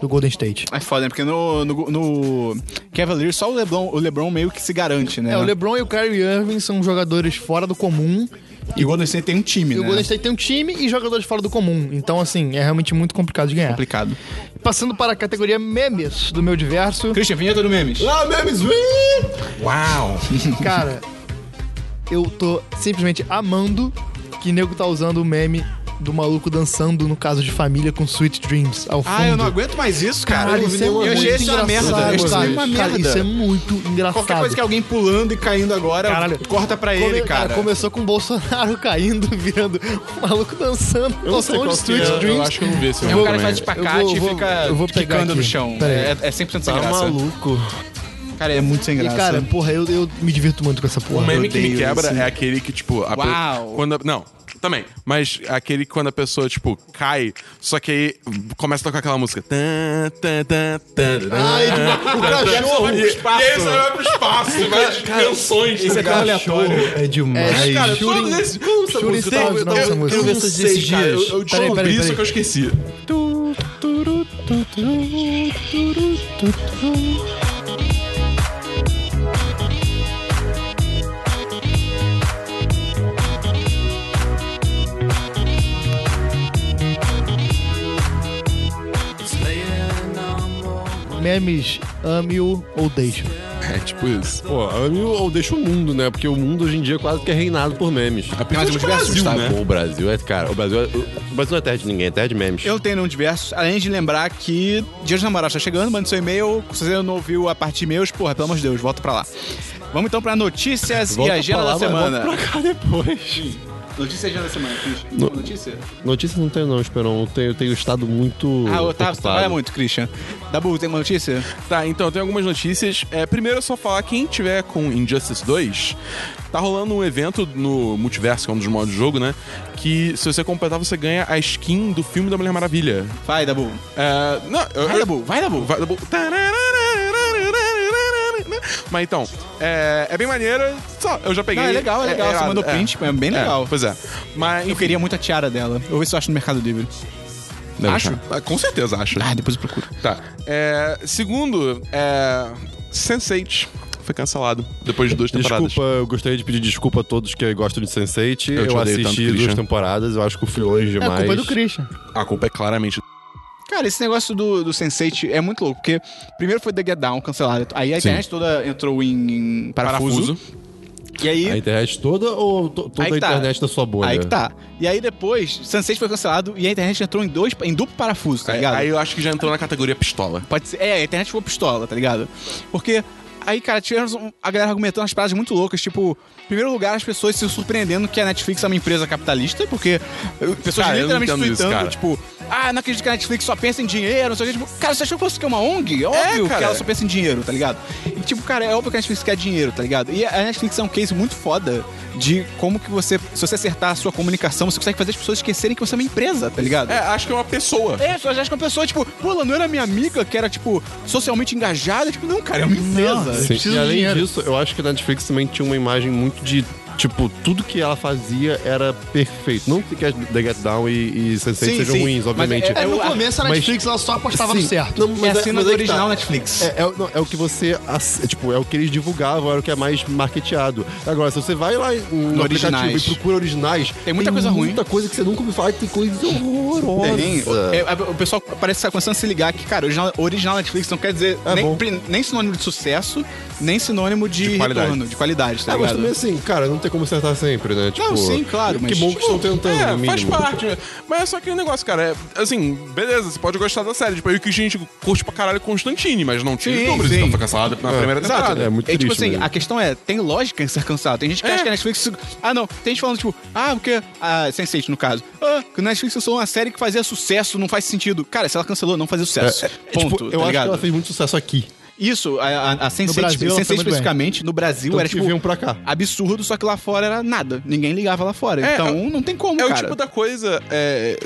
Speaker 4: do Golden State.
Speaker 1: É foda, né? Porque no, no, no Cavaliers só o LeBron, o LeBron meio que se garante, né?
Speaker 4: É, o LeBron e o Kyrie Irving são jogadores fora do comum,
Speaker 1: E o Golden State tem um time,
Speaker 4: e o
Speaker 1: né?
Speaker 4: Golden State tem um time e jogadores fora do comum. Então, assim, é realmente muito complicado de ganhar.
Speaker 1: Complicado.
Speaker 4: Passando para a categoria memes do meu diverso.
Speaker 1: Christian, vinheta do memes.
Speaker 2: Ah, memes, ui!
Speaker 3: Uau!
Speaker 4: Cara, eu tô simplesmente amando que nego tá usando o meme do maluco dançando no caso de família com Sweet Dreams ao fundo.
Speaker 1: Ah, eu não aguento mais isso, cara.
Speaker 4: Caralho,
Speaker 1: eu,
Speaker 4: isso é
Speaker 1: eu
Speaker 4: muito
Speaker 1: achei isso uma
Speaker 4: engraçado,
Speaker 1: merda. Eu achei isso
Speaker 4: sabe?
Speaker 1: uma
Speaker 4: Cara,
Speaker 1: merda.
Speaker 4: isso é muito engraçado.
Speaker 1: Qualquer coisa que alguém pulando e caindo agora,
Speaker 4: Caralho.
Speaker 1: corta pra
Speaker 4: Come-
Speaker 1: ele, cara.
Speaker 4: Começou com o Bolsonaro caindo, virando o maluco dançando ao som de Sweet
Speaker 3: Eu,
Speaker 4: Dreams.
Speaker 3: acho que eu não vi esse
Speaker 1: É
Speaker 3: jogo
Speaker 1: um cara que
Speaker 3: também.
Speaker 1: faz
Speaker 4: Eu
Speaker 1: espacate
Speaker 4: vou-
Speaker 1: e
Speaker 4: vou-
Speaker 1: fica
Speaker 4: eu vou pegar
Speaker 1: quicando no
Speaker 4: aqui.
Speaker 1: chão.
Speaker 4: Pera
Speaker 1: É,
Speaker 4: aí.
Speaker 1: é 100% sem
Speaker 2: Tá
Speaker 1: graça.
Speaker 2: maluco.
Speaker 1: Cara, é muito sem
Speaker 4: E,
Speaker 1: graça.
Speaker 4: cara, porra, eu, eu me divirto muito com essa
Speaker 3: O
Speaker 4: porra.
Speaker 3: meme que me
Speaker 1: odeio
Speaker 3: quebra
Speaker 1: isso.
Speaker 3: é aquele que, tipo. A pe-
Speaker 1: Uau.
Speaker 3: Quando a- Não, também. Mas aquele que quando a pessoa, tipo, cai, só que aí começa a tocar aquela música. Tan, tan, tan, tan, tan.
Speaker 2: Ai, o cachorro.
Speaker 3: E- E aí você vai pro espaço, e vai de canções.
Speaker 2: Esse
Speaker 3: tá ligado?
Speaker 2: É demais.
Speaker 3: Cara,
Speaker 4: Shooting-
Speaker 3: todos esses. Como essa
Speaker 4: Shooting
Speaker 3: música?
Speaker 4: Stars,
Speaker 3: Eu-
Speaker 4: não, essa
Speaker 3: eu-
Speaker 4: música.
Speaker 3: Eu não
Speaker 4: Eu vi
Speaker 2: essas
Speaker 3: sei,
Speaker 2: esses
Speaker 3: cara. Eu
Speaker 2: dias.
Speaker 3: eu
Speaker 4: Peraí,
Speaker 3: descobri
Speaker 4: peraí,
Speaker 3: isso
Speaker 4: peraí.
Speaker 3: que eu esqueci.
Speaker 4: Memes, ame-o ou deixa.
Speaker 3: É tipo isso.
Speaker 2: Pô, ame ou deixa o mundo, né? Porque o mundo hoje em dia quase que é reinado por memes.
Speaker 3: Apesar
Speaker 1: um
Speaker 3: de que o Brasil,
Speaker 2: tá
Speaker 3: né?
Speaker 2: bom, o Brasil é, cara, o Brasil, é, o Brasil não é terra de ninguém, é terra de memes.
Speaker 1: Eu tenho um diverso, além de lembrar que Dia dos Namorados tá chegando, manda seu e-mail. Se você não ouviu a parte de meus, porra, pelo amor de Deus, volta pra lá. Vamos então pra notícias e
Speaker 2: Volta
Speaker 1: agenda
Speaker 2: pra
Speaker 1: da
Speaker 2: lá, mas
Speaker 1: semana.
Speaker 2: volta pra cá depois.
Speaker 1: Notícia e agenda da semana, Cris. Notícia?
Speaker 2: Notícia não tenho não, Esperão. Eu tenho, eu tenho estado muito
Speaker 1: Ah, Otávio, você trabalha
Speaker 2: ocupado.
Speaker 1: muito, Christian. Dabu, tem uma notícia?
Speaker 3: Tá, então, tem algumas notícias. É, primeiro, é só falar quem tiver com Injustice 2, tá rolando um evento no Multiverso, que é um dos modos de jogo, né? Que se você completar, você ganha a skin do filme da Mulher Maravilha.
Speaker 1: Vai, Dabu.
Speaker 3: É, não, eu-
Speaker 1: Vai,
Speaker 3: eu-
Speaker 1: Dabu, vai, Dabu.
Speaker 3: Vai, Dabu. Mas então, é, é bem maneiro. Só, eu já peguei.
Speaker 1: Não, é legal, é legal. Você
Speaker 3: irado,
Speaker 1: mandou print, é bem legal.
Speaker 3: pois é. Mas.
Speaker 1: Eu queria muito a tiara dela. Eu vou ver se eu acho no Mercado Livre.
Speaker 3: Deve
Speaker 1: Acho?
Speaker 3: achar. Ah, Com certeza acho.
Speaker 1: Ah, depois eu procuro.
Speaker 3: Tá. É, segundo, é, Sense8 foi cancelado depois de duas temporadas.
Speaker 2: Desculpa, eu gostaria de pedir desculpa a todos que gostam de Sense8.
Speaker 3: Eu
Speaker 2: Eu,
Speaker 3: te odeio tanto,
Speaker 2: assisti
Speaker 3: Christian.
Speaker 2: duas temporadas, eu acho que eu fui longe
Speaker 4: É,
Speaker 2: demais.
Speaker 4: a culpa é do Christian.
Speaker 3: A culpa é claramente.
Speaker 1: Cara, esse negócio do, do Sense8 é muito louco, porque primeiro foi The Get Down cancelado, aí a internet toda entrou em, em parafuso, e aí...
Speaker 2: A
Speaker 1: aí
Speaker 2: internet toda ou to- toda
Speaker 1: Aí que
Speaker 2: a
Speaker 1: tá.
Speaker 2: internet da sua bolha?
Speaker 5: é.
Speaker 1: que tá. E aí depois, Sunset foi cancelado e a internet entrou em dois em duplo parafuso, tá
Speaker 3: Aí,
Speaker 1: ligado?
Speaker 3: É, aí eu acho que já entrou na categoria pistola.
Speaker 1: Pode ser. É, a internet foi pistola, tá ligado? Porque. Aí, cara, tivemos um- a galera argumentando umas paradas muito loucas, tipo, em primeiro lugar, as pessoas se surpreendendo que a Netflix é uma empresa capitalista, porque eh, pessoas
Speaker 3: Cara, eu não
Speaker 1: literalmente
Speaker 3: entendo isso,
Speaker 1: tweetando,
Speaker 3: cara.
Speaker 1: tipo, ah, não acredito que a Netflix só pensa em dinheiro, não sei o que, tipo, cara, você achou que fosse que é uma ONG? É óbvio
Speaker 3: cara.
Speaker 1: que ela só pensa em dinheiro, tá ligado? E, tipo, cara, é óbvio que a Netflix quer dinheiro, tá ligado? E a Netflix é um case muito foda de como que você, se você acertar a sua comunicação, você consegue fazer as pessoas esquecerem que você é uma empresa, tá ligado?
Speaker 3: É, acho que é uma pessoa.
Speaker 1: É, só acha que uma pessoa, tipo, pô, ela não era minha amiga, que era, tipo, socialmente engajada. Tipo, não, cara, é uma empresa.
Speaker 2: Sim.
Speaker 4: Precisa
Speaker 2: E
Speaker 4: de
Speaker 2: além
Speaker 4: dinheiro.
Speaker 2: disso, eu acho que a Netflix também tinha uma imagem muito de. Tipo, tudo que ela fazia era perfeito. Não que The Get Down e, e
Speaker 1: Sim,
Speaker 2: Sense8 sejam
Speaker 1: sim.
Speaker 2: ruins,
Speaker 1: Mas
Speaker 2: obviamente.
Speaker 1: é-
Speaker 4: É, no
Speaker 1: eu-
Speaker 4: começo a
Speaker 2: mas-
Speaker 4: Netflix ela só apostava no
Speaker 2: Sim.
Speaker 4: certo.
Speaker 2: Não, mas
Speaker 1: é a
Speaker 2: mas
Speaker 1: cena do
Speaker 2: aí que
Speaker 1: original
Speaker 2: tá.
Speaker 1: Netflix.
Speaker 2: É, é o- não, é o que você. ass- é, Tipo, é o que eles divulgavam, era o que é mais marketeado. Agora, se você vai lá no,
Speaker 1: originais.
Speaker 2: aplicativo e procura originais,
Speaker 1: Tem muita coisa ruim.
Speaker 2: Muita coisa que você nunca ouviu falar, tem coisa horrorosa.
Speaker 1: Tem. É, é, o pessoal parece que tá começando a se ligar que, cara, original, original Netflix não quer dizer
Speaker 2: É
Speaker 1: nem,
Speaker 2: bom.
Speaker 1: pri- nem sinônimo de sucesso, nem sinônimo de,
Speaker 3: De qualidade.
Speaker 1: retorno, de qualidade, tá
Speaker 2: Ah, mas
Speaker 1: ligado?
Speaker 2: também assim, cara, não tem como acertar sempre, né? Tipo,
Speaker 1: sim, claro,
Speaker 2: Que
Speaker 1: mas-
Speaker 2: bom que estão tentando, no
Speaker 3: É,
Speaker 2: mínimo.
Speaker 3: faz parte. né? Mas é só aquele negócio, cara. É, assim, beleza, você pode gostar da série. Tipo, eu e o Christian, a gente curte pra caralho Constantine, mas não tinha
Speaker 1: Sim,
Speaker 3: YouTube,
Speaker 1: sim.
Speaker 3: então foi cancelado na primeira
Speaker 2: Exato,
Speaker 3: temporada.
Speaker 2: é muito
Speaker 1: É tipo
Speaker 2: triste
Speaker 1: assim,
Speaker 2: mesmo.
Speaker 1: a questão é, tem lógica em ser cancelado. Tem gente que
Speaker 3: É.
Speaker 1: acha que a Netflix. Ah, não. Tem gente falando, tipo, ah, porque. Ah, Sense8, no caso. Ah, que a Netflix lançou uma série que fazia sucesso, não faz sentido. Cara, se ela cancelou, não fazia sucesso.
Speaker 2: Tipo,
Speaker 1: Ponto.
Speaker 2: eu
Speaker 1: tá
Speaker 2: acho que
Speaker 1: ligado?
Speaker 2: ela fez muito sucesso aqui.
Speaker 1: Isso, a, a, a Sense8,
Speaker 4: No Brasil, ela
Speaker 1: Sense8
Speaker 4: foi muito bem.
Speaker 1: especificamente, no Brasil
Speaker 2: Então
Speaker 1: era
Speaker 2: que
Speaker 1: tipo
Speaker 2: vinham pra cá.
Speaker 1: absurdo, só que lá fora era nada. Ninguém ligava lá fora.
Speaker 3: É,
Speaker 1: então
Speaker 3: é-
Speaker 1: não tem como,
Speaker 3: É o
Speaker 1: cara.
Speaker 3: tipo da coisa é,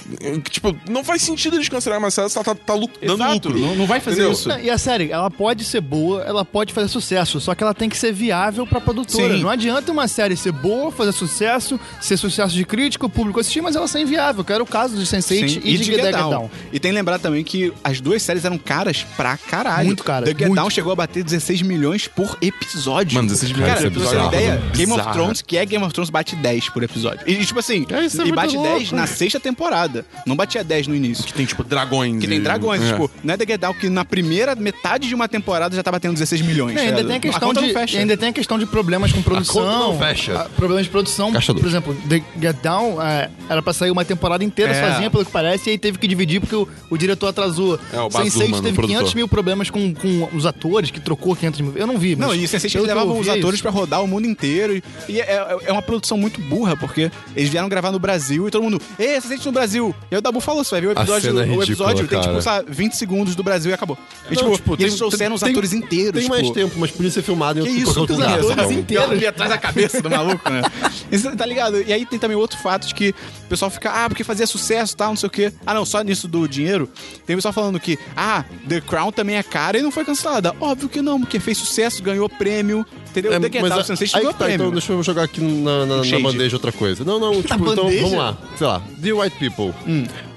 Speaker 3: que, tipo, não faz sentido eles cancelarem uma série, se ela tá, tá lu- dando
Speaker 1: Exato,
Speaker 3: lucro.
Speaker 1: não- não vai fazer isso.
Speaker 4: Não, E a série, ela pode ser boa, ela pode fazer sucesso, só que ela tem que ser viável pra produtora.
Speaker 1: Sim.
Speaker 4: Não adianta uma série ser boa, fazer sucesso, ser sucesso de crítico, o público assistir, mas ela ser inviável, que era o caso de
Speaker 1: Sim,
Speaker 4: Sense8 e, de Get, Get Down.
Speaker 1: E tem que lembrar também que as duas séries eram caras pra caralho.
Speaker 4: Muito caras,
Speaker 1: The Get
Speaker 4: muito.
Speaker 1: Down chegou a bater 16 milhões por episódio.
Speaker 3: Mano, 16 milhões
Speaker 1: Cara,
Speaker 3: de
Speaker 1: pra você ter uma
Speaker 3: episódio é uma
Speaker 1: ideia,
Speaker 3: coisa
Speaker 1: Game of
Speaker 3: bizarra.
Speaker 1: Thrones, que é Game of Thrones, bate 10 por episódio. E tipo assim,
Speaker 2: Cara, isso é
Speaker 1: e
Speaker 2: muito
Speaker 1: bate
Speaker 2: louco.
Speaker 1: 10 na sexta temporada. Não batia 10 no início.
Speaker 3: Que tem, tipo, dragões.
Speaker 1: Que tem
Speaker 3: e-
Speaker 1: dragões,
Speaker 3: é.
Speaker 1: tipo, não é The Get Down que na primeira metade de uma temporada já tá batendo 16 milhões.
Speaker 4: É, ainda,
Speaker 1: tá
Speaker 4: tem a
Speaker 1: ligado?
Speaker 4: questão
Speaker 1: conta
Speaker 4: de,
Speaker 1: não fecha.
Speaker 4: ainda tem a questão de problemas com produção.
Speaker 2: conta não fecha.
Speaker 4: Ah, Problemas de produção.
Speaker 2: Caixa
Speaker 4: por
Speaker 2: dois.
Speaker 4: exemplo, The Get Down é, era pra sair uma temporada inteira
Speaker 1: É.
Speaker 4: sozinha, pelo que parece, e aí teve que dividir porque o, o diretor atrasou.
Speaker 3: É, o
Speaker 4: Sense8
Speaker 3: Bazurman, o
Speaker 4: teve
Speaker 3: produtor.
Speaker 4: 500 mil problemas com, com os atores, que trocou 500 mil. Eu não vi, mas
Speaker 1: Não, e o Sense8
Speaker 4: pelo
Speaker 1: eles
Speaker 4: que eu
Speaker 1: levavam os
Speaker 4: ouvi, é
Speaker 1: atores
Speaker 4: isso.
Speaker 1: pra rodar o mundo inteiro. E, e é, é- é uma produção muito burra, porque eles vieram gravar no Brasil e todo mundo. Ei, Sense8 no Brasil! E aí o Dabu falou: você vai ver o
Speaker 2: A
Speaker 1: episódio.
Speaker 2: cena é
Speaker 1: o
Speaker 2: ridícula,
Speaker 1: episódio tem, tipo,
Speaker 2: cara.
Speaker 1: sabe, 20 segundos do Brasil e acabou. E, tipo,
Speaker 2: tipo,
Speaker 1: e
Speaker 2: tem-
Speaker 1: eles trouxeram os
Speaker 2: tem-
Speaker 1: atores inteiros.
Speaker 2: Tem
Speaker 1: tipo,
Speaker 2: mais tempo, mas podia ser filmado em
Speaker 1: que
Speaker 2: outro
Speaker 1: isso,
Speaker 2: qualquer
Speaker 1: os
Speaker 2: lugar,
Speaker 1: atores
Speaker 2: sabe?
Speaker 1: inteiros ali atrás da cabeça do maluco, né? Isso, tá ligado? E aí tem também outro fato de que o pessoal fica, ah, porque fazia sucesso e tal, não sei o quê. Ah, não, só nisso do dinheiro. Tem pessoal falando que, ah, The Crown também é cara e não foi cancelada. Óbvio que não, porque fez sucesso, ganhou prêmio, entendeu?
Speaker 2: É,
Speaker 1: The Get
Speaker 2: mas
Speaker 1: Out,
Speaker 2: a-
Speaker 1: Sense8
Speaker 2: aí
Speaker 1: ganhou
Speaker 2: que tá, então
Speaker 1: prêmio.
Speaker 2: deixa eu jogar aqui na, na- na
Speaker 1: shade.
Speaker 2: bandeja outra coisa. Não, não, tipo, então
Speaker 4: bandeja?
Speaker 1: Hum.
Speaker 2: vamos lá. Sei lá, The White People.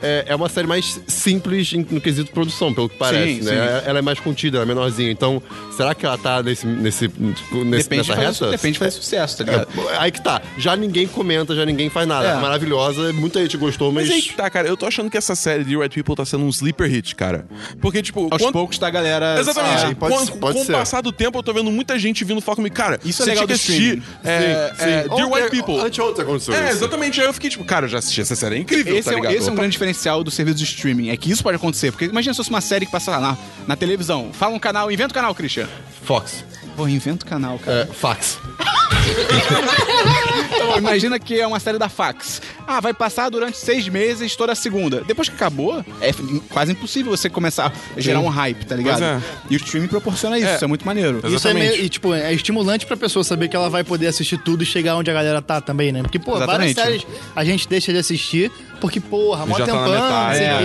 Speaker 5: é, é uma série mais simples em- no quesito produção, pelo que parece,
Speaker 1: Sim,
Speaker 5: né?
Speaker 1: sim.
Speaker 5: É- Ela é mais contida, ela é menorzinha. Então, será que ela tá nesse, nesse, nesse
Speaker 1: Depende de,
Speaker 5: nessa
Speaker 1: fazer,
Speaker 5: reta?
Speaker 1: depende de fazer sucesso, tá ligado?
Speaker 5: É, aí que tá. Já ninguém comenta, já ninguém faz nada.
Speaker 1: É.
Speaker 5: É. Maravilhosa, muita gente gostou, mas.
Speaker 3: Mas aí que tá, cara. Eu tô achando que essa série de Red People tá sendo um sleeper hit, cara. Porque, tipo,
Speaker 1: Aos
Speaker 3: quanto-
Speaker 1: poucos da galera.
Speaker 3: Exatamente.
Speaker 1: É,
Speaker 5: Ah, pode-
Speaker 3: com
Speaker 5: pode
Speaker 3: com o
Speaker 5: ser.
Speaker 3: passar do tempo, eu tô vendo muita gente vindo falar comigo, cara,
Speaker 1: Isso é
Speaker 3: você
Speaker 1: legal
Speaker 3: tinha que
Speaker 1: do
Speaker 3: assistir. É, é, Dear
Speaker 5: Ontem-
Speaker 3: White People.
Speaker 5: Anteontem aconteceu
Speaker 3: É,
Speaker 5: isso.
Speaker 3: exatamente. Aí eu fiquei tipo, cara, eu já assisti essa série, é incrível,
Speaker 1: Esse,
Speaker 3: tá
Speaker 1: é, um-
Speaker 3: ligado?
Speaker 1: esse é um grande diferencial do serviço de streaming. É que isso pode acontecer. Porque imagina se fosse uma série que passa lá na, na televisão. Fala um canal, inventa o canal, Christian.
Speaker 5: Fox.
Speaker 1: Pô, inventa o canal, cara.
Speaker 5: É, fax.
Speaker 1: Então, imagina que é uma série da Fax. Ah, vai passar durante seis meses toda segunda. Depois que acabou, é f- quase impossível você começar a gerar um hype, tá ligado?
Speaker 3: Pois é.
Speaker 1: E o streaming proporciona isso, isso é muito maneiro.
Speaker 4: Isso é
Speaker 3: Exatamente.
Speaker 4: meio, e, tipo, é estimulante pra pessoa saber que ela vai poder assistir tudo e chegar onde a galera tá também, né? Porque, pô, várias
Speaker 1: Exatamente.
Speaker 4: séries a gente deixa de assistir porque, porra, mó
Speaker 3: Já tá na
Speaker 4: tempão, não
Speaker 3: metade,
Speaker 4: sei o
Speaker 3: é,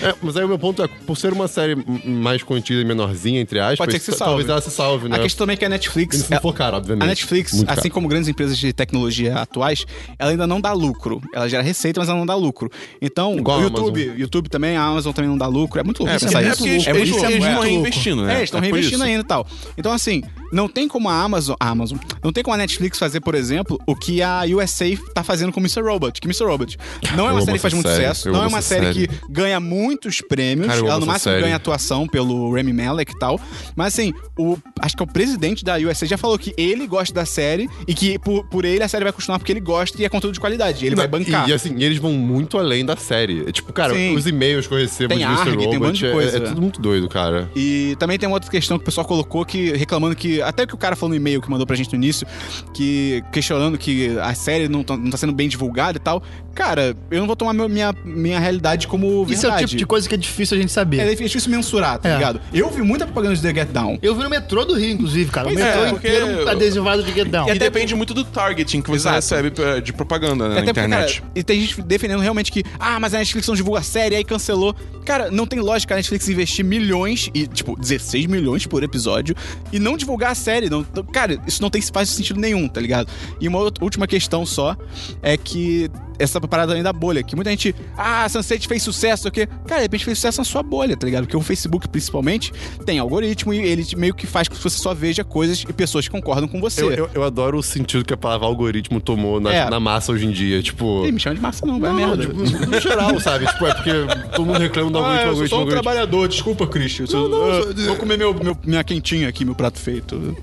Speaker 4: quê.
Speaker 5: É, mas aí o meu ponto é, por ser uma série m- mais contida e menorzinha, entre aspas,
Speaker 1: Pode ser que se
Speaker 5: ta-
Speaker 1: salve.
Speaker 5: talvez ela se salve, né?
Speaker 1: A questão também é que a Netflix.
Speaker 5: Eles não
Speaker 1: ela-
Speaker 5: focaram, obviamente.
Speaker 1: A Netflix,
Speaker 5: Muito
Speaker 1: assim
Speaker 5: caro.
Speaker 1: como grandes empresas de tecnologia atuais, ela ainda não dá lucro. Ela gera receita, mas ela não dá lucro. Então,
Speaker 5: Igual
Speaker 1: o
Speaker 5: a
Speaker 1: YouTube,
Speaker 5: Amazon.
Speaker 1: YouTube também, a Amazon também não dá lucro. É muito louco
Speaker 3: É, porque,
Speaker 1: pensar
Speaker 3: é
Speaker 1: isso.
Speaker 3: porque eles,
Speaker 1: É muito
Speaker 3: eles,
Speaker 1: louco.
Speaker 3: eles
Speaker 1: É.
Speaker 3: não reinvestindo, né?
Speaker 1: É, eles estão
Speaker 3: por
Speaker 1: reinvestindo
Speaker 3: isso.
Speaker 1: ainda e tal. Então, assim, não tem como a Amazon, a Amazon, não tem como a Netflix fazer, por exemplo, o que a USA tá fazendo com Mr. Robot. Que Mr. Robot não é
Speaker 2: amo
Speaker 1: uma série que faz
Speaker 2: essa
Speaker 1: muito
Speaker 2: série.
Speaker 1: sucesso,
Speaker 2: Eu
Speaker 1: não é
Speaker 2: amo
Speaker 1: uma
Speaker 2: essa
Speaker 1: série,
Speaker 2: série.
Speaker 1: que ganha muitos prêmios,
Speaker 2: Cara, eu
Speaker 1: ela no
Speaker 2: amo essa
Speaker 1: máximo
Speaker 2: série.
Speaker 1: ganha atuação pelo Remy Malek e tal. Mas, assim, o, acho que é o presidente da USA já falou que ele gosta da série e que por, por ele a série vai continuar porque ele gosta e é conteúdo de qualidade. Ele vai
Speaker 5: Não,
Speaker 1: bancar.
Speaker 5: E, e assim, eles vão muito além da série. É Tipo, cara,
Speaker 1: Sim.
Speaker 5: os e-mails que eu recebo
Speaker 1: Tem
Speaker 5: de
Speaker 1: ARG,
Speaker 5: Mr.
Speaker 1: tem um
Speaker 5: Robot
Speaker 1: monte de
Speaker 5: é-
Speaker 1: coisa,
Speaker 5: é,
Speaker 1: né?
Speaker 5: tudo muito doido, cara.
Speaker 1: E também tem uma outra questão que o pessoal colocou que reclamando que. Até que o cara falou no e-mail que mandou pra gente no início, que questionando que a série não tá, não tá sendo bem divulgada e tal. Cara, eu não vou tomar meu- minha, minha realidade como verdade.
Speaker 4: Isso é o tipo de coisa que é difícil a gente saber.
Speaker 1: É difícil mensurar, tá
Speaker 4: É.
Speaker 1: ligado? Eu vi muita propaganda de The Get Down.
Speaker 4: Eu vi no metrô do Rio, inclusive, cara. O
Speaker 1: Pois
Speaker 4: metrô
Speaker 1: é,
Speaker 3: porque
Speaker 4: inteiro
Speaker 3: eu-
Speaker 4: adesivado de Get Down.
Speaker 3: E depende muito do targeting que você
Speaker 1: Exato.
Speaker 3: recebe eh, de propaganda né, na
Speaker 1: Até porque,
Speaker 3: internet.
Speaker 1: É cara, e tem gente defendendo realmente que, ah, mas a Netflix não divulga a série, aí cancelou. Cara, não tem lógica a Netflix investir milhões, e tipo, 16 milhões por episódio, e não divulgar a série. Não, t- cara, isso não tem faz sentido nenhum, tá ligado? E uma out- última questão só é que essa parada ainda da bolha, que muita gente, ah, Sunset fez sucesso, o quê? Cara, de repente fez sucesso na sua bolha, tá ligado? Porque o Facebook, principalmente, tem algoritmo e ele te- meio que faz com que você só veja coisas e pessoas que concordam com você.
Speaker 5: Eu, eu- eu adoro o sentido que a palavra algoritmo tomou na,
Speaker 1: É.
Speaker 5: na massa hoje em dia. Tipo.
Speaker 1: Ih, me chama de massa não, vai a merda.
Speaker 5: tipo, no geral, sabe? Tipo, é porque todo mundo reclama
Speaker 1: Ah,
Speaker 5: do algoritmo, algoritmo,
Speaker 1: um
Speaker 5: algoritmo.
Speaker 1: trabalhador, desculpa, Christian. Eu- eu- vou comer meu, meu- minha quentinha aqui, meu prato feito.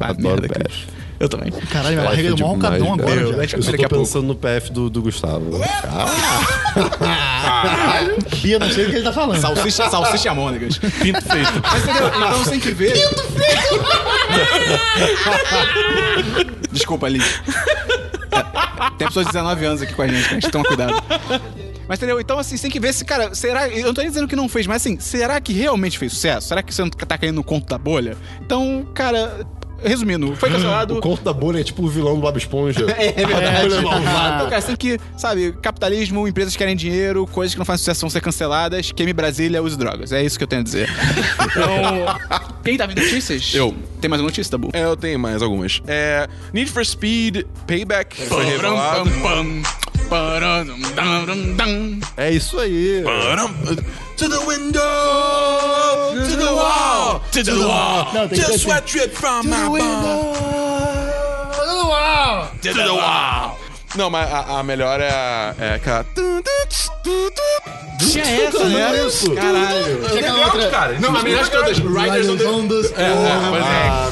Speaker 1: Ah, merda, Christian. Eu também.
Speaker 4: Caralho, minha
Speaker 5: PF
Speaker 4: barriga deu um
Speaker 5: é demais,
Speaker 4: roncadão
Speaker 5: cara.
Speaker 4: agora.
Speaker 5: Eu,
Speaker 4: já.
Speaker 1: Vai te
Speaker 5: eu só
Speaker 1: comer daqui a
Speaker 5: tô
Speaker 1: pouco.
Speaker 5: pensando no PF do, do Gustavo.
Speaker 4: Bia, não sei o que ele tá falando.
Speaker 1: Salsicha, salsicha e almôndegas. Pinto feito. Mas entendeu? Então você tem que ver. Pinto feito! Desculpa, Liz. É, Tem pessoas de 19 anos aqui com a gente, cara. Toma cuidado. Mas entendeu? Então, assim, você tem que ver se, cara, será. Eu não tô nem dizendo que não fez, mas assim, será que realmente fez sucesso? Será que você não tá caindo no conto da bolha? Então, cara, resumindo, foi
Speaker 5: O
Speaker 1: cancelado.
Speaker 5: conto da bolha é tipo o vilão do Bob Esponja.
Speaker 1: É verdade.
Speaker 5: Olha, malvado.
Speaker 1: Então, cara, assim que, sabe, capitalismo, empresas querem dinheiro, coisas que não fazem sucesso vão ser canceladas, queime Brasília, use drogas. É isso que eu tenho a dizer. Então, quem tá vendo notícias?
Speaker 3: Eu.
Speaker 1: Tem mais uma notícia, Tabu?
Speaker 3: É, eu tenho mais algumas. É, Need for Speed Payback foi revelado.
Speaker 5: É isso aí.
Speaker 3: To the window, to the wall, to the wall.
Speaker 4: Não, tem que ser
Speaker 3: Just
Speaker 4: assim.
Speaker 3: what you from my bum. To the wall. Não, mas a, a melhor é a. É aquela.
Speaker 1: Tinha essa, né? Caralho.
Speaker 4: Tinha aquela outra-
Speaker 3: É cara. Não, a melhor é que
Speaker 5: é um
Speaker 3: todas.
Speaker 4: Riders on the-
Speaker 3: Ah,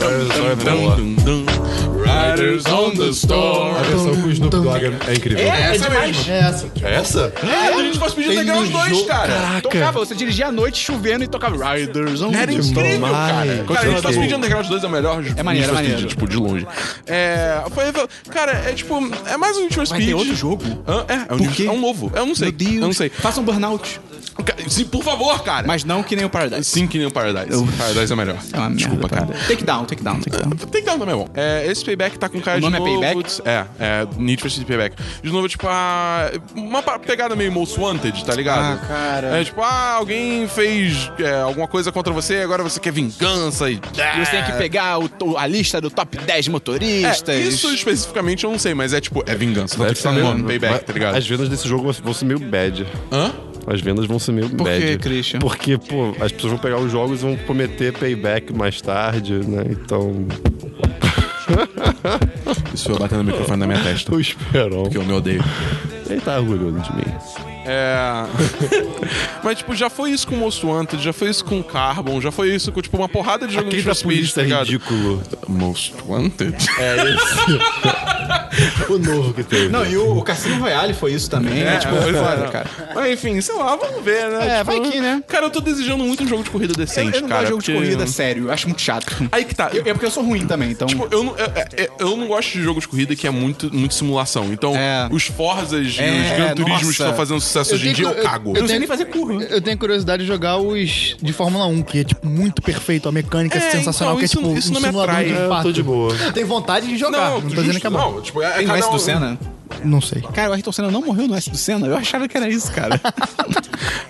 Speaker 3: Riders on the
Speaker 5: A
Speaker 3: Storm.
Speaker 5: versão com o Snoop Dogg é incrível.
Speaker 3: É essa mesmo.
Speaker 4: É essa.
Speaker 5: É essa?
Speaker 3: É, a gente pode pedir
Speaker 5: Tem
Speaker 3: legal os
Speaker 5: no
Speaker 3: dois,
Speaker 5: jogo-
Speaker 3: cara.
Speaker 1: Tocava, você dirigia à noite chovendo e tocava Riders on
Speaker 3: Era
Speaker 1: the-
Speaker 3: incrível, cara. Cara, a gente tá
Speaker 2: ok.
Speaker 3: Speed Underground 2 é o melhor. É
Speaker 1: maneiro, é maneiro.
Speaker 3: Tipo, de longe. É. Foi revel- Cara, é tipo. É mais um Need for Speed.
Speaker 1: Vai ter outro jogo?
Speaker 3: Hã? É, é um,
Speaker 1: Por
Speaker 3: Need-
Speaker 1: quê?
Speaker 3: é um novo. Eu não sei.
Speaker 1: Meu Deus.
Speaker 3: Eu não sei.
Speaker 1: Faça um burnout.
Speaker 3: Ca- Sim, por favor, cara.
Speaker 1: Mas não que nem o Paradise.
Speaker 3: Sim, que nem o Paradise. Paradise é melhor.
Speaker 1: É uma
Speaker 3: Desculpa,
Speaker 1: merda,
Speaker 3: cara.
Speaker 1: Take down, take down, take down.
Speaker 3: Tem que dar um também, é bom. É, esse payback tá com cara
Speaker 1: O nome
Speaker 3: de
Speaker 1: é
Speaker 3: novo.
Speaker 1: Payback?
Speaker 3: É, é Need for Speed Payback. De novo, tipo, ah, uma pa- pegada meio Most Wanted, tá ligado?
Speaker 1: Ah, cara.
Speaker 3: É tipo, ah, alguém fez é, alguma coisa contra você e agora você quer vingança e.
Speaker 1: E você tem que pegar o- o- a lista do top 10 motoristas.
Speaker 3: É, isso especificamente eu não sei, mas é tipo, é vingança. Tá, tá no nome, payback, tá ligado?
Speaker 5: As vendas desse jogo vão ser meio bad.
Speaker 3: Hã?
Speaker 2: as vendas vão ser meio
Speaker 1: Por
Speaker 2: bad.
Speaker 1: que, Christian?
Speaker 2: Porque, pô, as pessoas vão pegar os jogos e vão prometer payback mais tarde, né? Então,
Speaker 3: Isso foi eu batendo o microfone na minha testa.
Speaker 2: eu espero.
Speaker 3: Que eu me odeio.
Speaker 2: Ele tá orgulhoso de mim.
Speaker 3: É. Mas, tipo, já foi isso com o Most Wanted, já foi isso com o Carbon, já foi isso com, tipo, uma porrada de jogo de
Speaker 2: Aquele da polícia é ridículo.
Speaker 3: tá Most Wanted?
Speaker 2: O novo que teve.
Speaker 1: Não, e o, o Cassino Royale foi isso também. É, tipo,
Speaker 3: pois é,
Speaker 1: foda,
Speaker 3: não.
Speaker 1: cara.
Speaker 3: Mas, enfim, sei lá, vamos ver, né?
Speaker 1: É, vai que, né?
Speaker 3: Cara, eu tô desejando muito um jogo de corrida
Speaker 1: Eu,
Speaker 3: decente,
Speaker 1: eu não
Speaker 3: cara.
Speaker 1: gosto de jogo de
Speaker 3: porque-
Speaker 1: corrida assim. sério, eu acho muito chato.
Speaker 3: Aí que tá.
Speaker 1: Eu- é porque eu sou ruim também, então.
Speaker 3: Tipo, eu não, é- é- eu não gosto de jogo de corrida que é muito, muito simulação. Então,
Speaker 1: É.
Speaker 3: os Forzas e os
Speaker 1: É,
Speaker 3: Gran Turismos que
Speaker 1: nossa.
Speaker 3: estão fazendo sucesso hoje em dia,
Speaker 4: tenho-
Speaker 3: eu cago.
Speaker 1: eu não sei nem fazer curva.
Speaker 4: Eu tenho curiosidade de jogar os de Fórmula 1, que é, tipo, muito perfeito, a mecânica
Speaker 3: É,
Speaker 4: é sensacional,
Speaker 3: então,
Speaker 4: que é,
Speaker 3: isso-
Speaker 4: tipo,
Speaker 3: isso
Speaker 4: um
Speaker 3: não me
Speaker 4: simulador
Speaker 3: atrai.
Speaker 4: de
Speaker 3: É, eu
Speaker 2: tô
Speaker 4: fato.
Speaker 2: de boa.
Speaker 4: Eu tenho vontade de jogar, não, tô dizendo
Speaker 3: justo,
Speaker 4: que é bom.
Speaker 3: Não, tipo, é,
Speaker 1: Tem o
Speaker 3: cada
Speaker 1: S
Speaker 3: um-
Speaker 1: do Senna?
Speaker 4: Não sei.
Speaker 1: Cara, o Ayrton Senna não morreu no S do Senna? Eu achava que era isso, cara.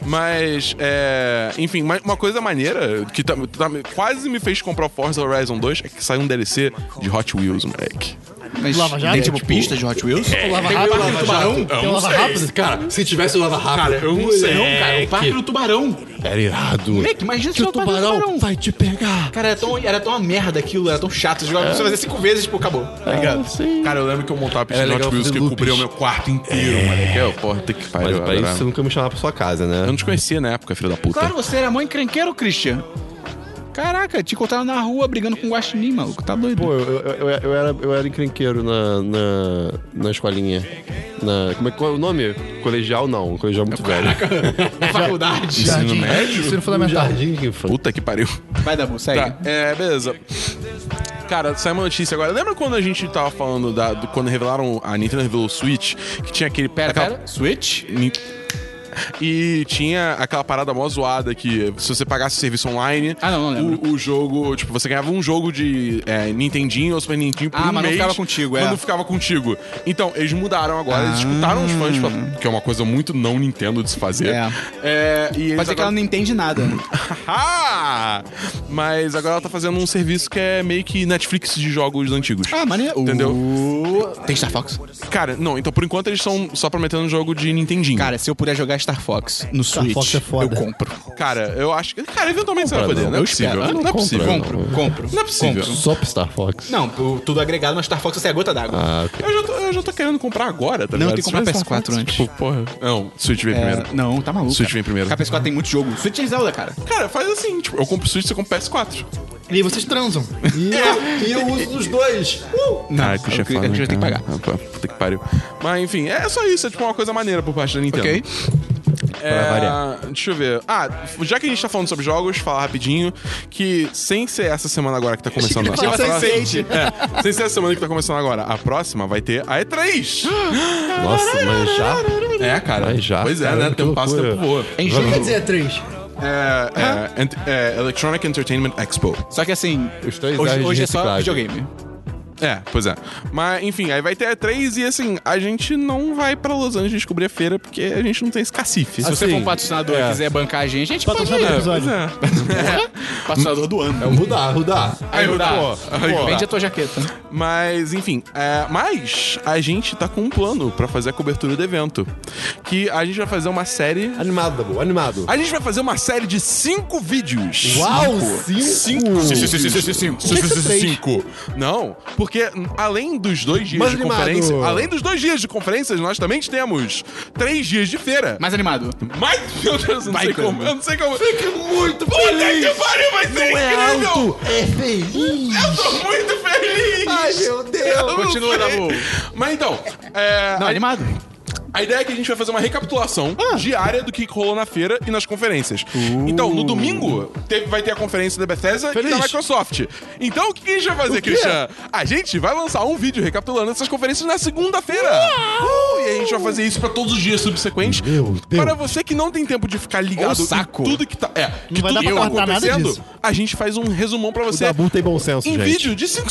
Speaker 3: Mas, é, enfim, ma- uma coisa maneira que tá- tá- quase me fez comprar o Forza Horizon 2 é que saiu um DLC de Hot Wheels, moleque. Tá
Speaker 1: Mas
Speaker 4: Lava Jato?
Speaker 1: tem, tipo,
Speaker 4: É, tipo,
Speaker 1: pista de Hot Wheels?
Speaker 4: O Lava Rápido,
Speaker 7: Lava
Speaker 4: o Tubarão,
Speaker 7: Jato.
Speaker 4: tem o Lava Rápido.
Speaker 7: Cara, se tivesse o Lava Rápido. Cara, eu não sei. Não, cara, o Parque do Tubarão.
Speaker 2: Era irado.
Speaker 1: Moleque, imagina se o tubarão, tubarão vai te pegar. Cara, era tão, era tão uma merda aquilo, era tão chato. Você jogava- você fazia cinco vezes, tipo, acabou. Tá ligado?
Speaker 3: Cara, eu lembro que eu montava a pista
Speaker 2: Era
Speaker 3: de Hot
Speaker 2: legal
Speaker 3: Wheels
Speaker 2: fazer
Speaker 3: que eu cobria o
Speaker 2: loops.
Speaker 3: meu quarto inteiro, moleque. Eu, porra, tem que
Speaker 2: Mas pra
Speaker 3: pariu. eu
Speaker 2: isso
Speaker 3: adorava.
Speaker 2: você nunca me chamava pra sua casa,
Speaker 3: Eu
Speaker 2: né?
Speaker 3: não te conhecia na época, filho da puta.
Speaker 1: Claro, você era mãe encrenqueiro, Christian. Caraca, te encontraram na rua brigando com o guaxinim, maluco. Tá doido.
Speaker 2: Pô, eu, eu, eu, eu era, eu era encrenqueiro na, na, na escolinha. Na, como é, qual é o nome? Colegial não, Um colegial muito velho.
Speaker 1: na faculdade.
Speaker 3: Ensino médio?
Speaker 4: Ensino é fundamental.
Speaker 2: Jardim de infância.
Speaker 3: Puta que pariu.
Speaker 1: Vai, Dabu, segue.
Speaker 3: Tá, é, beleza. Cara, saiu uma notícia agora. Lembra quando a gente tava falando da, do- quando revelaram a Nintendo revelou o Switch, que tinha aquele
Speaker 1: Pera,
Speaker 3: aquela-
Speaker 1: pera. Switch?
Speaker 3: Ni- E tinha aquela parada mó zoada que se você pagasse o serviço online,
Speaker 1: Ah, não, não lembro.
Speaker 3: o, o jogo, tipo, você ganhava um jogo de é, Nintendinho ou Super Nintendo por
Speaker 1: Ah,
Speaker 3: um
Speaker 1: mas não
Speaker 3: mês,
Speaker 1: ficava contigo, é. Ah.
Speaker 3: Mas não ficava contigo. Então, eles mudaram agora, eles escutaram os fãs, falaram- que é uma coisa muito não Nintendo de se fazer.
Speaker 1: É.
Speaker 3: É, e eles
Speaker 1: Pode ser que ela
Speaker 3: agora-
Speaker 1: não entende nada.
Speaker 3: Ah! Mas agora ela tá fazendo um serviço que é meio que Netflix de jogos antigos.
Speaker 1: Ah, maneiro.
Speaker 3: Entendeu?
Speaker 1: Uh, Tem Star Fox?
Speaker 3: Cara, não, então por enquanto eles estão só prometendo um jogo de Nintendinho.
Speaker 1: Cara, se eu puder jogar Star Fox no
Speaker 4: Star
Speaker 1: Switch,
Speaker 4: Fox é foda.
Speaker 1: eu compro.
Speaker 3: Cara, eu acho que. Cara, eventualmente você vai poder. Não, é
Speaker 1: eu
Speaker 3: possível.
Speaker 1: espero. Ah,
Speaker 3: Não, é
Speaker 2: compra,
Speaker 3: possível.
Speaker 2: não.
Speaker 1: Compro, compro.
Speaker 3: Não é possível.
Speaker 1: Compro.
Speaker 2: Só pro Star Fox.
Speaker 1: Não, o- tudo agregado, mas Star Fox você é a gota d'água.
Speaker 2: Ah, ok.
Speaker 3: Eu já, tô, eu já tô querendo comprar agora, tá
Speaker 1: Não,
Speaker 3: ligado?
Speaker 1: tem que comprar
Speaker 3: Se tivesse
Speaker 1: PS4 antes.
Speaker 3: Tipo, porra. Não, Switch vem
Speaker 1: É,
Speaker 3: primeiro.
Speaker 1: não, tá maluco.
Speaker 3: Switch
Speaker 1: cara.
Speaker 3: vem primeiro.
Speaker 1: KPS4 tem muito jogo. Switch é Zelda, cara.
Speaker 3: Cara, faz assim, tipo, eu compro Switch, você compra PS4.
Speaker 4: E aí vocês transam.
Speaker 5: E eu, e eu uso os dois.
Speaker 3: Caraca,
Speaker 1: eu queria- a gente vai ter é que pagar.
Speaker 3: então. Puta que pariu. Mas enfim, é só isso, é tipo uma coisa maneira por parte da Nintendo.
Speaker 1: Ok.
Speaker 3: É, deixa eu ver. Ah, já que a gente tá falando sobre jogos, falar rapidinho que sem ser essa semana agora que tá começando a
Speaker 1: Sem ser
Speaker 3: próxima-
Speaker 1: recente.
Speaker 3: É, sem ser essa semana que tá começando agora, a próxima vai ter a E3.
Speaker 2: Nossa, mas já.
Speaker 3: É, cara.
Speaker 2: Mas já,
Speaker 3: pois é,
Speaker 2: cara,
Speaker 3: né?
Speaker 2: que
Speaker 3: Tempo passa,
Speaker 2: loucura.
Speaker 3: tempo voa.
Speaker 1: É em junho.
Speaker 4: Quer dizer, é três.
Speaker 3: É, é, ent- é, Electronic Entertainment Expo.
Speaker 1: Só que assim,
Speaker 2: Os três
Speaker 1: hoje,
Speaker 2: R's de
Speaker 1: hoje é só
Speaker 2: reciclagem.
Speaker 1: videogame.
Speaker 3: É, pois é. Mas, enfim, aí vai ter a E3 e, assim, a gente não vai pra Los Angeles descobrir a feira porque a gente não tem esse cacife.
Speaker 1: Se você
Speaker 2: Assim,
Speaker 1: for um patrocinador e
Speaker 2: é.
Speaker 1: quiser bancar a gente, a gente
Speaker 4: Patrocinador
Speaker 1: pode
Speaker 4: do
Speaker 1: ir.
Speaker 4: episódio.
Speaker 1: É. Patrocinador do ano.
Speaker 5: É o Rudá, Rudá.
Speaker 1: Aí, Rudá.
Speaker 3: Rudá. Aí, Rudá.
Speaker 1: Vende a tua jaqueta.
Speaker 3: Mas, enfim, é, mas a gente tá com um plano pra fazer a cobertura do evento. Que a gente vai fazer uma série.
Speaker 5: Animado, Dabu, animado.
Speaker 3: A gente vai fazer uma série de cinco vídeos.
Speaker 5: Uau, cinco.
Speaker 3: Cinco. Não, porque além dos dois dias
Speaker 5: Mais
Speaker 3: de
Speaker 5: animado.
Speaker 3: conferência, além dos dois dias de conferências, nós também temos três dias de feira.
Speaker 1: Mais animado.
Speaker 3: Mas, meu Deus, eu não
Speaker 1: Vai,
Speaker 3: sei como.
Speaker 1: cara.
Speaker 3: Eu não sei como.
Speaker 5: Fique muito
Speaker 3: Puta
Speaker 5: feliz.
Speaker 3: que pariu, vai ser
Speaker 5: né? Não é
Speaker 3: incrível!
Speaker 5: alto, é feliz.
Speaker 3: Eu tô muito feliz!
Speaker 5: Ai, meu
Speaker 3: Eu
Speaker 5: Deus.
Speaker 3: não
Speaker 1: Continua,
Speaker 3: sei.
Speaker 1: Dabu.
Speaker 3: Mas então, é,
Speaker 1: Não,
Speaker 3: a-
Speaker 1: animado.
Speaker 3: a ideia é que a gente vai fazer uma recapitulação diária do que rolou na feira e nas conferências. Então, no domingo, teve- vai ter a conferência da Bethesda e da Microsoft. Então, o que a gente vai fazer, Christian? A gente vai lançar um vídeo recapitulando essas conferências na segunda-feira. Uh, e a gente vai fazer isso pra todos os dias subsequentes. Para você que não tem tempo de ficar ligado
Speaker 1: Ô, saco.
Speaker 3: em tudo que tá, é, que
Speaker 4: vai
Speaker 3: tudo
Speaker 4: dar
Speaker 3: que
Speaker 4: pra
Speaker 3: tá
Speaker 4: cortar nada
Speaker 3: acontecendo,
Speaker 4: disso.
Speaker 3: a a gente faz um resumão pra
Speaker 2: O
Speaker 3: você.
Speaker 2: Dabu tem bom senso,
Speaker 3: Em
Speaker 2: gente.
Speaker 3: Um vídeo de 5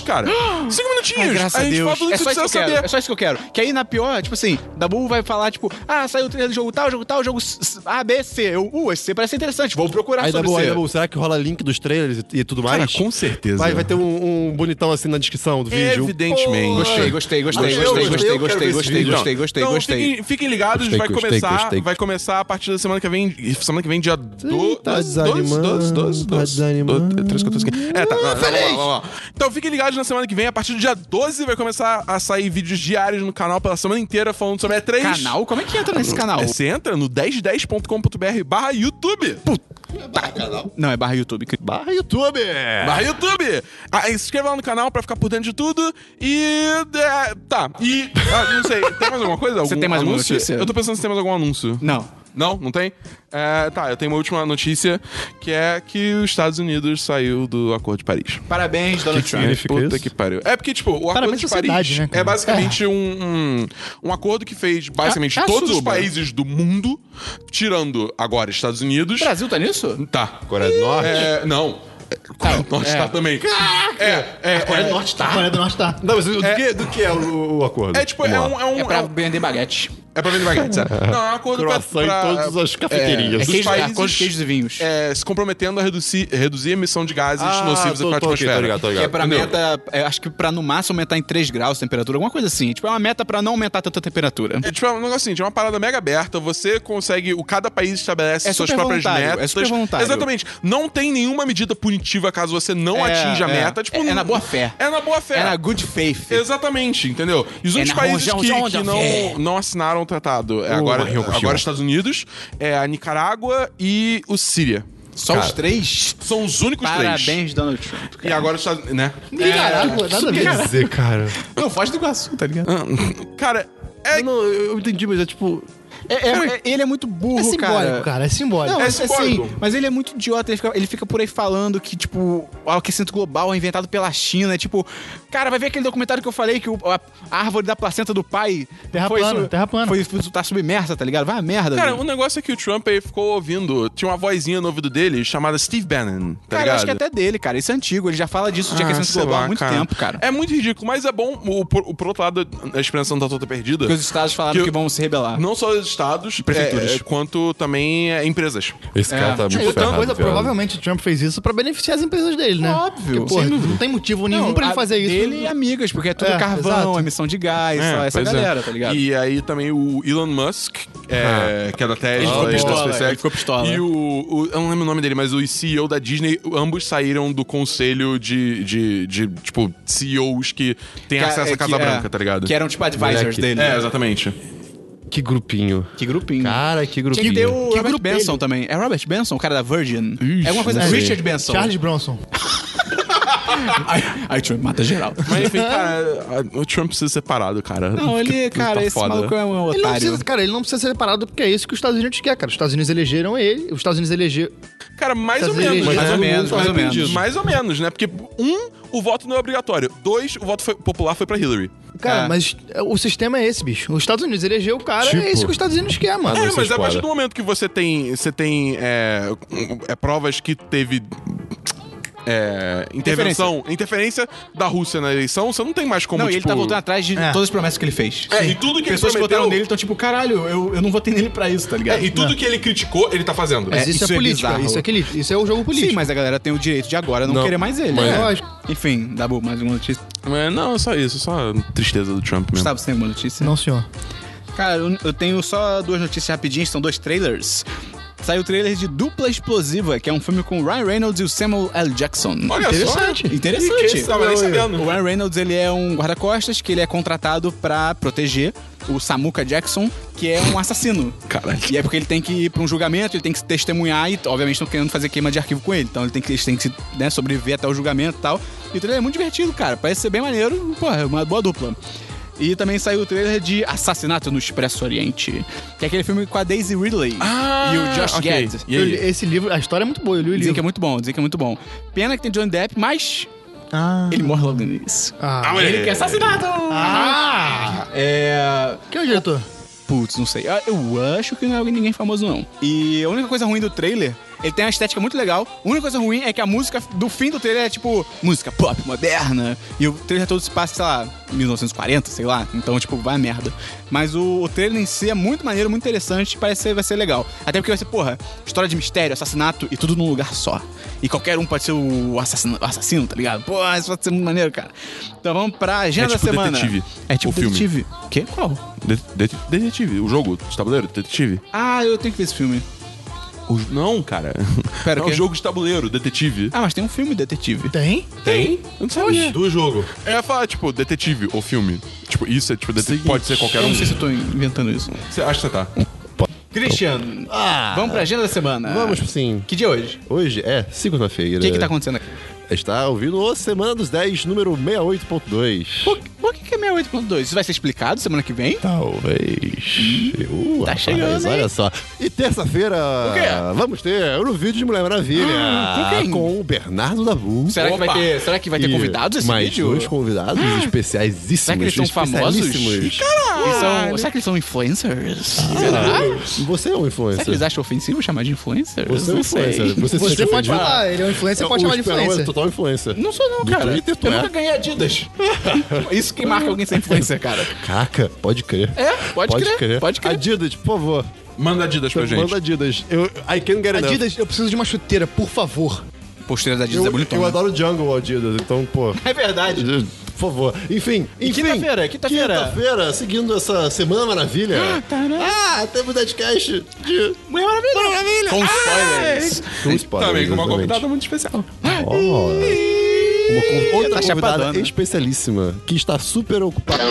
Speaker 3: cara. 5 minutinhos.
Speaker 1: Ai, graças
Speaker 3: a
Speaker 1: a
Speaker 3: gente fala
Speaker 1: Deus.
Speaker 3: tudo
Speaker 1: É
Speaker 3: que você
Speaker 1: só isso que
Speaker 3: precisa
Speaker 1: eu quero.
Speaker 3: saber.
Speaker 1: É só isso que eu quero. Que aí na pior, tipo assim, Dabu vai falar, tipo, ah, saiu o trailer do jogo tal, jogo tal, jogo s- s- A, B, C. Eu, uh, esse C parece interessante, vou procurar
Speaker 2: Aí,
Speaker 1: sobre
Speaker 2: Dabu, aí,
Speaker 1: C.
Speaker 2: Dabu, será que rola link dos trailers e, e tudo mais?
Speaker 3: certeza.
Speaker 2: Vai, vai ter um, um bonitão assim na descrição do vídeo.
Speaker 3: Evidentemente.
Speaker 1: Gostei, gostei, gostei,
Speaker 5: Não, eu
Speaker 1: gostei,
Speaker 5: gostei,
Speaker 1: gostei,
Speaker 5: eu quero
Speaker 1: gostei,
Speaker 5: ver esse
Speaker 1: gostei,
Speaker 3: Então,
Speaker 1: gostei, gostei,
Speaker 3: então
Speaker 1: gostei.
Speaker 3: Fiquem, fiquem ligados,
Speaker 2: Gostei,
Speaker 3: vai
Speaker 2: gostei,
Speaker 3: começar,
Speaker 2: gostei.
Speaker 3: vai começar a partir da semana que vem, e semana que vem dia do-
Speaker 2: tá
Speaker 3: doze, doze,
Speaker 2: desanimando,
Speaker 3: doze, doze,
Speaker 2: tá
Speaker 3: doze,
Speaker 2: desanimando.
Speaker 3: doze, três, quatorze, quinze. É, tá, vamos lá, vamos lá, vamos lá. Então fiquem ligados na semana que vem, a partir do dia 12 vai começar a sair vídeos diários no canal pela semana inteira falando sobre E3.
Speaker 1: Canal? Como é que entra nesse canal?
Speaker 3: É, você entra no 1010.com.br barra YouTube.
Speaker 1: Não, é barra YouTube. que- Barra YouTube.
Speaker 3: É. Barra YouTube. Ah, se inscreva lá no canal pra ficar por dentro de tudo. E. é, tá. E. ah, não sei, tem mais alguma coisa? Algum
Speaker 1: tem mais alguma
Speaker 3: anúncio?
Speaker 1: notícia?
Speaker 3: Eu tô pensando se tem mais algum anúncio.
Speaker 1: Não.
Speaker 3: Não, não tem? É, tá, eu tenho uma última notícia, que é que os Estados Unidos saiu do Acordo de Paris.
Speaker 1: Parabéns, Donald Trump.
Speaker 2: significa
Speaker 3: Puta
Speaker 2: isso?
Speaker 3: que pariu. É porque, tipo, o Acordo
Speaker 4: Parabéns
Speaker 3: de
Speaker 4: à sociedade,
Speaker 3: Paris
Speaker 4: né, cara?
Speaker 3: é basicamente Um, um, um acordo que fez basicamente
Speaker 1: É- é
Speaker 3: todos os
Speaker 1: suba.
Speaker 3: países do mundo, tirando agora Estados Unidos.
Speaker 1: O Brasil tá nisso?
Speaker 3: Tá.
Speaker 2: Coreia do Norte?
Speaker 3: É, não. Coreia do Norte tá também. É, é,
Speaker 7: Coreia
Speaker 3: é.
Speaker 7: do Norte tá.
Speaker 4: Coreia do Norte tá.
Speaker 2: Não, mas do, que, do que é o, o acordo?
Speaker 3: É tipo, é um, é um.
Speaker 1: É
Speaker 3: é
Speaker 1: pra
Speaker 3: um-
Speaker 1: vender baguete.
Speaker 3: É pra vender baguete, sabe? Não, é um acordo pra,
Speaker 2: Croissant em
Speaker 3: pra...
Speaker 2: todas as cafeterias.
Speaker 1: É
Speaker 3: dos
Speaker 1: queijo,
Speaker 3: países-
Speaker 1: é cor de queijos e vinhos.
Speaker 3: é, se comprometendo a reduci- reduzir, a emissão de gases nocivos
Speaker 2: Ah, tô,
Speaker 3: para a
Speaker 2: tô, ok,
Speaker 3: atmosfera.
Speaker 2: tô ligado, tô
Speaker 1: Que
Speaker 2: ligado.
Speaker 1: é pra
Speaker 3: Entendeu?
Speaker 1: meta, é, acho que pra no máximo aumentar em 3 graus a temperatura, alguma coisa assim. Tipo, é uma meta pra não aumentar tanto a temperatura.
Speaker 3: É, tipo, é um negócio assim, é uma parada mega aberta, você consegue, o cada país estabelece
Speaker 1: É
Speaker 3: suas
Speaker 1: super
Speaker 3: próprias
Speaker 1: voluntário,
Speaker 3: metas.
Speaker 1: é super voluntário.
Speaker 3: Exatamente. Não tem nenhuma medida punitiva caso você não
Speaker 1: É,
Speaker 3: atinja a
Speaker 1: é.
Speaker 3: meta. Tipo,
Speaker 1: É- é na boa fé.
Speaker 3: É na boa fé.
Speaker 1: É na good faith.
Speaker 3: Exatamente, entendeu? E os
Speaker 1: É
Speaker 3: únicos
Speaker 1: na
Speaker 3: países
Speaker 1: Ronjão,
Speaker 3: que,
Speaker 1: Ronjão,
Speaker 3: que
Speaker 1: é.
Speaker 3: não, não assinaram o tratado é agora, agora Estados Unidos, é a Nicarágua e o Síria.
Speaker 1: Só os três?
Speaker 3: São os únicos
Speaker 1: Parabéns,
Speaker 3: três.
Speaker 1: Donald Trump.
Speaker 3: E agora os Estados Unidos, né?
Speaker 4: Caraca, nada a ver. É
Speaker 2: dizer, cara.
Speaker 1: Não, foge do Iguaçu, tá ligado?
Speaker 3: Cara, é
Speaker 2: Não, não, eu eu entendi, mas é tipo.
Speaker 1: É, é- é- ele é muito burro,
Speaker 4: É simbólico, cara. É simbólico.
Speaker 1: Não,
Speaker 3: É
Speaker 1: mas,
Speaker 3: simbólico.
Speaker 1: assim, mas ele é muito idiota, ele fica, ele fica por aí falando que, tipo, o aquecimento global é inventado pela China. é Tipo, cara, vai ver aquele documentário que eu falei que o- a, a árvore da placenta do pai.
Speaker 4: Terra plana, terra plana.
Speaker 1: Foi, foi, tá submersa, tá ligado? Vai a merda,
Speaker 3: Cara,
Speaker 1: velho.
Speaker 3: o negócio é que o Trump aí ficou ouvindo. Tinha uma vozinha no ouvido dele chamada Steve Bannon, tá
Speaker 1: Cara, eu
Speaker 3: ligado?
Speaker 1: acho que é até dele, cara. Isso é antigo, ele já fala disso de
Speaker 3: Ah,
Speaker 1: aquecimento
Speaker 3: sei
Speaker 1: global
Speaker 3: lá,
Speaker 1: há muito tempo, cara.
Speaker 3: É muito ridículo, mas é bom. O, por, o- por outro lado, a expressão da toda perdida.
Speaker 1: Porque os estados falaram
Speaker 3: Que-
Speaker 1: que, vão se rebelar.
Speaker 3: Não só os estados,
Speaker 1: prefeituras.
Speaker 3: é, é, quanto também é, empresas.
Speaker 2: Esse
Speaker 1: É.
Speaker 2: cara tá
Speaker 4: Tipo,
Speaker 2: muito
Speaker 4: outra
Speaker 2: ferrado,
Speaker 4: coisa,
Speaker 2: cara.
Speaker 4: provavelmente o Trump fez isso pra beneficiar as empresas dele, né?
Speaker 1: Óbvio.
Speaker 4: Porque, porra,
Speaker 1: Sem
Speaker 4: não tem motivo nenhum pra ele
Speaker 1: a
Speaker 4: fazer isso.
Speaker 1: Dele e amigas, porque é tudo
Speaker 4: É,
Speaker 1: carvão,
Speaker 4: exato.
Speaker 1: emissão de gás,
Speaker 3: É,
Speaker 1: essa
Speaker 3: pois é.
Speaker 1: galera, tá ligado?
Speaker 3: E aí também o Elon Musk, é, que é da
Speaker 1: Ah. ficou
Speaker 3: Tesla e da
Speaker 1: pistola,
Speaker 3: SpaceX.
Speaker 1: ele ficou pistola. né?
Speaker 3: E o, o- Eu não lembro o nome dele, mas o CEO da Disney, ambos saíram do conselho de, de, de, tipo, CEOs que têm
Speaker 1: Que-
Speaker 3: acesso à
Speaker 1: é,
Speaker 3: Casa
Speaker 1: que- é,
Speaker 3: Branca, tá ligado?
Speaker 1: Que eram tipo advisors
Speaker 2: Moleque.
Speaker 1: dele.
Speaker 3: É, exatamente.
Speaker 2: Que grupinho.
Speaker 1: Que grupinho.
Speaker 2: Cara, que
Speaker 1: Tinha que
Speaker 2: grupinho.
Speaker 1: ter o Robert Benson também. É Robert Benson, o cara da Virgin? é alguma coisa
Speaker 4: não
Speaker 1: assim.
Speaker 4: sei.
Speaker 1: Richard Benson.
Speaker 4: Charles Bronson.
Speaker 1: Aí- Aí Trump mata geral.
Speaker 3: Mas enfim, cara, o Trump precisa ser parado, cara.
Speaker 1: Não, ele,
Speaker 3: Porque
Speaker 1: cara,
Speaker 3: tá
Speaker 1: esse maluco é um
Speaker 4: Ele não
Speaker 1: otário.
Speaker 4: precisa, cara, ele não precisa ser separado porque é isso que os Estados Unidos quer, cara. Os Estados Unidos elegeram ele, os Estados Unidos elegeram.
Speaker 3: Cara, mais ou
Speaker 4: Fazer
Speaker 3: menos.
Speaker 4: eleger.
Speaker 3: né?
Speaker 1: Mais ou menos, mais ou menos.
Speaker 3: Mais ou menos, né? Porque, um, o voto não é obrigatório. Dois, o voto foi- popular foi pra Hillary.
Speaker 4: Cara,
Speaker 1: É.
Speaker 4: mas o sistema é esse, bicho. Os Estados Unidos elegeu o cara, é isso que os Estados Unidos quer, mano.
Speaker 3: É,
Speaker 2: isso
Speaker 3: mas a
Speaker 2: spoiler.
Speaker 3: partir do momento que você tem. Você tem. É, é, provas que teve. É, intervenção, interferência da Rússia na eleição, você não tem mais como.
Speaker 1: Não, e ele
Speaker 3: tipo,
Speaker 1: tá voltando atrás de
Speaker 4: É.
Speaker 1: todas as promessas que ele fez.
Speaker 3: É, e tudo que ele
Speaker 1: Pessoas que votaram
Speaker 3: prometeu-
Speaker 1: nele estão tipo, caralho, eu, eu não votei nele pra isso, tá ligado?
Speaker 3: É, e tudo que ele criticou, ele tá fazendo.
Speaker 4: Mas
Speaker 1: É,
Speaker 4: isso,
Speaker 1: isso
Speaker 4: é
Speaker 1: é
Speaker 4: política,
Speaker 1: bizarro.
Speaker 4: isso é aquele, isso é o jogo político.
Speaker 1: Sim, mas a galera tem o direito de agora não,
Speaker 2: Não,
Speaker 1: querer mais ele.
Speaker 2: mas-
Speaker 1: né?
Speaker 4: Lógico.
Speaker 1: Enfim, Dabu, mais uma notícia.
Speaker 3: Mas não, só isso, só tristeza do Trump mesmo.
Speaker 1: Gustavo, você tem alguma notícia?
Speaker 4: Não, senhor.
Speaker 1: Cara, eu, eu tenho só duas notícias rapidinhas, são dois trailers. Saiu o trailer de Dupla Explosiva, que é um filme com o Ryan Reynolds e o Samuel L. Jackson.
Speaker 3: Olha
Speaker 1: Interessante.
Speaker 3: só.
Speaker 1: Interessante.
Speaker 3: E que esse tava nem sabendo.
Speaker 1: O Ryan Reynolds, ele é um guarda-costas que ele é contratado pra proteger o Samuka Jackson, que é um assassino.
Speaker 3: Caralho.
Speaker 1: E é porque ele tem que ir pra um julgamento, ele tem que se testemunhar e, obviamente, estão querendo fazer queima de arquivo com ele. Então ele tem que, eles têm que se, né, sobreviver até o julgamento e tal. E o trailer é muito divertido, cara. Parece ser bem maneiro. Pô, é uma boa dupla. E também saiu o trailer de Assassinato no Expresso Oriente, que é aquele filme com a Daisy Ridley
Speaker 3: Ah,
Speaker 1: e o Josh
Speaker 3: ok.
Speaker 1: Gad.
Speaker 3: E
Speaker 4: Eu
Speaker 3: aí?
Speaker 4: li- esse livro, a história é muito boa, eu li o
Speaker 1: Dizem
Speaker 4: livro.
Speaker 1: que é muito bom, dizem que é muito bom. Pena que tem Johnny Depp, mas
Speaker 4: Ah,
Speaker 1: ele morre logo nisso.
Speaker 4: ah,
Speaker 1: Ele que é assassinado!
Speaker 4: ah.
Speaker 1: É.
Speaker 4: Quem é o diretor?
Speaker 1: Putz, não sei. Ah, Eu acho que não é ninguém famoso, não. E a única coisa ruim do trailer Ele tem uma estética muito legal. A única coisa ruim é que a música do fim do trailer é tipo música pop moderna. E o trailer todo se passa, sei lá, 1940, sei lá. Então, tipo, vai a merda. Mas o, o trailer em si é muito maneiro, muito interessante. Parece que vai ser legal. Até porque vai ser, porra, história de mistério, assassinato e tudo num lugar só. E qualquer um pode ser o assassino, assassino tá ligado? Pô, isso vai ser muito maneiro, cara. Então vamos pra agenda
Speaker 3: É tipo
Speaker 1: da semana.
Speaker 3: detetive.
Speaker 1: É tipo
Speaker 3: O filme.
Speaker 1: detetive. Que? Qual?
Speaker 3: De- de- detetive, o jogo de tabuleiro, detetive.
Speaker 1: Ah, eu tenho que ver esse filme.
Speaker 3: O j- não, cara.
Speaker 1: Pera,
Speaker 3: é
Speaker 1: o
Speaker 3: um
Speaker 1: quê?
Speaker 3: jogo de tabuleiro, detetive.
Speaker 1: Ah, mas tem um filme detetive.
Speaker 4: Tem?
Speaker 3: Tem? Eu não sabia.
Speaker 9: Do jogo.
Speaker 3: É falar, tipo, detetive ou filme. Tipo, isso é tipo, detetive, pode ser qualquer
Speaker 1: Eu
Speaker 3: um.
Speaker 1: não sei se eu tô inventando isso.
Speaker 3: Você acha que você tá?
Speaker 1: Cristiano, vamos pra agenda da semana.
Speaker 5: Ah. Vamos, tipo assim,
Speaker 1: Que dia é hoje?
Speaker 5: hoje é segunda-feira.
Speaker 1: O que que tá acontecendo aqui?
Speaker 5: Está ouvindo o Semana dos 10, número 68.2.
Speaker 1: Por, por que, que é 68.2? Isso vai ser explicado semana que
Speaker 5: Tá
Speaker 1: vem?
Speaker 5: Talvez. Uh,
Speaker 1: tá chegando, hein?
Speaker 5: Olha só. E terça-feira
Speaker 1: quê? Ah,
Speaker 5: vamos ter um vídeo de Mulher Maravilha
Speaker 1: com quem?
Speaker 5: com o Bernardo Dabu.
Speaker 1: Será que, vai
Speaker 3: Opa!
Speaker 1: ter, será que vai ter
Speaker 5: E
Speaker 1: convidados esse
Speaker 5: mais
Speaker 1: vídeo? Ah!
Speaker 5: dois convidados especiaisíssimos.
Speaker 1: Será que eles são famosos?
Speaker 5: especialíssimos. Ah,
Speaker 1: Eles são, será que eles são influencers?
Speaker 5: Você é
Speaker 1: Será
Speaker 5: um
Speaker 1: que
Speaker 5: influencer.
Speaker 1: eles acham ofensivo chamar de influencers?
Speaker 5: Você é um
Speaker 1: não sei.
Speaker 5: influencer.
Speaker 4: Você
Speaker 5: Você, se sente
Speaker 4: pode
Speaker 5: ofendido?
Speaker 4: falar, ele é um influencer, pode
Speaker 5: O
Speaker 4: chamar de
Speaker 5: Esperão
Speaker 4: influencer.
Speaker 5: é total influencer.
Speaker 1: Não sou não,
Speaker 5: Do
Speaker 1: cara.
Speaker 5: Twitter, tu
Speaker 1: eu
Speaker 5: é.
Speaker 1: nunca ganhei Adidas. Isso que marca alguém ser influencer, cara.
Speaker 5: Caraca, pode crer.
Speaker 1: É, pode crer, pode crer.
Speaker 5: Adidas, por favor.
Speaker 3: Manda Adidas pra gente.
Speaker 5: Manda Adidas. Eu, I can get enough.
Speaker 4: Adidas, eu preciso de uma chuteira, por favor.
Speaker 1: Posteira da Adidas
Speaker 5: Eu,
Speaker 1: é bonitona.
Speaker 5: eu adoro Jungle Adidas, então, pô.
Speaker 1: É verdade.
Speaker 5: né? Por favor. Enfim, enfim.
Speaker 1: quinta-feira, quinta-feira.
Speaker 5: Quinta-feira, seguindo essa Semana Maravilha. Ah, temos o Deadcast de...
Speaker 1: Mulher Maravilha. Maravilha.
Speaker 10: Ah,
Speaker 1: Com spoilers.
Speaker 5: Com spoiler,
Speaker 3: Também com Tá, uma
Speaker 5: exatamente.
Speaker 3: convidada muito especial.
Speaker 5: Ó, uma con- outra
Speaker 1: tá
Speaker 5: convidada
Speaker 1: chapadona.
Speaker 5: especialíssima, que está super ocupada.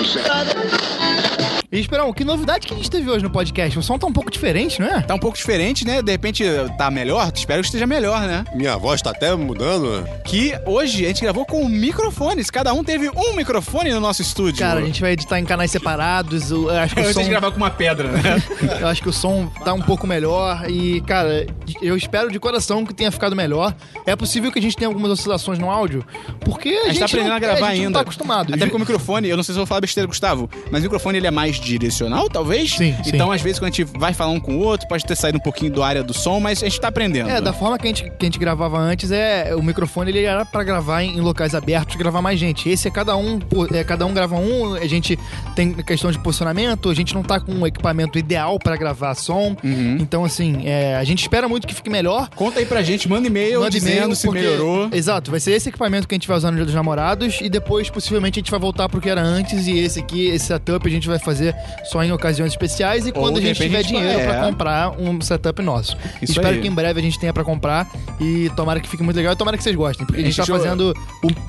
Speaker 4: E Esperão, que novidade que a gente teve hoje no podcast? O som tá um pouco diferente, não é?
Speaker 1: Tá um pouco diferente, né? De repente tá melhor. Espero que esteja melhor, né?
Speaker 10: Minha voz tá até mudando.
Speaker 1: Que hoje a gente gravou com microfones. Cada um teve um microfone no nosso estúdio.
Speaker 4: Cara, a gente vai editar em canais separados. o- Eu acho que o
Speaker 1: Eu um
Speaker 4: som,
Speaker 1: tenho que gravar com uma pedra, né?
Speaker 4: eu acho que o som tá um pouco melhor. E, cara, eu espero de coração que tenha ficado melhor. É possível que a gente tenha algumas oscilações no áudio, porque a,
Speaker 1: A gente tá aprendendo
Speaker 4: não,
Speaker 1: a gravar
Speaker 4: a gente
Speaker 1: ainda.
Speaker 4: não tá acostumado.
Speaker 1: Até porque o microfone, eu não sei se eu vou falar besteira, Gustavo, mas o microfone ele é mais direcional, talvez?
Speaker 4: Sim, sim.
Speaker 1: Então, às vezes, quando a gente vai falar um com o outro, pode ter saído um pouquinho do área do som, mas a gente tá aprendendo.
Speaker 4: É, da forma que a gente, que a gente gravava antes, é o microfone ele era pra gravar em, em locais abertos, gravar mais gente. Esse é cada um, pô, é, cada um grava um, a gente tem questão de posicionamento, a gente não tá com um equipamento ideal pra gravar som. Então, assim, é, a gente espera muito que fique melhor.
Speaker 1: Conta aí pra gente, manda e-mail
Speaker 4: Manda
Speaker 1: dizendo
Speaker 4: e-mail,
Speaker 1: se
Speaker 4: porque-
Speaker 1: melhorou.
Speaker 4: Exato, vai ser esse equipamento que a gente vai usar no Dia dos Namorados e depois possivelmente a gente vai voltar pro que era antes e esse aqui, esse setup a gente vai fazer só em ocasiões especiais e quando
Speaker 1: de
Speaker 4: a gente
Speaker 1: repente
Speaker 4: tiver
Speaker 1: a gente
Speaker 4: dinheiro
Speaker 1: vai-
Speaker 4: pra
Speaker 1: é.
Speaker 4: comprar um setup nosso.
Speaker 1: Isso
Speaker 4: Espero
Speaker 1: aí.
Speaker 4: que em breve a gente tenha pra comprar e tomara que fique muito legal e tomara que vocês gostem, porque a gente,
Speaker 1: A
Speaker 4: tá
Speaker 1: gente-
Speaker 4: fazendo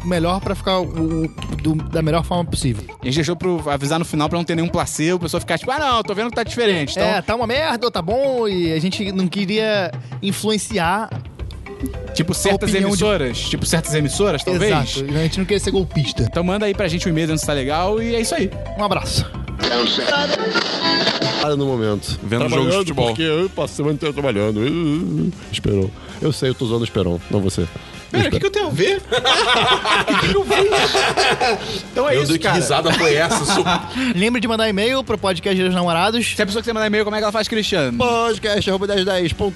Speaker 4: o melhor pra ficar o- o- do- da melhor forma possível.
Speaker 1: A gente deixou pra avisar no final pra não ter nenhum placebo, a pessoa ficar tipo, ah, não, tô vendo que tá diferente. Então,
Speaker 4: É, tá uma merda, ou tá bom e a gente não queria influenciar.
Speaker 1: tipo, certas
Speaker 4: opinião de-
Speaker 1: emissoras. Tipo, certas emissoras, talvez.
Speaker 4: Exato, a gente não queria ser golpista.
Speaker 1: Então manda aí pra gente um e-mail dizendo se tá legal e é isso aí.
Speaker 4: Um abraço.
Speaker 5: Para no momento.
Speaker 3: Vendo jogo de futebol.
Speaker 5: Porque eu passo a semana inteira trabalhando. Uh, Esperon. Eu sei, eu tô usando o Esperon, não você.
Speaker 1: Pera, o que, que eu tenho a ver? O que que eu fiz? Então é
Speaker 9: Meu
Speaker 1: isso,
Speaker 9: Deus, que
Speaker 1: cara. Se
Speaker 9: risada foi essa? Sou-
Speaker 4: Lembre de mandar e-mail pro podcast Dia dos Namorados.
Speaker 1: a pessoa quiser mandar e-mail, como é que ela faz, Cristiano?
Speaker 5: podcast.com.br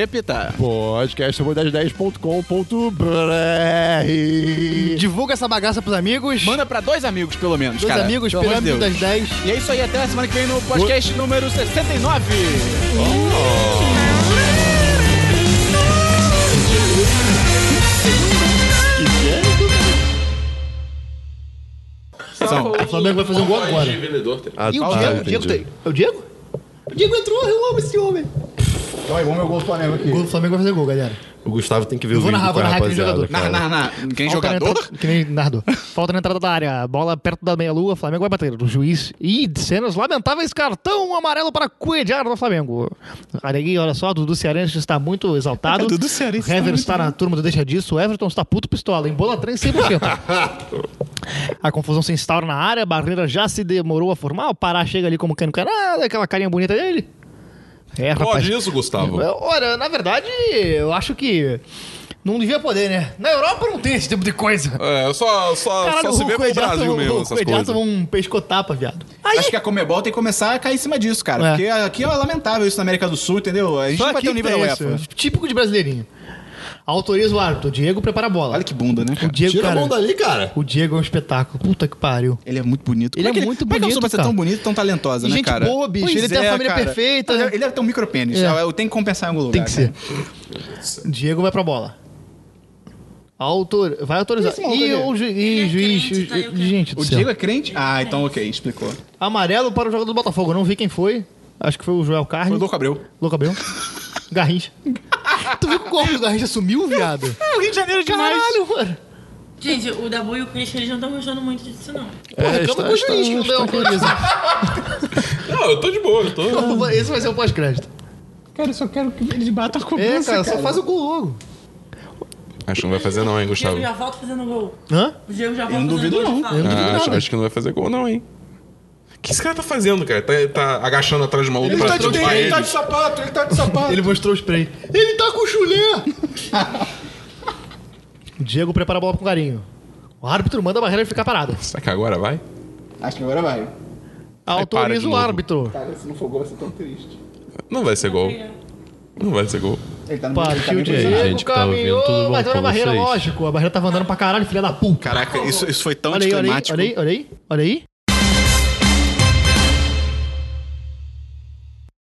Speaker 1: Repita.
Speaker 5: podcast.com.br
Speaker 4: Divulga essa bagaça pros amigos.
Speaker 1: Manda pra dois amigos, pelo menos,
Speaker 4: Dois
Speaker 1: cara.
Speaker 4: amigos,
Speaker 1: Pelo amor de
Speaker 4: pirâmide
Speaker 1: Deus.
Speaker 4: das 10.
Speaker 1: E é isso aí, até a semana que vem no podcast número 69. São.
Speaker 4: O Flamengo vai fazer um gol agora.
Speaker 5: Ah,
Speaker 4: E o
Speaker 5: tá,
Speaker 4: Diego? o
Speaker 5: entendi.
Speaker 4: Diego tá aí. É o Diego? O Diego entrou, eu amo esse homem. O gol do Flamengo vai fazer gol, galera.
Speaker 5: O Gustavo tem que ver
Speaker 4: Eu
Speaker 5: o
Speaker 4: vou
Speaker 5: vídeo
Speaker 4: narrar,
Speaker 5: com
Speaker 4: vou
Speaker 5: a
Speaker 4: narrar aquele
Speaker 5: rapaziada,
Speaker 4: jogador.
Speaker 1: Na, na,
Speaker 5: cara.
Speaker 1: na. Quem é
Speaker 4: Falta na
Speaker 1: jogador?
Speaker 4: entrada- que nem narrador. Falta na entrada da área. Bola perto da meia-lua. Flamengo vai bater. O juiz. Ih, cenas lamentáveis. Cartão amarelo para Cuejar do Flamengo. Aregui, olha só. Dudu Cearense está muito exaltado.
Speaker 1: Dudu Cearense está
Speaker 4: Hever
Speaker 1: muito
Speaker 4: está na turma do Deixa Disso. O Everton está puto pistola. Embola trem 100%. A confusão se instaura na área. A barreira já se demorou a formar. O Pará chega ali como cano. Cara, aquela carinha bonita dele. É, rapaz. é
Speaker 7: Pode isso, Gustavo?
Speaker 4: Ora, na verdade, eu acho que não devia poder, né? Na Europa não tem esse tipo de coisa.
Speaker 3: É, só, só, só se vê pro Brasil
Speaker 4: o
Speaker 3: mesmo essas
Speaker 4: Coediato
Speaker 3: coisas.
Speaker 4: tomou um pescotapa, viado. Aí,
Speaker 1: Acho que a Comebol tem que começar a cair em cima disso, cara.
Speaker 4: É.
Speaker 1: Porque aqui é lamentável isso na América do Sul, entendeu? A gente
Speaker 4: só
Speaker 1: não vai
Speaker 4: aqui
Speaker 1: ter o nível da
Speaker 4: tem
Speaker 1: UEFA. né?
Speaker 4: isso. Típico de brasileirinho. Autoriza o árbitro. Diego prepara a bola.
Speaker 1: Olha que bunda, né?
Speaker 4: O
Speaker 1: cara?
Speaker 4: Diego,
Speaker 2: Tira
Speaker 4: cara,
Speaker 2: a mão dali, cara.
Speaker 4: o Diego é um espetáculo. Puta que pariu.
Speaker 1: Ele é muito bonito.
Speaker 4: Ele
Speaker 1: Como
Speaker 4: é
Speaker 1: que
Speaker 4: muito
Speaker 1: Como é que
Speaker 4: bonito,
Speaker 1: uma pessoa
Speaker 4: cara.
Speaker 1: tão bonita e tão talentosa,
Speaker 4: E
Speaker 1: né,
Speaker 4: gente
Speaker 1: cara? é,
Speaker 4: boa, bicho. Ele tem a família perfeita.
Speaker 1: Ele deve ter um micropênis.
Speaker 4: É.
Speaker 1: Eu tenho que compensar em algum lugar.
Speaker 4: Tem que ser.
Speaker 1: cara.
Speaker 4: Diego vai pra bola. Autor... Vai autorizar.
Speaker 1: E esse maluco
Speaker 4: E
Speaker 1: ali?
Speaker 4: o ju- e
Speaker 11: Ele é
Speaker 4: juiz.
Speaker 11: crente, tá? Eu
Speaker 4: Gente, do
Speaker 1: O
Speaker 4: céu.
Speaker 1: Diego é crente? Ah, então ok, explicou.
Speaker 4: Amarelo para o jogador do Botafogo. Não vi quem foi. Acho que foi o Joel Carne.
Speaker 1: Foi o Louco Abreu.
Speaker 4: Louco Abreu. Garrincha. tu viu que o corpo do Garrincha sumiu, viado?
Speaker 1: É, o Rio de Janeiro
Speaker 4: Caralho, mano.
Speaker 11: Gente, o Dabu e o Christian eles não estão gostando muito disso, não.
Speaker 4: Pô, reclama com o juiz que não deu autoriza.
Speaker 7: Não, eu tô de boa, eu tô.
Speaker 4: Esse vai ser o pós-crédito.
Speaker 1: Cara, eu só quero que eles batam a
Speaker 4: É, cara, só faz o gol logo.
Speaker 3: Acho que não vai fazer não, hein,
Speaker 11: O Diego
Speaker 3: Gustavo?
Speaker 11: já volta fazendo gol.
Speaker 4: Hã?
Speaker 11: O Diego já volta fazendo
Speaker 1: duvido,
Speaker 11: gol.
Speaker 1: não.
Speaker 11: de falta.
Speaker 3: Ah, acho, acho que não vai fazer gol não, hein? O que esse cara tá fazendo, cara? Tá, tá agachando atrás de maluco pra derrubar ele?
Speaker 1: sapato, tá ele tá de sapato.
Speaker 4: Ele mostrou o spray. Ele tá com o chulé! Diego prepara a bola com carinho. O árbitro manda a barreira ficar parada.
Speaker 3: Será que agora vai?
Speaker 1: Acho que agora vai.
Speaker 3: para de
Speaker 4: Autoriza o
Speaker 3: novo.
Speaker 4: árbitro.
Speaker 1: Cara, se não for gol, vai ser tão triste.
Speaker 3: Não vai ser gol. Não vai ser gol.
Speaker 1: Ele tá no
Speaker 4: Partiu
Speaker 1: de
Speaker 4: Diego,
Speaker 8: gente que tava
Speaker 4: caminhou,
Speaker 8: ouvindo, tudo bom
Speaker 4: bateu na
Speaker 8: com
Speaker 4: barreira,
Speaker 8: vocês?
Speaker 4: lógico. A barreira tava andando pra caralho, filha da puta.
Speaker 1: Caraca, isso, isso foi tão
Speaker 4: Olha aí, olha aí,
Speaker 1: anticlimático.
Speaker 4: olha aí, olha aí, olha aí.